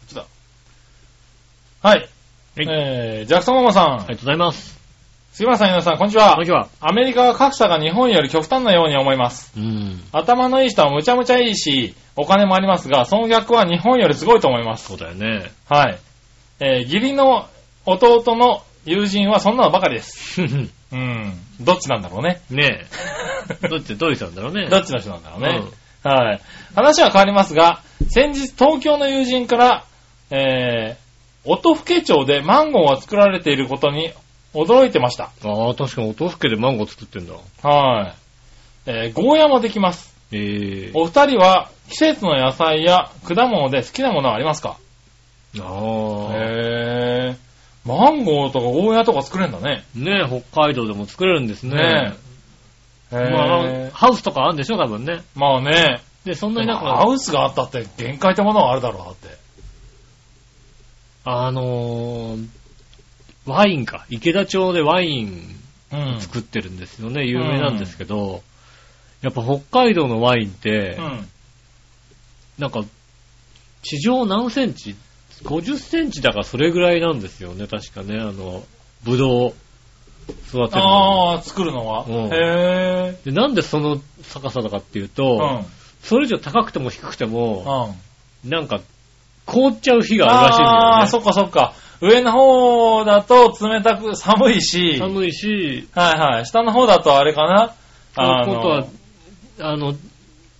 [SPEAKER 3] っちだ。は
[SPEAKER 2] は
[SPEAKER 3] い。
[SPEAKER 2] い
[SPEAKER 3] えー、ジャクソンママさん。
[SPEAKER 2] ありがとうございます。
[SPEAKER 3] 杉村さん、皆さん、こんにち
[SPEAKER 2] こ
[SPEAKER 3] は
[SPEAKER 2] んに。ちは。
[SPEAKER 3] アメリカは格差が日本より極端なように思います。
[SPEAKER 2] うん。
[SPEAKER 3] 頭のいい人はむちゃむちゃいいし、お金もありますが、その逆は日本よりすごいと思います
[SPEAKER 2] そう。だよね。
[SPEAKER 3] はい。えー義理の弟の友人はそんなのばかりです。
[SPEAKER 2] ふふ
[SPEAKER 3] うん。どっちなんだろ うね。
[SPEAKER 2] ねえ。どっち、どういう人なんだろうね。
[SPEAKER 3] ど
[SPEAKER 2] っ
[SPEAKER 3] っちの人なんだろうね。はい。話は変わりますが、先日東京の友人から、えー、音更町でマンゴーが作られていることに驚いてました。
[SPEAKER 2] ああ、確かにお豆腐家でマンゴー作ってんだ。
[SPEAKER 3] はい。えー、ゴーヤもできます。
[SPEAKER 2] ええ
[SPEAKER 3] お二人は季節の野菜や果物で好きなものはありますか
[SPEAKER 2] ああ。
[SPEAKER 3] へぇー。マンゴーとかゴーヤとか作れるんだね。
[SPEAKER 2] ねえ、北海道でも作れるんですね。
[SPEAKER 3] ねえ。
[SPEAKER 2] まあ
[SPEAKER 3] へぇー。
[SPEAKER 2] ハウスとかあるんでしょ、多分ね。
[SPEAKER 3] まあね。
[SPEAKER 2] で、そんなになん
[SPEAKER 3] ハ
[SPEAKER 2] か、
[SPEAKER 3] ウスがあったって限界ってものはあるだろう、だって。
[SPEAKER 2] あのー、ワインか。池田町でワイン
[SPEAKER 3] うん。
[SPEAKER 2] 作ってるんですよね。有名なんですけど、やっぱ北海道のワインって、
[SPEAKER 3] うん。
[SPEAKER 2] なんか、地上何センチ ?50 センチだからそれぐらいなんですよね、確かね。あの、ブドウ育てるのに
[SPEAKER 3] ああ、作るのは。
[SPEAKER 2] うん
[SPEAKER 3] へ
[SPEAKER 2] で、なんでその高さだかっていう
[SPEAKER 3] ぇー。
[SPEAKER 2] と、
[SPEAKER 3] うん。
[SPEAKER 2] それ以上高くても低くても、
[SPEAKER 3] うん。
[SPEAKER 2] なんか、凍っちゃう日があるらしいんだよね。
[SPEAKER 3] ああ、そっかそっか。上の方だと冷たく寒いし。はい
[SPEAKER 2] 寒いし、
[SPEAKER 3] はい。下の方だとあれかな。
[SPEAKER 2] あ
[SPEAKER 3] あ
[SPEAKER 2] の、
[SPEAKER 3] の
[SPEAKER 2] ことは、あの、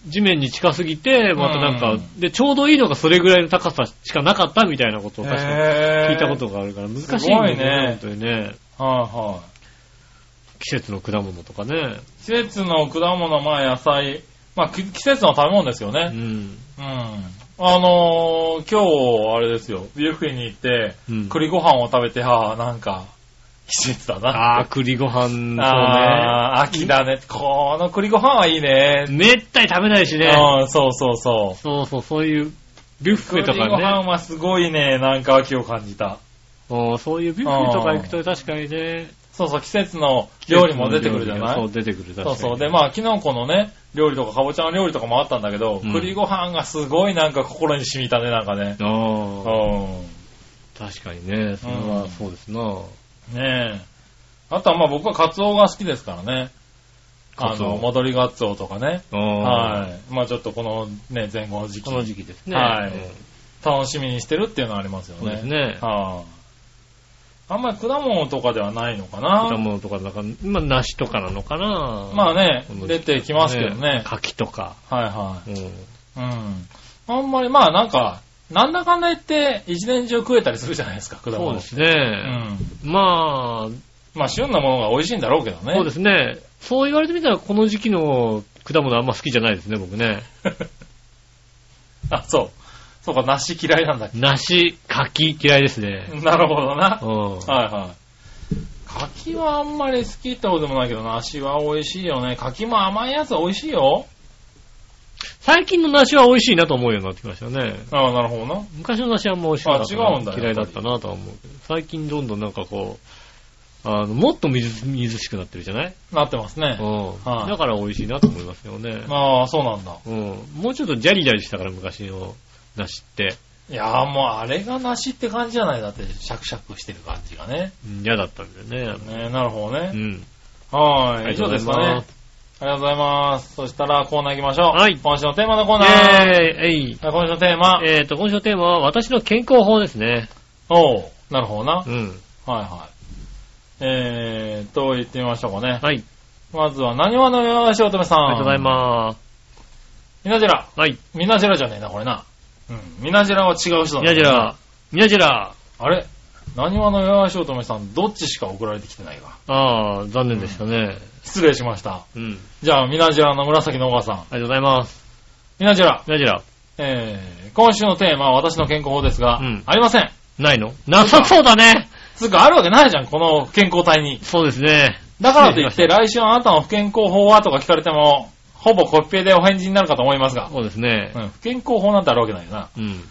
[SPEAKER 2] 地面に近すぎて、またなんか、
[SPEAKER 3] うん
[SPEAKER 2] で、ちょうどいいのがそれぐらいの高さしかなかったみたいなことを確か
[SPEAKER 3] へ
[SPEAKER 2] 聞
[SPEAKER 3] ー
[SPEAKER 2] いたことがあるから、難しいんだよ
[SPEAKER 3] すごい
[SPEAKER 2] 本
[SPEAKER 3] ね
[SPEAKER 2] 当にね。
[SPEAKER 3] はいはい。
[SPEAKER 2] 季節の果物とか ね。
[SPEAKER 3] 季節の果物、まあ野菜、まあき季節の食べ物ですよ
[SPEAKER 2] う
[SPEAKER 3] ね。
[SPEAKER 2] ん。
[SPEAKER 3] うん。あのー、今日、あれですよ、ビュッフェに行って、
[SPEAKER 2] うん
[SPEAKER 3] 栗ご飯を食べて、ああ、なんか、季節だな。
[SPEAKER 2] あー、栗ご飯、そ
[SPEAKER 3] あー秋だね。この栗ご飯はいいね
[SPEAKER 2] う。ね。めったに食べないしね。
[SPEAKER 3] うん、そうそうそう。
[SPEAKER 2] そうそう、そういう、ビュッフ
[SPEAKER 3] 栗
[SPEAKER 2] ェと
[SPEAKER 3] ご
[SPEAKER 2] か
[SPEAKER 3] 飯
[SPEAKER 2] ね。
[SPEAKER 3] はすごいね、なんか秋を感じた。
[SPEAKER 2] うんそういうビュッフェとか行くと確かにね。
[SPEAKER 3] そうそう、季節の料理も出てくるじゃない
[SPEAKER 2] そう、出てくる。確か
[SPEAKER 3] そう
[SPEAKER 2] に
[SPEAKER 3] そう。で、まあ、キノコのね、料理とか、かぼちゃの料理とかもあったんだけど、
[SPEAKER 2] うん
[SPEAKER 3] 栗ご飯がすごいなんか心に染みたね、なんかね。
[SPEAKER 2] あー。
[SPEAKER 3] う
[SPEAKER 2] 確かにね、それはそうですな。
[SPEAKER 3] ん。ねえ。あとはまあ僕はカツオが好きですからね。
[SPEAKER 2] カ
[SPEAKER 3] あ
[SPEAKER 2] ツオ
[SPEAKER 3] の、戻りガツオとかね。
[SPEAKER 2] は
[SPEAKER 3] はい。まあちょっとこのね、前後の時
[SPEAKER 2] この
[SPEAKER 3] 期、
[SPEAKER 2] 時期ですね。
[SPEAKER 3] はい
[SPEAKER 2] うん
[SPEAKER 3] 楽しみにしてるっていうのはありますよね。
[SPEAKER 2] そうですね。
[SPEAKER 3] はい。あんまり果物とかではないのか
[SPEAKER 2] 果
[SPEAKER 3] な。
[SPEAKER 2] 物とかなんか、まあ、梨とかなのかな。
[SPEAKER 3] まあね
[SPEAKER 2] この、時
[SPEAKER 3] 出
[SPEAKER 2] 期
[SPEAKER 3] てきますけどね。
[SPEAKER 2] 柿とか。
[SPEAKER 3] はいは
[SPEAKER 2] うん。
[SPEAKER 3] い。うん。あんまりまあなんか、なんだかんだ言って一年中食えたりするじゃないですか、果物。
[SPEAKER 2] そうです
[SPEAKER 3] う
[SPEAKER 2] ね。
[SPEAKER 3] ん。
[SPEAKER 2] まあ、
[SPEAKER 3] まあ旬なものが美味しいんだろうけどね。
[SPEAKER 2] そうですね。そう言われてみたら、この時期の果物あんま好きじゃないですね、僕ね。
[SPEAKER 3] あ、そう。そうか、梨嫌いなんだっ
[SPEAKER 2] 梨、柿嫌いですね。
[SPEAKER 3] け。なるほどな
[SPEAKER 2] う。ん。
[SPEAKER 3] はいはい。柿はあんまり好きってことでもないけど、梨は美味しいよね。柿も甘いやつ美味しいよ。
[SPEAKER 2] 最近の梨は美味しいなと思うようになってきましたね。
[SPEAKER 3] ああ、なるほどな。
[SPEAKER 2] 昔の梨はあんま美味しくなかったな
[SPEAKER 3] あ違うんだ
[SPEAKER 2] 嫌いだったなとは思うけど。最近どんどんなんかこう、あの、もっとみずみずしくなってるじゃない
[SPEAKER 3] なってますね
[SPEAKER 2] う。ん。
[SPEAKER 3] はい
[SPEAKER 2] だから美味しいなと思いますよね。
[SPEAKER 3] ああ、そうなんだ。
[SPEAKER 2] うん。もうちょっとジャリジャリしたから昔の梨って。
[SPEAKER 3] いやーもうあれが梨って感じじゃない。だって、シャクシャクしてる感じがね。
[SPEAKER 2] うん嫌だったんだよね。
[SPEAKER 3] ねなるほど
[SPEAKER 2] う
[SPEAKER 3] ね。
[SPEAKER 2] ん。
[SPEAKER 3] は
[SPEAKER 2] あ
[SPEAKER 3] ーい。
[SPEAKER 2] り
[SPEAKER 3] 以
[SPEAKER 2] がとうござ
[SPEAKER 3] 上で
[SPEAKER 2] い
[SPEAKER 3] すかね
[SPEAKER 2] ま。す。
[SPEAKER 3] ありがとうございます。そしたらコーナー行きましょう。
[SPEAKER 2] はい
[SPEAKER 3] 今週のテーマのコーナー。
[SPEAKER 2] えー、えい。
[SPEAKER 3] はい今週のテーマ。
[SPEAKER 2] えーと、今週のテーマは私の健康法ですね。
[SPEAKER 3] おうなるほどな。はい
[SPEAKER 2] うん。
[SPEAKER 3] はい。えーっと、行ってみましょうかね。
[SPEAKER 2] はい。
[SPEAKER 3] まずは、何話のよしおとめさん。
[SPEAKER 2] ありがとうございます。
[SPEAKER 3] す。みなじら。
[SPEAKER 2] はい。
[SPEAKER 3] みなじらじゃねえな、これな。うん。みなじらは違う人だな
[SPEAKER 2] みなじ。ら、みなじら、
[SPEAKER 3] あれ何話のよしおとめさん、どっちしか送られてきてないか。
[SPEAKER 2] ああ、残念でしたね。
[SPEAKER 3] 失礼しました。
[SPEAKER 2] うん。
[SPEAKER 3] じゃあ、みなじらの紫のおばさん。
[SPEAKER 2] ありがとうございます。
[SPEAKER 3] みなじら。
[SPEAKER 2] みなじら、
[SPEAKER 3] えー、今週のテーマは私の健康法ですが、
[SPEAKER 2] うん
[SPEAKER 3] ありません。
[SPEAKER 2] ない のなさそうだね。
[SPEAKER 3] つうか、あるわけないじゃん、この健康体に。
[SPEAKER 2] そうですね。
[SPEAKER 3] だからといって、来週あなたの不健康法はとか聞かれても、ほぼコピペでお返事になるかと思いますが、
[SPEAKER 2] そうですね
[SPEAKER 3] う。ん、不健康法なんてあるわけないよな。
[SPEAKER 2] うん。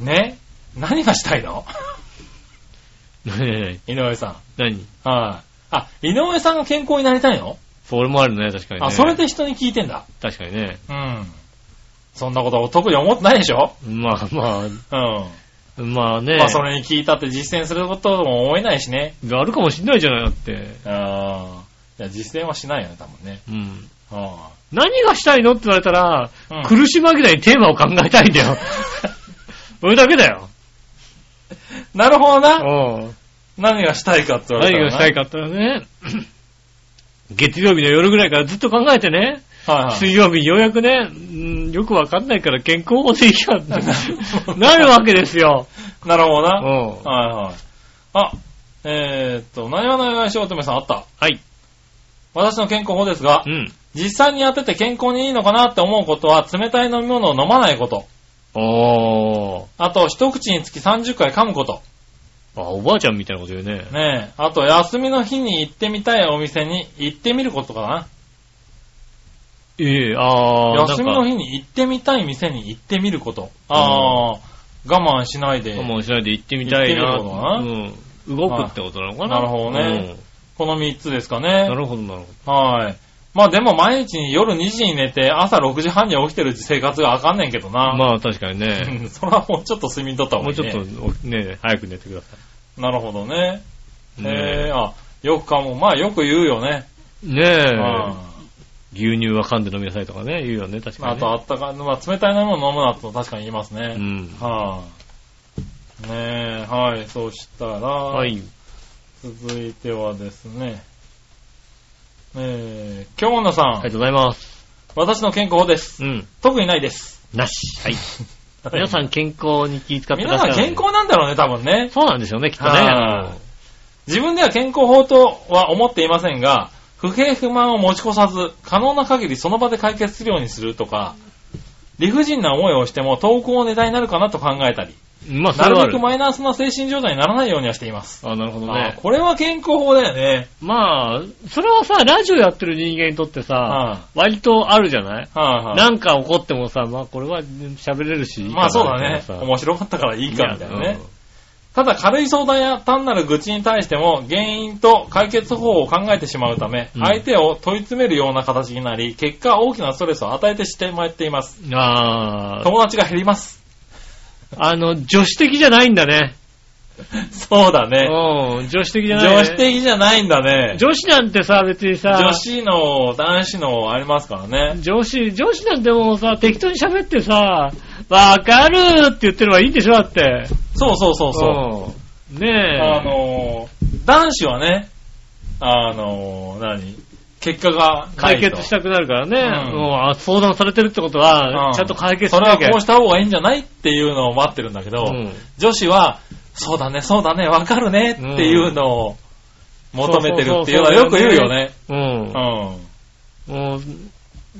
[SPEAKER 3] ね何がしたいの
[SPEAKER 2] 何
[SPEAKER 3] 井上さ
[SPEAKER 2] 何
[SPEAKER 3] ん。はい。あ、井上さんが健康になりたいの、
[SPEAKER 2] それもあるね、確かにね。
[SPEAKER 3] あ、それで人に聞いてんだ。
[SPEAKER 2] 確かにね。
[SPEAKER 3] うん。そんなことを特に思ってないでしょ
[SPEAKER 2] まあま
[SPEAKER 3] うん。
[SPEAKER 2] あ、まあね。
[SPEAKER 3] まあ、それに聞いたって実践することも思えないしね。
[SPEAKER 2] あるかもしんないじゃないだって。
[SPEAKER 3] あーいや、実践はしないよね、多分ね。
[SPEAKER 2] うん。
[SPEAKER 3] あ
[SPEAKER 2] 何がしたいのって言われたら、
[SPEAKER 3] うん
[SPEAKER 2] 苦し紛れにテーマを考えたいん だよ。それだけだよ。
[SPEAKER 3] ーなるほどな。
[SPEAKER 2] うん。
[SPEAKER 3] 何がしたいかって言われた
[SPEAKER 2] 何
[SPEAKER 3] ら
[SPEAKER 2] がしたい
[SPEAKER 3] か。
[SPEAKER 2] かって言ったらね、月曜日の夜ぐらいからずっと考えてね、
[SPEAKER 3] はいはい。
[SPEAKER 2] 水曜日ようやくね、うんよくわかんないから健康法でいいや ってなるわけですよ。
[SPEAKER 3] なるほど
[SPEAKER 2] う
[SPEAKER 3] な。
[SPEAKER 2] ん。
[SPEAKER 3] はいはい。あ、えー、っと、何は何がしようとめさんあった。
[SPEAKER 2] はい。
[SPEAKER 3] 私の健康法ですが
[SPEAKER 2] う、ん。
[SPEAKER 3] 実際にやってて健康にいいのかなって思うことは、冷たい飲み物を飲まないこと。
[SPEAKER 2] おー。
[SPEAKER 3] あと、一口につき30回噛むこと。
[SPEAKER 2] あ、おばあちゃんみたいなこと言うね。
[SPEAKER 3] ねえ。あと、休みの日に行ってみたいお店に行ってみることか
[SPEAKER 2] ええあ
[SPEAKER 3] な。
[SPEAKER 2] ー。
[SPEAKER 3] 休み
[SPEAKER 2] なん
[SPEAKER 3] の
[SPEAKER 2] か
[SPEAKER 3] 日に行ってみたい店に行ってみること。ああ、我慢しないで。
[SPEAKER 2] 我慢しないで行ってみたいな。
[SPEAKER 3] 行ってみる
[SPEAKER 2] う
[SPEAKER 3] こと
[SPEAKER 2] ん。動くってことなのかな。
[SPEAKER 3] はいなるほどねこの3つですか
[SPEAKER 2] うん。な
[SPEAKER 3] ね。
[SPEAKER 2] るほど、なるほ
[SPEAKER 3] はい。まあでも毎日夜2時に寝て朝6時半に起きてる生活があかんねんけど
[SPEAKER 2] ど。
[SPEAKER 3] な。
[SPEAKER 2] まあ確かにね。
[SPEAKER 3] うん それはもうちょっと睡眠取った方
[SPEAKER 2] も
[SPEAKER 3] がいうい、
[SPEAKER 2] ちょ
[SPEAKER 3] ね。
[SPEAKER 2] っとおね、早く寝てくださ
[SPEAKER 3] なるほどね。
[SPEAKER 2] い。
[SPEAKER 3] へえ
[SPEAKER 2] ね
[SPEAKER 3] あ、よくかも。まあよく言うよね。
[SPEAKER 2] え。ね
[SPEAKER 3] う
[SPEAKER 2] え
[SPEAKER 3] ん。
[SPEAKER 2] 牛乳は噛んで飲みなさいとかね、言うよね、確か
[SPEAKER 3] あ
[SPEAKER 2] に、ね。
[SPEAKER 3] とあったかい、まあ冷たいものを飲むなと確かに言います
[SPEAKER 2] う
[SPEAKER 3] ね。
[SPEAKER 2] ん。
[SPEAKER 3] はい、ねえ、はい、そしたら、
[SPEAKER 2] はい。
[SPEAKER 3] 続いてはですね、えー、京女さん、
[SPEAKER 2] ありがとうございます。
[SPEAKER 3] 私の健康法です。
[SPEAKER 2] うん。
[SPEAKER 3] 特にないです。
[SPEAKER 2] なし。はい。皆さん健康に気遣ってら
[SPEAKER 3] 皆
[SPEAKER 2] っしゃ
[SPEAKER 3] さ
[SPEAKER 2] る
[SPEAKER 3] ん。健康なんだろうね、多分ね。
[SPEAKER 2] そうなんですよね、きっと
[SPEAKER 3] は
[SPEAKER 2] ね
[SPEAKER 3] い。自分では健康法とは思っていませんが、不平不満を持ち越さず、可能な限りその場で解決するようにするとか、理不尽な思いをしても投稿のネタになるかなと考えたり、
[SPEAKER 2] うんまあ、そ
[SPEAKER 3] な
[SPEAKER 2] れはあ
[SPEAKER 3] るべ
[SPEAKER 2] る
[SPEAKER 3] く。マイナスな精神状態にならないようにはしています。
[SPEAKER 2] あ、なるほど
[SPEAKER 3] あ
[SPEAKER 2] ね。
[SPEAKER 3] これは健康法だよね。
[SPEAKER 2] まあ、それはさ、ラジオやってる人間にとってさ
[SPEAKER 3] は、
[SPEAKER 2] 割とあるじゃない
[SPEAKER 3] はいはい
[SPEAKER 2] なんか怒ってもさ、まあこれは喋れるし。
[SPEAKER 3] まあそうだね。
[SPEAKER 2] さ
[SPEAKER 3] 面白かったからいいかみたいなね
[SPEAKER 2] うん。
[SPEAKER 3] ただ軽い相談や単なる愚痴に対しても原因と解決方法を考えてしまうため、
[SPEAKER 2] うん
[SPEAKER 3] 相手を問い詰めるような形になり、結果大きなストレスを与えてしてまいっています。
[SPEAKER 2] ああ、
[SPEAKER 3] 友達が減ります。
[SPEAKER 2] あの、女子的じゃないんだね。
[SPEAKER 3] そうだね。
[SPEAKER 2] うん、女子的じゃない、ね。
[SPEAKER 3] 女子的じゃないんだね。
[SPEAKER 2] 女子なんてさ、別にさ、
[SPEAKER 3] 女子の、男子のありますからね。
[SPEAKER 2] 女子、女子なんてもうさ、適当に喋ってさ、わかるーって言ってればいいんでしょだって。
[SPEAKER 3] そうそうそうそう。
[SPEAKER 2] うん。ねえ。
[SPEAKER 3] あのー、男子はね、あのー、何結果がない
[SPEAKER 2] 解
[SPEAKER 3] と
[SPEAKER 2] 決したくなるからね。
[SPEAKER 3] うん
[SPEAKER 2] もうあ相談されてるってこと
[SPEAKER 3] う
[SPEAKER 2] は、
[SPEAKER 3] ん
[SPEAKER 2] ちゃんと解決し
[SPEAKER 3] それ
[SPEAKER 2] な
[SPEAKER 3] は
[SPEAKER 2] きゃ。
[SPEAKER 3] こうした方がいいんじゃないっていうのを待ってるんだけど、
[SPEAKER 2] うん
[SPEAKER 3] 女子は、そうだね、そうだね、わかるねっていうのを求めてるっていうのはよく言うよね。
[SPEAKER 2] うん
[SPEAKER 3] う
[SPEAKER 2] もう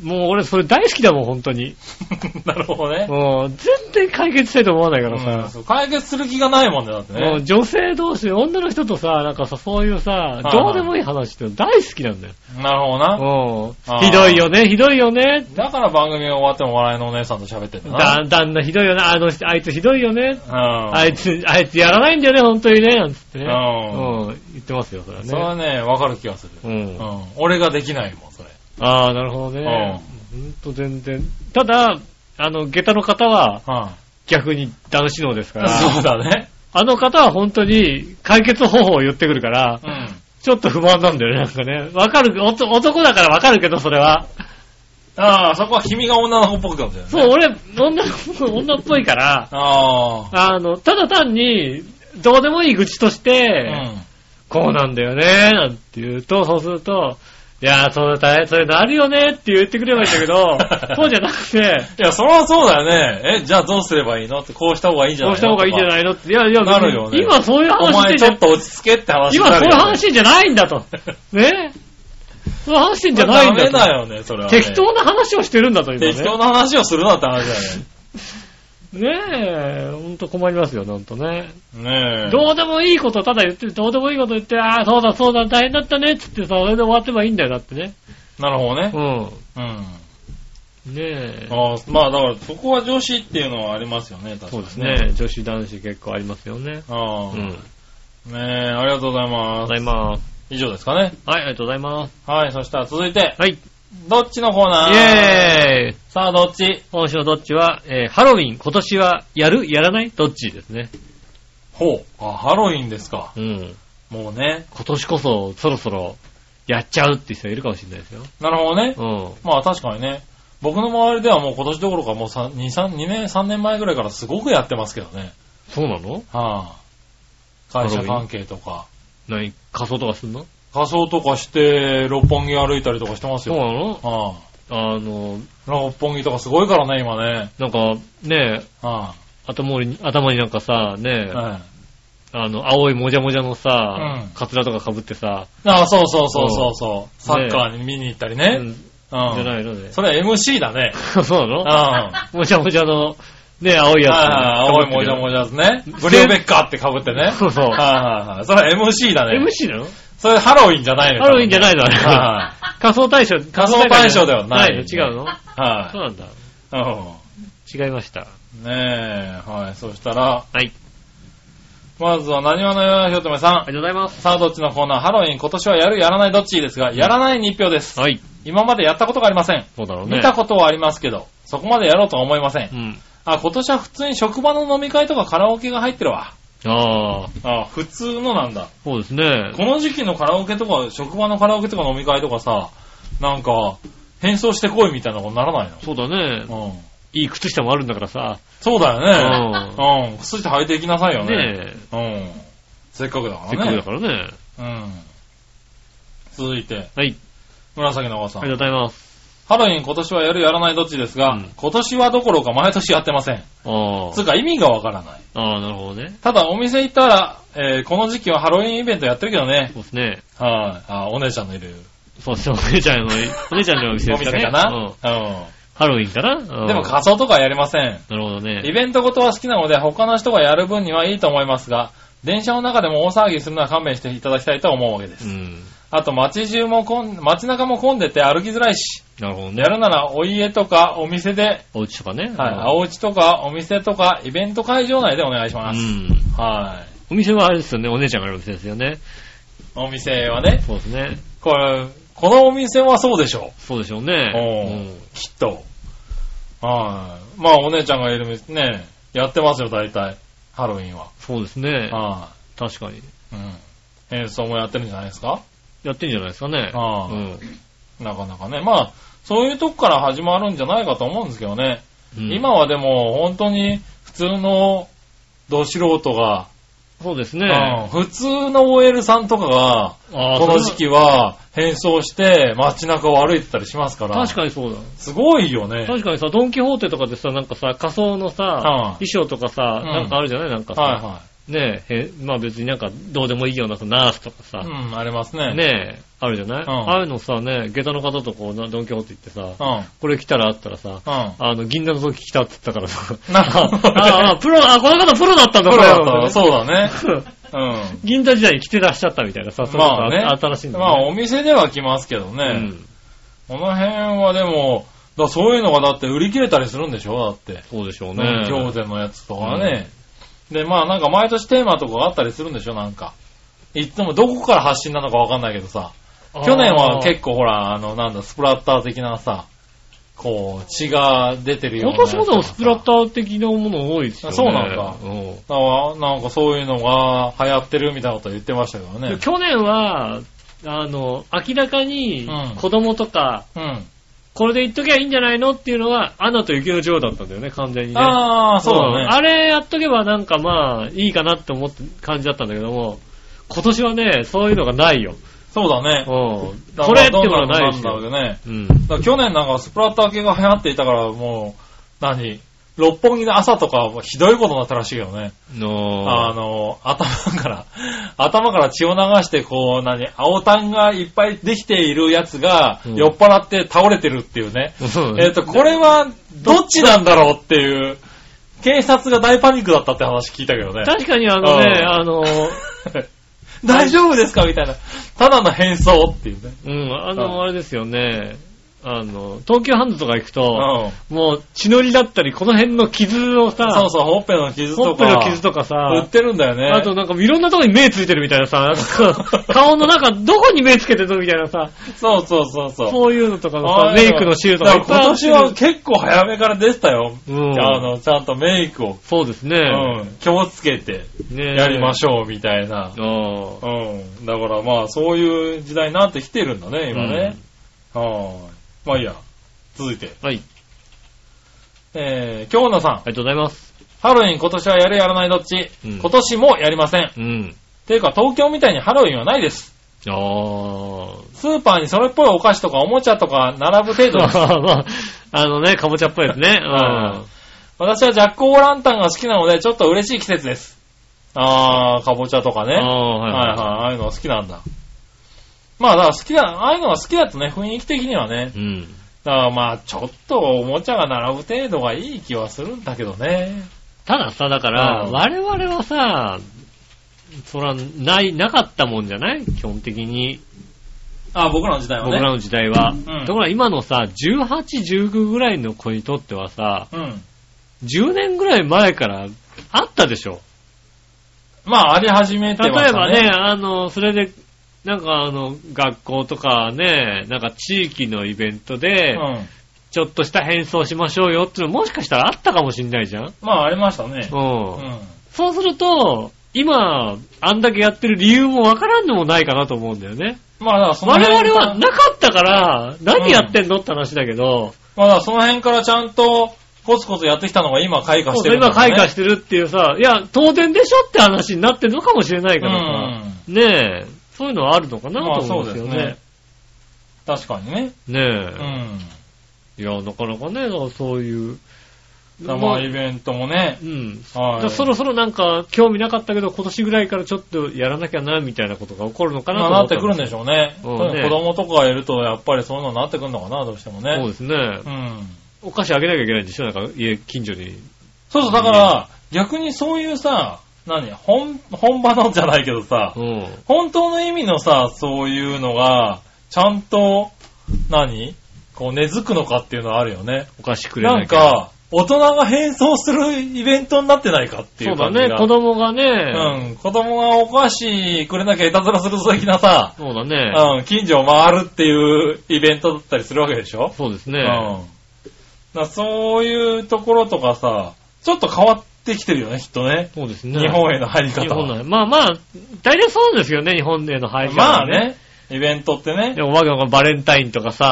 [SPEAKER 2] もう俺それ大好きだもん、本当に。
[SPEAKER 3] なるほどね。
[SPEAKER 2] もう、全然解決したいと思わないから
[SPEAKER 3] うん
[SPEAKER 2] さ。
[SPEAKER 3] そう解決する気がないもんね、だって
[SPEAKER 2] もう
[SPEAKER 3] ね。
[SPEAKER 2] 女性同士、女の人とさ、なんかさ、そういうさ
[SPEAKER 3] い、
[SPEAKER 2] どうでもいい話って大好きなんだよ。
[SPEAKER 3] なるほどな。
[SPEAKER 2] うん
[SPEAKER 3] あー
[SPEAKER 2] ひどいよね、ひどいよね。
[SPEAKER 3] だから番組が終わっても笑いのお姉さんと喋ってんだ
[SPEAKER 2] だ、旦那ひどいよね、あの人、あいつひどいよね。
[SPEAKER 3] な。うん。
[SPEAKER 2] あいつ、あいつやらないんだよね、本当にね、なんつってね。
[SPEAKER 3] うん
[SPEAKER 2] うん。言ってますよ、それは
[SPEAKER 3] それは
[SPEAKER 2] ね。
[SPEAKER 3] ね、わかる気がする。
[SPEAKER 2] う。
[SPEAKER 3] うんん。俺ができないもん、それ。
[SPEAKER 2] ああ、なるほどね。ほんと全然。ただ、あの、下駄の方は
[SPEAKER 3] う
[SPEAKER 2] 逆に男子能ですか
[SPEAKER 3] ん。
[SPEAKER 2] ら、
[SPEAKER 3] そうだね。
[SPEAKER 2] あの方は本当に解決方法を言ってくるから
[SPEAKER 3] う、ん。
[SPEAKER 2] ちょっと不満なんだよね、なんかね。わかる、おと男だからわかるけど、それは。
[SPEAKER 3] ああ、そこは君が女の子っぽくかもしれないね。
[SPEAKER 2] そう、俺、女の子、女っぽいから、
[SPEAKER 3] あ
[SPEAKER 2] あの、ただ単に、どうでもいい愚痴として、
[SPEAKER 3] あ。うん。、
[SPEAKER 2] こうなんだよね、なんて言うと、そうすると、いやー、そうだ、そういうのあるよねって言ってくればいいんだけど そうじゃなくて、
[SPEAKER 3] いや、そりゃそうだよね。え、じゃあどうすればいいのって、こうした方がいいんじゃ
[SPEAKER 2] こ
[SPEAKER 3] ないう
[SPEAKER 2] した方がいいんじゃ
[SPEAKER 3] い
[SPEAKER 2] ないのって、いやいや、
[SPEAKER 3] なるよね
[SPEAKER 2] 今そういう話
[SPEAKER 3] お
[SPEAKER 2] して
[SPEAKER 3] 前
[SPEAKER 2] ん
[SPEAKER 3] ち
[SPEAKER 2] じ
[SPEAKER 3] ょっ
[SPEAKER 2] ゃ、
[SPEAKER 3] と落ち着けって話に
[SPEAKER 2] 今
[SPEAKER 3] な
[SPEAKER 2] そう
[SPEAKER 3] る
[SPEAKER 2] い
[SPEAKER 3] よ
[SPEAKER 2] う
[SPEAKER 3] ね
[SPEAKER 2] 話じゃないんだと。ねそういう話してんじゃないんだと。
[SPEAKER 3] ダメだよね、それはね、
[SPEAKER 2] 適当な話をしてるんだと、今ね。
[SPEAKER 3] 適当な話をするなって話だ
[SPEAKER 2] ねえ、ほんと困りますよ、ほんとね。
[SPEAKER 3] よね。ねえ。
[SPEAKER 2] どうでもいいことただ言って、どうでもいいこと言って、ああ、そうだそうだ、大変だったね、つってさ、それで終わってばいいんだよ、だってね。
[SPEAKER 3] なるほどね
[SPEAKER 2] う。ん。
[SPEAKER 3] うん。
[SPEAKER 2] ねえ。
[SPEAKER 3] あーまあだから、そこは女子っていうのはありますよね、確か
[SPEAKER 2] そう
[SPEAKER 3] に、
[SPEAKER 2] ですね。。女子男子結構ありますよね。
[SPEAKER 3] あ
[SPEAKER 2] う
[SPEAKER 3] あ、
[SPEAKER 2] ん。ありがと
[SPEAKER 3] ねえ、ありがとうございま
[SPEAKER 2] うご
[SPEAKER 3] す。
[SPEAKER 2] ざいます。
[SPEAKER 3] 以上ですかね。
[SPEAKER 2] はい、ありがとうございます。
[SPEAKER 3] はい、そしたら続いて、
[SPEAKER 2] はい。イ
[SPEAKER 3] どっちのコーナー
[SPEAKER 2] ェーイ
[SPEAKER 3] さあ、どっち
[SPEAKER 2] 今週のどっちは、えーハロウィン、今年はやるやらないどっちですね。
[SPEAKER 3] ほう。あ、ハロウィンですか。
[SPEAKER 2] うん。
[SPEAKER 3] もうね。
[SPEAKER 2] 今年こそ、そろそろ、やっちゃうって人いるかもしれないですよ。
[SPEAKER 3] なるほどね。
[SPEAKER 2] うん。
[SPEAKER 3] まあ確かにね。僕の周りではもう今年どころかもう3、2、3、2年、3年前ぐらいからすごくやってますけどね。
[SPEAKER 2] そうなの
[SPEAKER 3] はあ、会社関係とか。
[SPEAKER 2] 何仮装とかすんの
[SPEAKER 3] 仮装とかして、六本木歩いたりとかしてます
[SPEAKER 2] そう
[SPEAKER 3] よ。
[SPEAKER 2] なの
[SPEAKER 3] はあ、
[SPEAKER 2] あの、
[SPEAKER 3] 六本木とかすごいからね、今ね。
[SPEAKER 2] なんか、ねえ、
[SPEAKER 3] は
[SPEAKER 2] 頭に、頭になんかさ、ね
[SPEAKER 3] あ
[SPEAKER 2] え、
[SPEAKER 3] はい
[SPEAKER 2] あの、青いもじゃもじゃのさ、
[SPEAKER 3] うん
[SPEAKER 2] カツラとか被ってさ、
[SPEAKER 3] ああ、そうそうそうそうそう。サッカーに見に行ったり
[SPEAKER 2] うん
[SPEAKER 3] ね。
[SPEAKER 2] じ
[SPEAKER 3] うん。
[SPEAKER 2] ゃないのね。
[SPEAKER 3] それは MC だね。
[SPEAKER 2] そうな
[SPEAKER 3] う
[SPEAKER 2] の
[SPEAKER 3] ん。は
[SPEAKER 2] もじゃもじゃの、ね、青い
[SPEAKER 3] い
[SPEAKER 2] やつ。
[SPEAKER 3] はい、青いもじゃもじゃですね。ブリオベッカーって被ってね。
[SPEAKER 2] そうそう。
[SPEAKER 3] はいはいはい。それは MC だね。
[SPEAKER 2] MC なの
[SPEAKER 3] それハロウィンじゃないの
[SPEAKER 2] ハロウィンじゃないのあれ
[SPEAKER 3] は
[SPEAKER 2] 仮装大賞。仮
[SPEAKER 3] 装大賞ではない
[SPEAKER 2] の違うの
[SPEAKER 3] い。は
[SPEAKER 2] そ。
[SPEAKER 3] いう
[SPEAKER 2] なんだ。
[SPEAKER 3] う
[SPEAKER 2] 違いました。
[SPEAKER 3] んねえ、はい。そしたら、
[SPEAKER 2] はい。
[SPEAKER 3] まずは、何話のよ、ひょとめ
[SPEAKER 2] あ
[SPEAKER 3] さ
[SPEAKER 2] り
[SPEAKER 3] ん。
[SPEAKER 2] がとうございます。
[SPEAKER 3] さあ、どっちのコーナーハロウィン、今年はやる、やらない、どっちですが、やらないに一票です。
[SPEAKER 2] はい。
[SPEAKER 3] 今までやったことがありません。
[SPEAKER 2] そうだろうね。
[SPEAKER 3] 見たことはありますけど、そこまでやろうとは思いませ。
[SPEAKER 2] うんん。
[SPEAKER 3] あ、今年は普通に職場の飲み会とかカラオケが入ってるわ。
[SPEAKER 2] ああ、
[SPEAKER 3] あ、普通のなんだ。
[SPEAKER 2] そうですね。
[SPEAKER 3] この時期のカラオケとか、職場のカラオケとか飲み会とかさ、なんか、変装してこいみたいなことならない
[SPEAKER 2] そうだね。
[SPEAKER 3] のうん。
[SPEAKER 2] いい靴下もあるんだからさ。
[SPEAKER 3] そうだ
[SPEAKER 2] う
[SPEAKER 3] よね。
[SPEAKER 2] ん。
[SPEAKER 3] うん。靴下履いていきなさいよね。
[SPEAKER 2] ね え。
[SPEAKER 3] うん。せっかくだか
[SPEAKER 2] せっ
[SPEAKER 3] ら
[SPEAKER 2] かくだ
[SPEAKER 3] ね。
[SPEAKER 2] からね。
[SPEAKER 3] うん。続いて、
[SPEAKER 2] はい。
[SPEAKER 3] 紫のおばさ
[SPEAKER 2] あり
[SPEAKER 3] ん。
[SPEAKER 2] がとうございます。
[SPEAKER 3] ハロウィン今年はやるやらないどっちですが、
[SPEAKER 2] うん
[SPEAKER 3] 今年はどころか毎年やってません。
[SPEAKER 2] あ
[SPEAKER 3] つうか意味がわからない。
[SPEAKER 2] あ。ああ、なるほどね。
[SPEAKER 3] ただお店行ったら、えーこの時期はハロウィンイベントやってるけどね。
[SPEAKER 2] そうですね。
[SPEAKER 3] はい。あ、お姉ちゃんのいる
[SPEAKER 2] そうですね。お姉ちゃ んの、お姉ちゃんのお店
[SPEAKER 3] お
[SPEAKER 2] ですか
[SPEAKER 3] 店
[SPEAKER 2] ね。
[SPEAKER 3] か
[SPEAKER 2] うん
[SPEAKER 3] な。
[SPEAKER 2] ハロウィンかな
[SPEAKER 3] う。
[SPEAKER 2] うんん
[SPEAKER 3] でも仮装とかはやりません。
[SPEAKER 2] なるほど
[SPEAKER 3] イ
[SPEAKER 2] ね。
[SPEAKER 3] ベントごとは好きなので、他の人がやる分にはいいと思いますが、電車の中でも大騒ぎするのは勘弁していただきたいと思うわけで
[SPEAKER 2] う
[SPEAKER 3] す。
[SPEAKER 2] ん。
[SPEAKER 3] あと、街中も混ん、街中も混んでて歩きづらいし、
[SPEAKER 2] なるほどね
[SPEAKER 3] や。るならお家とかお店で、
[SPEAKER 2] お家とかね。
[SPEAKER 3] はい、お家とかお店とかイベント会場内でお願いしま
[SPEAKER 2] う
[SPEAKER 3] す。
[SPEAKER 2] ん。
[SPEAKER 3] はい。
[SPEAKER 2] お店はあれですよね、お姉ちゃんがあるお店ですよね。
[SPEAKER 3] お店はね、
[SPEAKER 2] そうですね。
[SPEAKER 3] これ、このお店はそうでしょ
[SPEAKER 2] そうでしょうね。
[SPEAKER 3] おうきっと。はい。まあ、お姉ちゃんがいる店ね、やってますよ、大体。ハロウィンは。
[SPEAKER 2] そうですね。
[SPEAKER 3] は
[SPEAKER 2] 確かに。
[SPEAKER 3] い。うん。演奏もやってるんじゃないですか
[SPEAKER 2] やってんじゃないですかね。
[SPEAKER 3] ああ
[SPEAKER 2] うん
[SPEAKER 3] なかなかね。まあ、そういうとこから始まるんじゃないかと思うんですけどね。
[SPEAKER 2] うん
[SPEAKER 3] 今はでも、本当に普通の、ど素人が、
[SPEAKER 2] そうですね。
[SPEAKER 3] うん普通の OL さんとかが、
[SPEAKER 2] ああ
[SPEAKER 3] この時
[SPEAKER 2] それ
[SPEAKER 3] 期は変装して街中を歩いてたりしますから。
[SPEAKER 2] は確かにそうだ。
[SPEAKER 3] すごいよね。
[SPEAKER 2] 確かにさ、ドンキホーテとかでさ、なんかさ、仮装のさ、
[SPEAKER 3] ああ
[SPEAKER 2] 衣装とかさ、
[SPEAKER 3] ん
[SPEAKER 2] なんかあるじゃないなんか
[SPEAKER 3] はい
[SPEAKER 2] さ、
[SPEAKER 3] は
[SPEAKER 2] ねえ、へまあ別になんかどうでもいいようなさ、ナースとかさ、
[SPEAKER 3] うん、ありますね。。
[SPEAKER 2] ねえ、あるじゃない、
[SPEAKER 3] うん
[SPEAKER 2] ああいうのさ、ね下駄の方とこう、なドンキホーテ行ってさ、
[SPEAKER 3] うん。
[SPEAKER 2] これ来たらあったらさ、
[SPEAKER 3] うん。
[SPEAKER 2] あの、銀座の時来たって言ったからさ、
[SPEAKER 3] なるほどね
[SPEAKER 2] ああ、プロ、あ、この方プロだったんだ、
[SPEAKER 3] プロだった
[SPEAKER 2] これ
[SPEAKER 3] らそうだね。う
[SPEAKER 2] 銀座時代に来てらっしゃったみたいなさ、
[SPEAKER 3] ん。
[SPEAKER 2] そういうの
[SPEAKER 3] ま
[SPEAKER 2] が
[SPEAKER 3] あね。
[SPEAKER 2] 新しいんだ
[SPEAKER 3] まあお店では来ますけど
[SPEAKER 2] う
[SPEAKER 3] ね。
[SPEAKER 2] ん。
[SPEAKER 3] この辺はでも、だからそういうのがだって売り切れたりするんでしょだって。
[SPEAKER 2] そうでしょうね。
[SPEAKER 3] 餃子のやつとかね。で、まあなんか毎年テーマとかがあったりするんでしょなんか。いつもどこから発信なのかわかんないけどさ。
[SPEAKER 2] あー
[SPEAKER 3] 去年は結構ほら、あの、なんだ、スプラッター的なさ、こう、血が出てるよう
[SPEAKER 2] 今
[SPEAKER 3] なやつ
[SPEAKER 2] 年
[SPEAKER 3] と
[SPEAKER 2] も
[SPEAKER 3] か
[SPEAKER 2] で
[SPEAKER 3] さ。
[SPEAKER 2] もスプラッター的なもの多いですよね。
[SPEAKER 3] あそうなんだ
[SPEAKER 2] うん
[SPEAKER 3] だからなんかそういうのが流行ってるみたいなこと言ってましたけど
[SPEAKER 2] で
[SPEAKER 3] ね。
[SPEAKER 2] 去年は、あの、明らかに
[SPEAKER 3] うん
[SPEAKER 2] 子供とか、
[SPEAKER 3] うん。
[SPEAKER 2] これで言っときゃいいんじゃないのっていうのは、アナと雪の女王だったんだよね、完全にね。
[SPEAKER 3] ああ、そうだね。
[SPEAKER 2] んあれやっとけばなんかまあ、いいかなって思った感じだったんだけども、今年はね、そういうのがないよ。
[SPEAKER 3] そうだ
[SPEAKER 2] うん。
[SPEAKER 3] ね。
[SPEAKER 2] これってものはないです
[SPEAKER 3] だからど
[SPEAKER 2] よ。
[SPEAKER 3] んどんなんだろうね。
[SPEAKER 2] うん。
[SPEAKER 3] だから去年なんかスプラッター系が流行っていたから、もう、何六本木の朝とかもひどいことになったらしいよね。あ
[SPEAKER 2] の
[SPEAKER 3] の、頭から、 頭から血を流して、こう、何、青タンがいっぱいできているやつが、
[SPEAKER 2] うん
[SPEAKER 3] 酔っ払って倒れてるっていうね。
[SPEAKER 2] ー
[SPEAKER 3] えっ、と、これは、どっちなんだろうっていう、警察が大パニックだったって話聞いたけど ね。
[SPEAKER 2] 確かにあのね、
[SPEAKER 3] うん
[SPEAKER 2] あの、
[SPEAKER 3] 大丈夫ですかみたいな。ただの変装っていうね。
[SPEAKER 2] うん、あ
[SPEAKER 3] う
[SPEAKER 2] の、
[SPEAKER 3] ん
[SPEAKER 2] あれですよね、あの、東急ハンズとか行く
[SPEAKER 3] う
[SPEAKER 2] と、
[SPEAKER 3] ん。
[SPEAKER 2] もう血のりだったり、この辺の傷をさ、
[SPEAKER 3] そうそう、ほっぺの傷
[SPEAKER 2] ほ
[SPEAKER 3] と
[SPEAKER 2] っぺ
[SPEAKER 3] か。
[SPEAKER 2] の傷とか
[SPEAKER 3] 売っ
[SPEAKER 2] さ、
[SPEAKER 3] てるんだよね。
[SPEAKER 2] あとなんかいろんなとこに目ついてるみたいなさ、なんか顔の中どこに目つけてるのみたいなさ、
[SPEAKER 3] そうそうそうそう。
[SPEAKER 2] そういうのとかの
[SPEAKER 3] あ
[SPEAKER 2] さ、
[SPEAKER 3] あ
[SPEAKER 2] メイクのシールとかい
[SPEAKER 3] だ
[SPEAKER 2] っ
[SPEAKER 3] か
[SPEAKER 2] ぱ
[SPEAKER 3] ら
[SPEAKER 2] いあ
[SPEAKER 3] 今
[SPEAKER 2] っ
[SPEAKER 3] 年
[SPEAKER 2] て
[SPEAKER 3] は結構早めから出てたよ。
[SPEAKER 2] うん
[SPEAKER 3] あの、ちゃんとメイクを、
[SPEAKER 2] そうですね。
[SPEAKER 3] うん、気をつけて
[SPEAKER 2] ね
[SPEAKER 3] やりまし
[SPEAKER 2] ょ
[SPEAKER 3] ょうみたいな。
[SPEAKER 2] う。ああ
[SPEAKER 3] うん。だからまあ、そういう時代になってきてるんだね、今ね。はい。まあいいや。続いて。
[SPEAKER 2] はい、あり
[SPEAKER 3] えー、京奈さん。
[SPEAKER 2] がとうございます。
[SPEAKER 3] ハロウィン今年はやるやらないどっち、
[SPEAKER 2] うん
[SPEAKER 3] 今年もやりません。
[SPEAKER 2] うん。
[SPEAKER 3] ていうか東京みたいにハロウィンはないです。
[SPEAKER 2] ああ。
[SPEAKER 3] スーパーにそれっぽいお菓子とかおもちゃとか並ぶ程度 です。
[SPEAKER 2] まあ、あのね、かぼちゃっぽいですね。うん
[SPEAKER 3] は。私はジャック・オー・ランタンが好きなので、ちょっと嬉しい季節です。あー、かぼちゃとかね。
[SPEAKER 2] あ
[SPEAKER 3] はい
[SPEAKER 2] あ、
[SPEAKER 3] はい、
[SPEAKER 2] はいは
[SPEAKER 3] ああいうのが好きなんだ。まあ、だから好きだ、ああいうのが好きだとね、雰囲気的にはね
[SPEAKER 2] い。。うん。
[SPEAKER 3] だからまあ、ちょっとおもちゃが並ぶ程度がいい気はするんだけどね。
[SPEAKER 2] たださ、だから、
[SPEAKER 3] うん
[SPEAKER 2] 我々はさ、そら、ない、なかったもんじゃない基本的に。
[SPEAKER 3] あ僕らの時代は
[SPEAKER 2] 僕ら
[SPEAKER 3] ね。
[SPEAKER 2] の時代は。
[SPEAKER 3] ん
[SPEAKER 2] ところが今のさ、18、19ぐらいの子にとってはさ、
[SPEAKER 3] うん。
[SPEAKER 2] 10年ぐらい前からあったでしょ。
[SPEAKER 3] まあ、あり始めて
[SPEAKER 2] 例え
[SPEAKER 3] ました
[SPEAKER 2] ば
[SPEAKER 3] ね。
[SPEAKER 2] ね、あの、それで、なんかあの、学校とかね、なんか地域のイベントで、
[SPEAKER 3] うん。
[SPEAKER 2] ちょっとした変装しましょうよっていうのもしかしたらあったかもしんないじゃん。うん。
[SPEAKER 3] まあ、ありましたね。うん。
[SPEAKER 2] そうすると、今、あんだけやってる理由もわからんでもないかなと思うんだよね。
[SPEAKER 3] まあ、だからその
[SPEAKER 2] 我
[SPEAKER 3] 辺
[SPEAKER 2] 々
[SPEAKER 3] から
[SPEAKER 2] はなかったから、何やってんのって話だけど、
[SPEAKER 3] まあ、だからその辺からちゃんと、コツコツやってきたのが今、開花して
[SPEAKER 2] そう
[SPEAKER 3] るんだ
[SPEAKER 2] 今
[SPEAKER 3] ろうね、
[SPEAKER 2] 開花してるっていうさ、いや、当然でしょって話になってるのかもしれないからさ、ねえ、そういうのはあるのかな
[SPEAKER 3] まあ
[SPEAKER 2] と思うんですよ
[SPEAKER 3] そうで
[SPEAKER 2] ね。
[SPEAKER 3] 確かにね。
[SPEAKER 2] ね
[SPEAKER 3] う
[SPEAKER 2] え。い
[SPEAKER 3] ん。
[SPEAKER 2] や、なかなかね、だからそういう。
[SPEAKER 3] まあ
[SPEAKER 2] まあ
[SPEAKER 3] イベントもね
[SPEAKER 2] う。ん。だか
[SPEAKER 3] は
[SPEAKER 2] ら
[SPEAKER 3] い。
[SPEAKER 2] そろそろなんか、興味なかったけど、今年ぐらいからちょっとやらなきゃな、みたいなことが起こるのかな
[SPEAKER 3] ま
[SPEAKER 2] と思
[SPEAKER 3] あなっ
[SPEAKER 2] った
[SPEAKER 3] てくるんでしょうね。
[SPEAKER 2] うん
[SPEAKER 3] 特に
[SPEAKER 2] ね
[SPEAKER 3] 子供とかがいると、やっぱりそういうのになってくるのかな、どうしてもね。
[SPEAKER 2] そうですね。
[SPEAKER 3] うん。
[SPEAKER 2] お菓子あげなきゃいけないんでしょなんか、家、近所に。
[SPEAKER 3] そうそう、だから、逆にそういうさ、何本、本場のじゃないけどさ
[SPEAKER 2] う、ん。
[SPEAKER 3] 本当の意味のさ、そういうのが、ちゃんと、何こう根付くのかっていうのはあるよね。
[SPEAKER 2] お菓子くれ
[SPEAKER 3] な
[SPEAKER 2] なんきゃ。
[SPEAKER 3] か、大人が変装するイベントになってないかってい
[SPEAKER 2] そう
[SPEAKER 3] う
[SPEAKER 2] だ
[SPEAKER 3] 感じが。
[SPEAKER 2] ね、子供がね、
[SPEAKER 3] うん、子供がお菓子くれなきゃいたずらする的なさ、
[SPEAKER 2] そうだね、
[SPEAKER 3] うん、近所を回るっていうイベントだったりするわけでしょ、
[SPEAKER 2] そうです
[SPEAKER 3] う
[SPEAKER 2] ね
[SPEAKER 3] ん。。だからそういうところとかさ、ちょっと変わってきてるよね、きっとね。
[SPEAKER 2] そうですね。
[SPEAKER 3] 日本への入り方
[SPEAKER 2] 日本
[SPEAKER 3] は。
[SPEAKER 2] のまあまあ、大体そうですよね、日本での配信、
[SPEAKER 3] まあ。ね、イベントってね
[SPEAKER 2] で。も、わけわかんないバレンタインとかさ、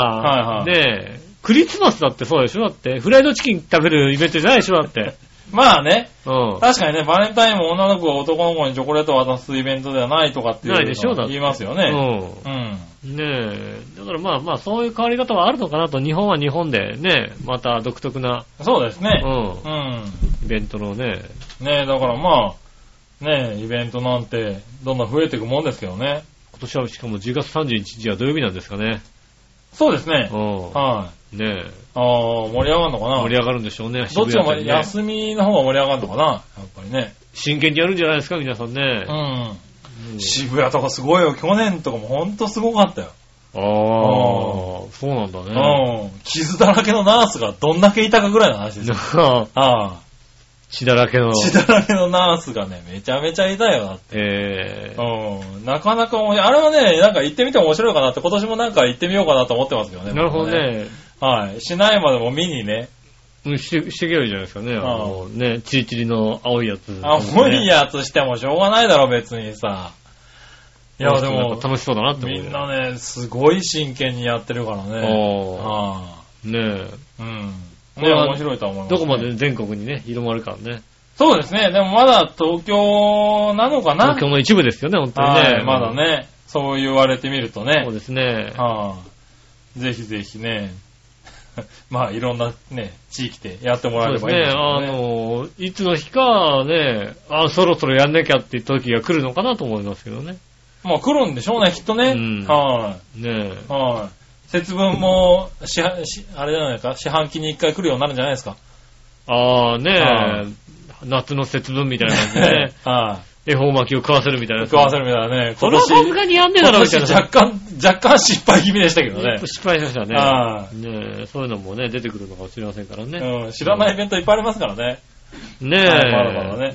[SPEAKER 3] はいはい
[SPEAKER 2] ねえ、クリスマスだってそうでしょだって、フライドチキン食べるイベントじゃないでしょだって。
[SPEAKER 3] まあね、
[SPEAKER 2] うん。
[SPEAKER 3] 確かにね、バレンタインも女の子が男の子にチョコレートを渡すイベントではないとかっていう
[SPEAKER 2] ないでしょだ
[SPEAKER 3] の
[SPEAKER 2] っ
[SPEAKER 3] を
[SPEAKER 2] て
[SPEAKER 3] 言いますよね。
[SPEAKER 2] う
[SPEAKER 3] うん。
[SPEAKER 2] ん。ねえ。だからまあまあ、そういう変わり方はあるのかなと、日本は日本でね、また独特な、
[SPEAKER 3] そうです
[SPEAKER 2] う
[SPEAKER 3] ね。
[SPEAKER 2] ん、
[SPEAKER 3] うん。
[SPEAKER 2] イベントのね、
[SPEAKER 3] ねえ、だからまあ、ねえ、イベントなんて、どんどん増えていくもんですけどね。
[SPEAKER 2] 今年はしかも10月31日は土曜日なんですかね。
[SPEAKER 3] そうですね。
[SPEAKER 2] うん。
[SPEAKER 3] はい。
[SPEAKER 2] ねえ。
[SPEAKER 3] ああ、盛り上がるのかな
[SPEAKER 2] 盛り上がるんでしょうね。
[SPEAKER 3] どっちも
[SPEAKER 2] 渋谷店ね
[SPEAKER 3] 休みの方が盛り上がるのかなやっぱりね。
[SPEAKER 2] 真剣にやるんじゃないですか、皆さんね。
[SPEAKER 3] う
[SPEAKER 2] うん
[SPEAKER 3] ん。渋谷とかすごいよ。去年とかもほんとすごかったよ。
[SPEAKER 2] ああ、そうなんだね。
[SPEAKER 3] うん。傷だらけのナースがどんだけいたかぐらいの話ですよ。ああ。
[SPEAKER 2] 血だらけの。
[SPEAKER 3] 血だらけのナースがね、めちゃめちゃいたよな。
[SPEAKER 2] えー
[SPEAKER 3] うん。なかなか面白い。あれはね、なんか行ってみても面白いかなって、今年もなんか行ってみようかなと思ってますけどね。
[SPEAKER 2] なるほど
[SPEAKER 3] 僕も。
[SPEAKER 2] ね。
[SPEAKER 3] はい。市内までも見にね。
[SPEAKER 2] うんして、してけばいいじゃないですかね。あ
[SPEAKER 3] ああ
[SPEAKER 2] のね、チリチリの青いやつ。
[SPEAKER 3] あ、無理やとしてもしょうがないだろ、別にさ。い
[SPEAKER 2] いや、
[SPEAKER 3] や、
[SPEAKER 2] で
[SPEAKER 3] で
[SPEAKER 2] も。
[SPEAKER 3] も、
[SPEAKER 2] 楽しそうだなって思う
[SPEAKER 3] み
[SPEAKER 2] よ。
[SPEAKER 3] んなね、すごい真剣にやってるからね。
[SPEAKER 2] ああ。
[SPEAKER 3] あ
[SPEAKER 2] ねえ。
[SPEAKER 3] あ。うん。
[SPEAKER 2] これ
[SPEAKER 3] ね、
[SPEAKER 2] は
[SPEAKER 3] 面白いとは思います、
[SPEAKER 2] どこまで全国にね、広まるからね。
[SPEAKER 3] そうですね。でもまだ東京なのかな
[SPEAKER 2] 東京の一部ですよね、本当に
[SPEAKER 3] は
[SPEAKER 2] ね
[SPEAKER 3] い。まだ。ね。そう言われてみるとね
[SPEAKER 2] そう。ですね。
[SPEAKER 3] はいぜひぜひね、 まあいろんなね、地域でやってもら
[SPEAKER 2] そ
[SPEAKER 3] え
[SPEAKER 2] う
[SPEAKER 3] れ
[SPEAKER 2] です
[SPEAKER 3] ばいいん
[SPEAKER 2] ね。
[SPEAKER 3] ですけど
[SPEAKER 2] あ
[SPEAKER 3] ね。
[SPEAKER 2] の、いつの日かね、あ、そろそろやんなきゃって時が来るのかなと思いますけどね。
[SPEAKER 3] まあ来るんでしょうね、きっとね。
[SPEAKER 2] うん
[SPEAKER 3] は
[SPEAKER 2] ね
[SPEAKER 3] い。はい。節分も、市販、しあれじゃないか、四半期に一回来るようになるんじゃないですか。
[SPEAKER 2] え。ああ、
[SPEAKER 3] は。
[SPEAKER 2] ねえ。夏の節分みたいな感じで ね
[SPEAKER 3] は
[SPEAKER 2] 恵方巻きを食わせるみたい
[SPEAKER 3] い。
[SPEAKER 2] な。
[SPEAKER 3] 食わせるみたいなね。
[SPEAKER 2] そ
[SPEAKER 3] 今
[SPEAKER 2] れはさす
[SPEAKER 3] 年、
[SPEAKER 2] がにやんねえだ
[SPEAKER 3] 今
[SPEAKER 2] ろ、みたい
[SPEAKER 3] 年
[SPEAKER 2] な。
[SPEAKER 3] 若干、若干失敗気味でしたけどね。
[SPEAKER 2] 失敗しましたね。
[SPEAKER 3] は
[SPEAKER 2] ねえ、そういうのもね、出てくるのかもしれませんからね。
[SPEAKER 3] うん、知らないイベントいっぱいありますからね。
[SPEAKER 2] ねえ、
[SPEAKER 3] はいまだまだ
[SPEAKER 2] ね
[SPEAKER 3] ね。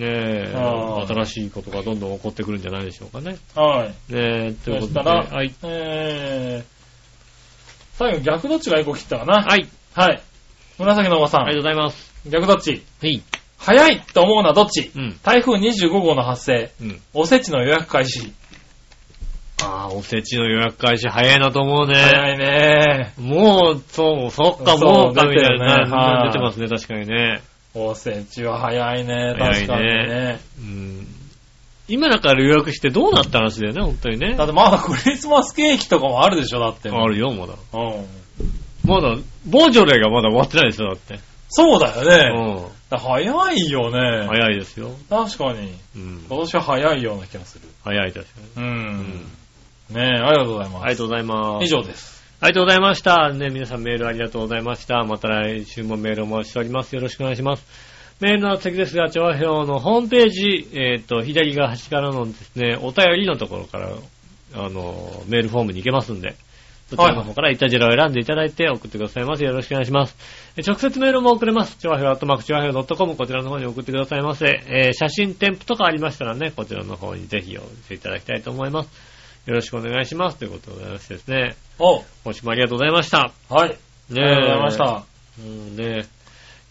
[SPEAKER 2] え、
[SPEAKER 3] うん
[SPEAKER 2] 新しいことがどんどん起こってくるんじゃないでしょうかね。
[SPEAKER 3] はい。
[SPEAKER 2] ねえ、ということ
[SPEAKER 3] そし
[SPEAKER 2] で、
[SPEAKER 3] たら、
[SPEAKER 2] はい。
[SPEAKER 3] えー、最後逆どっちが一個切ったかな。
[SPEAKER 2] はい、
[SPEAKER 3] はい。紫のおばさ。
[SPEAKER 2] ありがとうんございます。
[SPEAKER 3] 逆どっち
[SPEAKER 2] はい。
[SPEAKER 3] 早いと思うのはどっち
[SPEAKER 2] うん。
[SPEAKER 3] 台風25号の発生。
[SPEAKER 2] うん。
[SPEAKER 3] おせちの予約開始。
[SPEAKER 2] ああ、おせちの予約開始早いなと思うね。
[SPEAKER 3] 早いね
[SPEAKER 2] もう、そう、そっか、
[SPEAKER 3] そう
[SPEAKER 2] もうか、み
[SPEAKER 3] 出
[SPEAKER 2] た
[SPEAKER 3] て
[SPEAKER 2] い
[SPEAKER 3] るね
[SPEAKER 2] な。
[SPEAKER 3] はい
[SPEAKER 2] 出てますね、確かにね。
[SPEAKER 3] おせちは早いね
[SPEAKER 2] 早いね
[SPEAKER 3] 確かにね。
[SPEAKER 2] うん。今だから予約してどうなった話だよね、本当にね
[SPEAKER 3] だ。ってまだクリスマスケーキとかもあるでしょ、だって。
[SPEAKER 2] あるよ、まだ。
[SPEAKER 3] うん。
[SPEAKER 2] まだ、ボージョレーがまだ終わってないですよ、だって。
[SPEAKER 3] そうだよね。
[SPEAKER 2] うん。
[SPEAKER 3] だから早いよね。
[SPEAKER 2] 早いですよ。
[SPEAKER 3] 確かに。
[SPEAKER 2] うん。
[SPEAKER 3] 今年は早いような気がする。
[SPEAKER 2] 早いですよね。
[SPEAKER 3] う
[SPEAKER 2] うんん。。
[SPEAKER 3] ねえ、ありがとうございます。
[SPEAKER 2] ありがとうございます。
[SPEAKER 3] 以。上です。
[SPEAKER 2] ありがとうございました。ね、皆さんメールありがとうございました。また来週もメールお待ちしております。よろしくお願いします。メールの宛先ですが、調和表のホームページ、えっ、と、左側端からのですね、お便りのところから、あの、メールフォームに行けますんで、そちらの方からイタジェラを選んでいただいて送ってくださいませ。よろしくお願いします。え直接メールも送れます。調和表、アットマーク調和表 .com、こちらの方に送ってくださいませ。えー写真添付とかありましたらね、こちらの方にぜひお寄せいただきたいと思います。よろしくお願いします。ということでございましてですね。
[SPEAKER 3] お
[SPEAKER 2] 今週もありがとうございました。
[SPEAKER 3] はい。あ
[SPEAKER 2] ね
[SPEAKER 3] りがとうございました。
[SPEAKER 2] うんね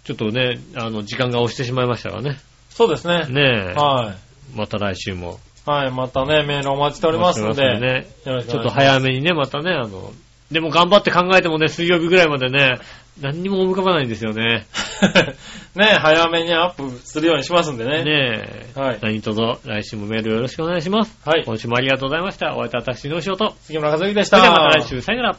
[SPEAKER 2] ちょっとね、あの、時間が押してしまいましたがね。
[SPEAKER 3] そうですね。
[SPEAKER 2] ねえ、
[SPEAKER 3] は
[SPEAKER 2] また来週も。
[SPEAKER 3] い。はい、またね、メールお待ちしておりますので。
[SPEAKER 2] お待ちして
[SPEAKER 3] よ
[SPEAKER 2] ま
[SPEAKER 3] ろ
[SPEAKER 2] す
[SPEAKER 3] し
[SPEAKER 2] んでね。
[SPEAKER 3] く
[SPEAKER 2] ち
[SPEAKER 3] お
[SPEAKER 2] ょっと
[SPEAKER 3] 願いします
[SPEAKER 2] 早めにね、またね、あの、でも頑張って考えてもね、水曜日ぐらいまでね、何にも思い浮かばないんですよね。
[SPEAKER 3] ね、早めにアップするようにしますんでね。
[SPEAKER 2] ねえ。
[SPEAKER 3] はい
[SPEAKER 2] 何卒、来週もメールよろしくお願いします。
[SPEAKER 3] はい。
[SPEAKER 2] 今週もありがとうございました。お会いいたい私、の仕事。
[SPEAKER 3] 杉村和之でし
[SPEAKER 2] そ
[SPEAKER 3] た。
[SPEAKER 2] れではまた来週、さよなら。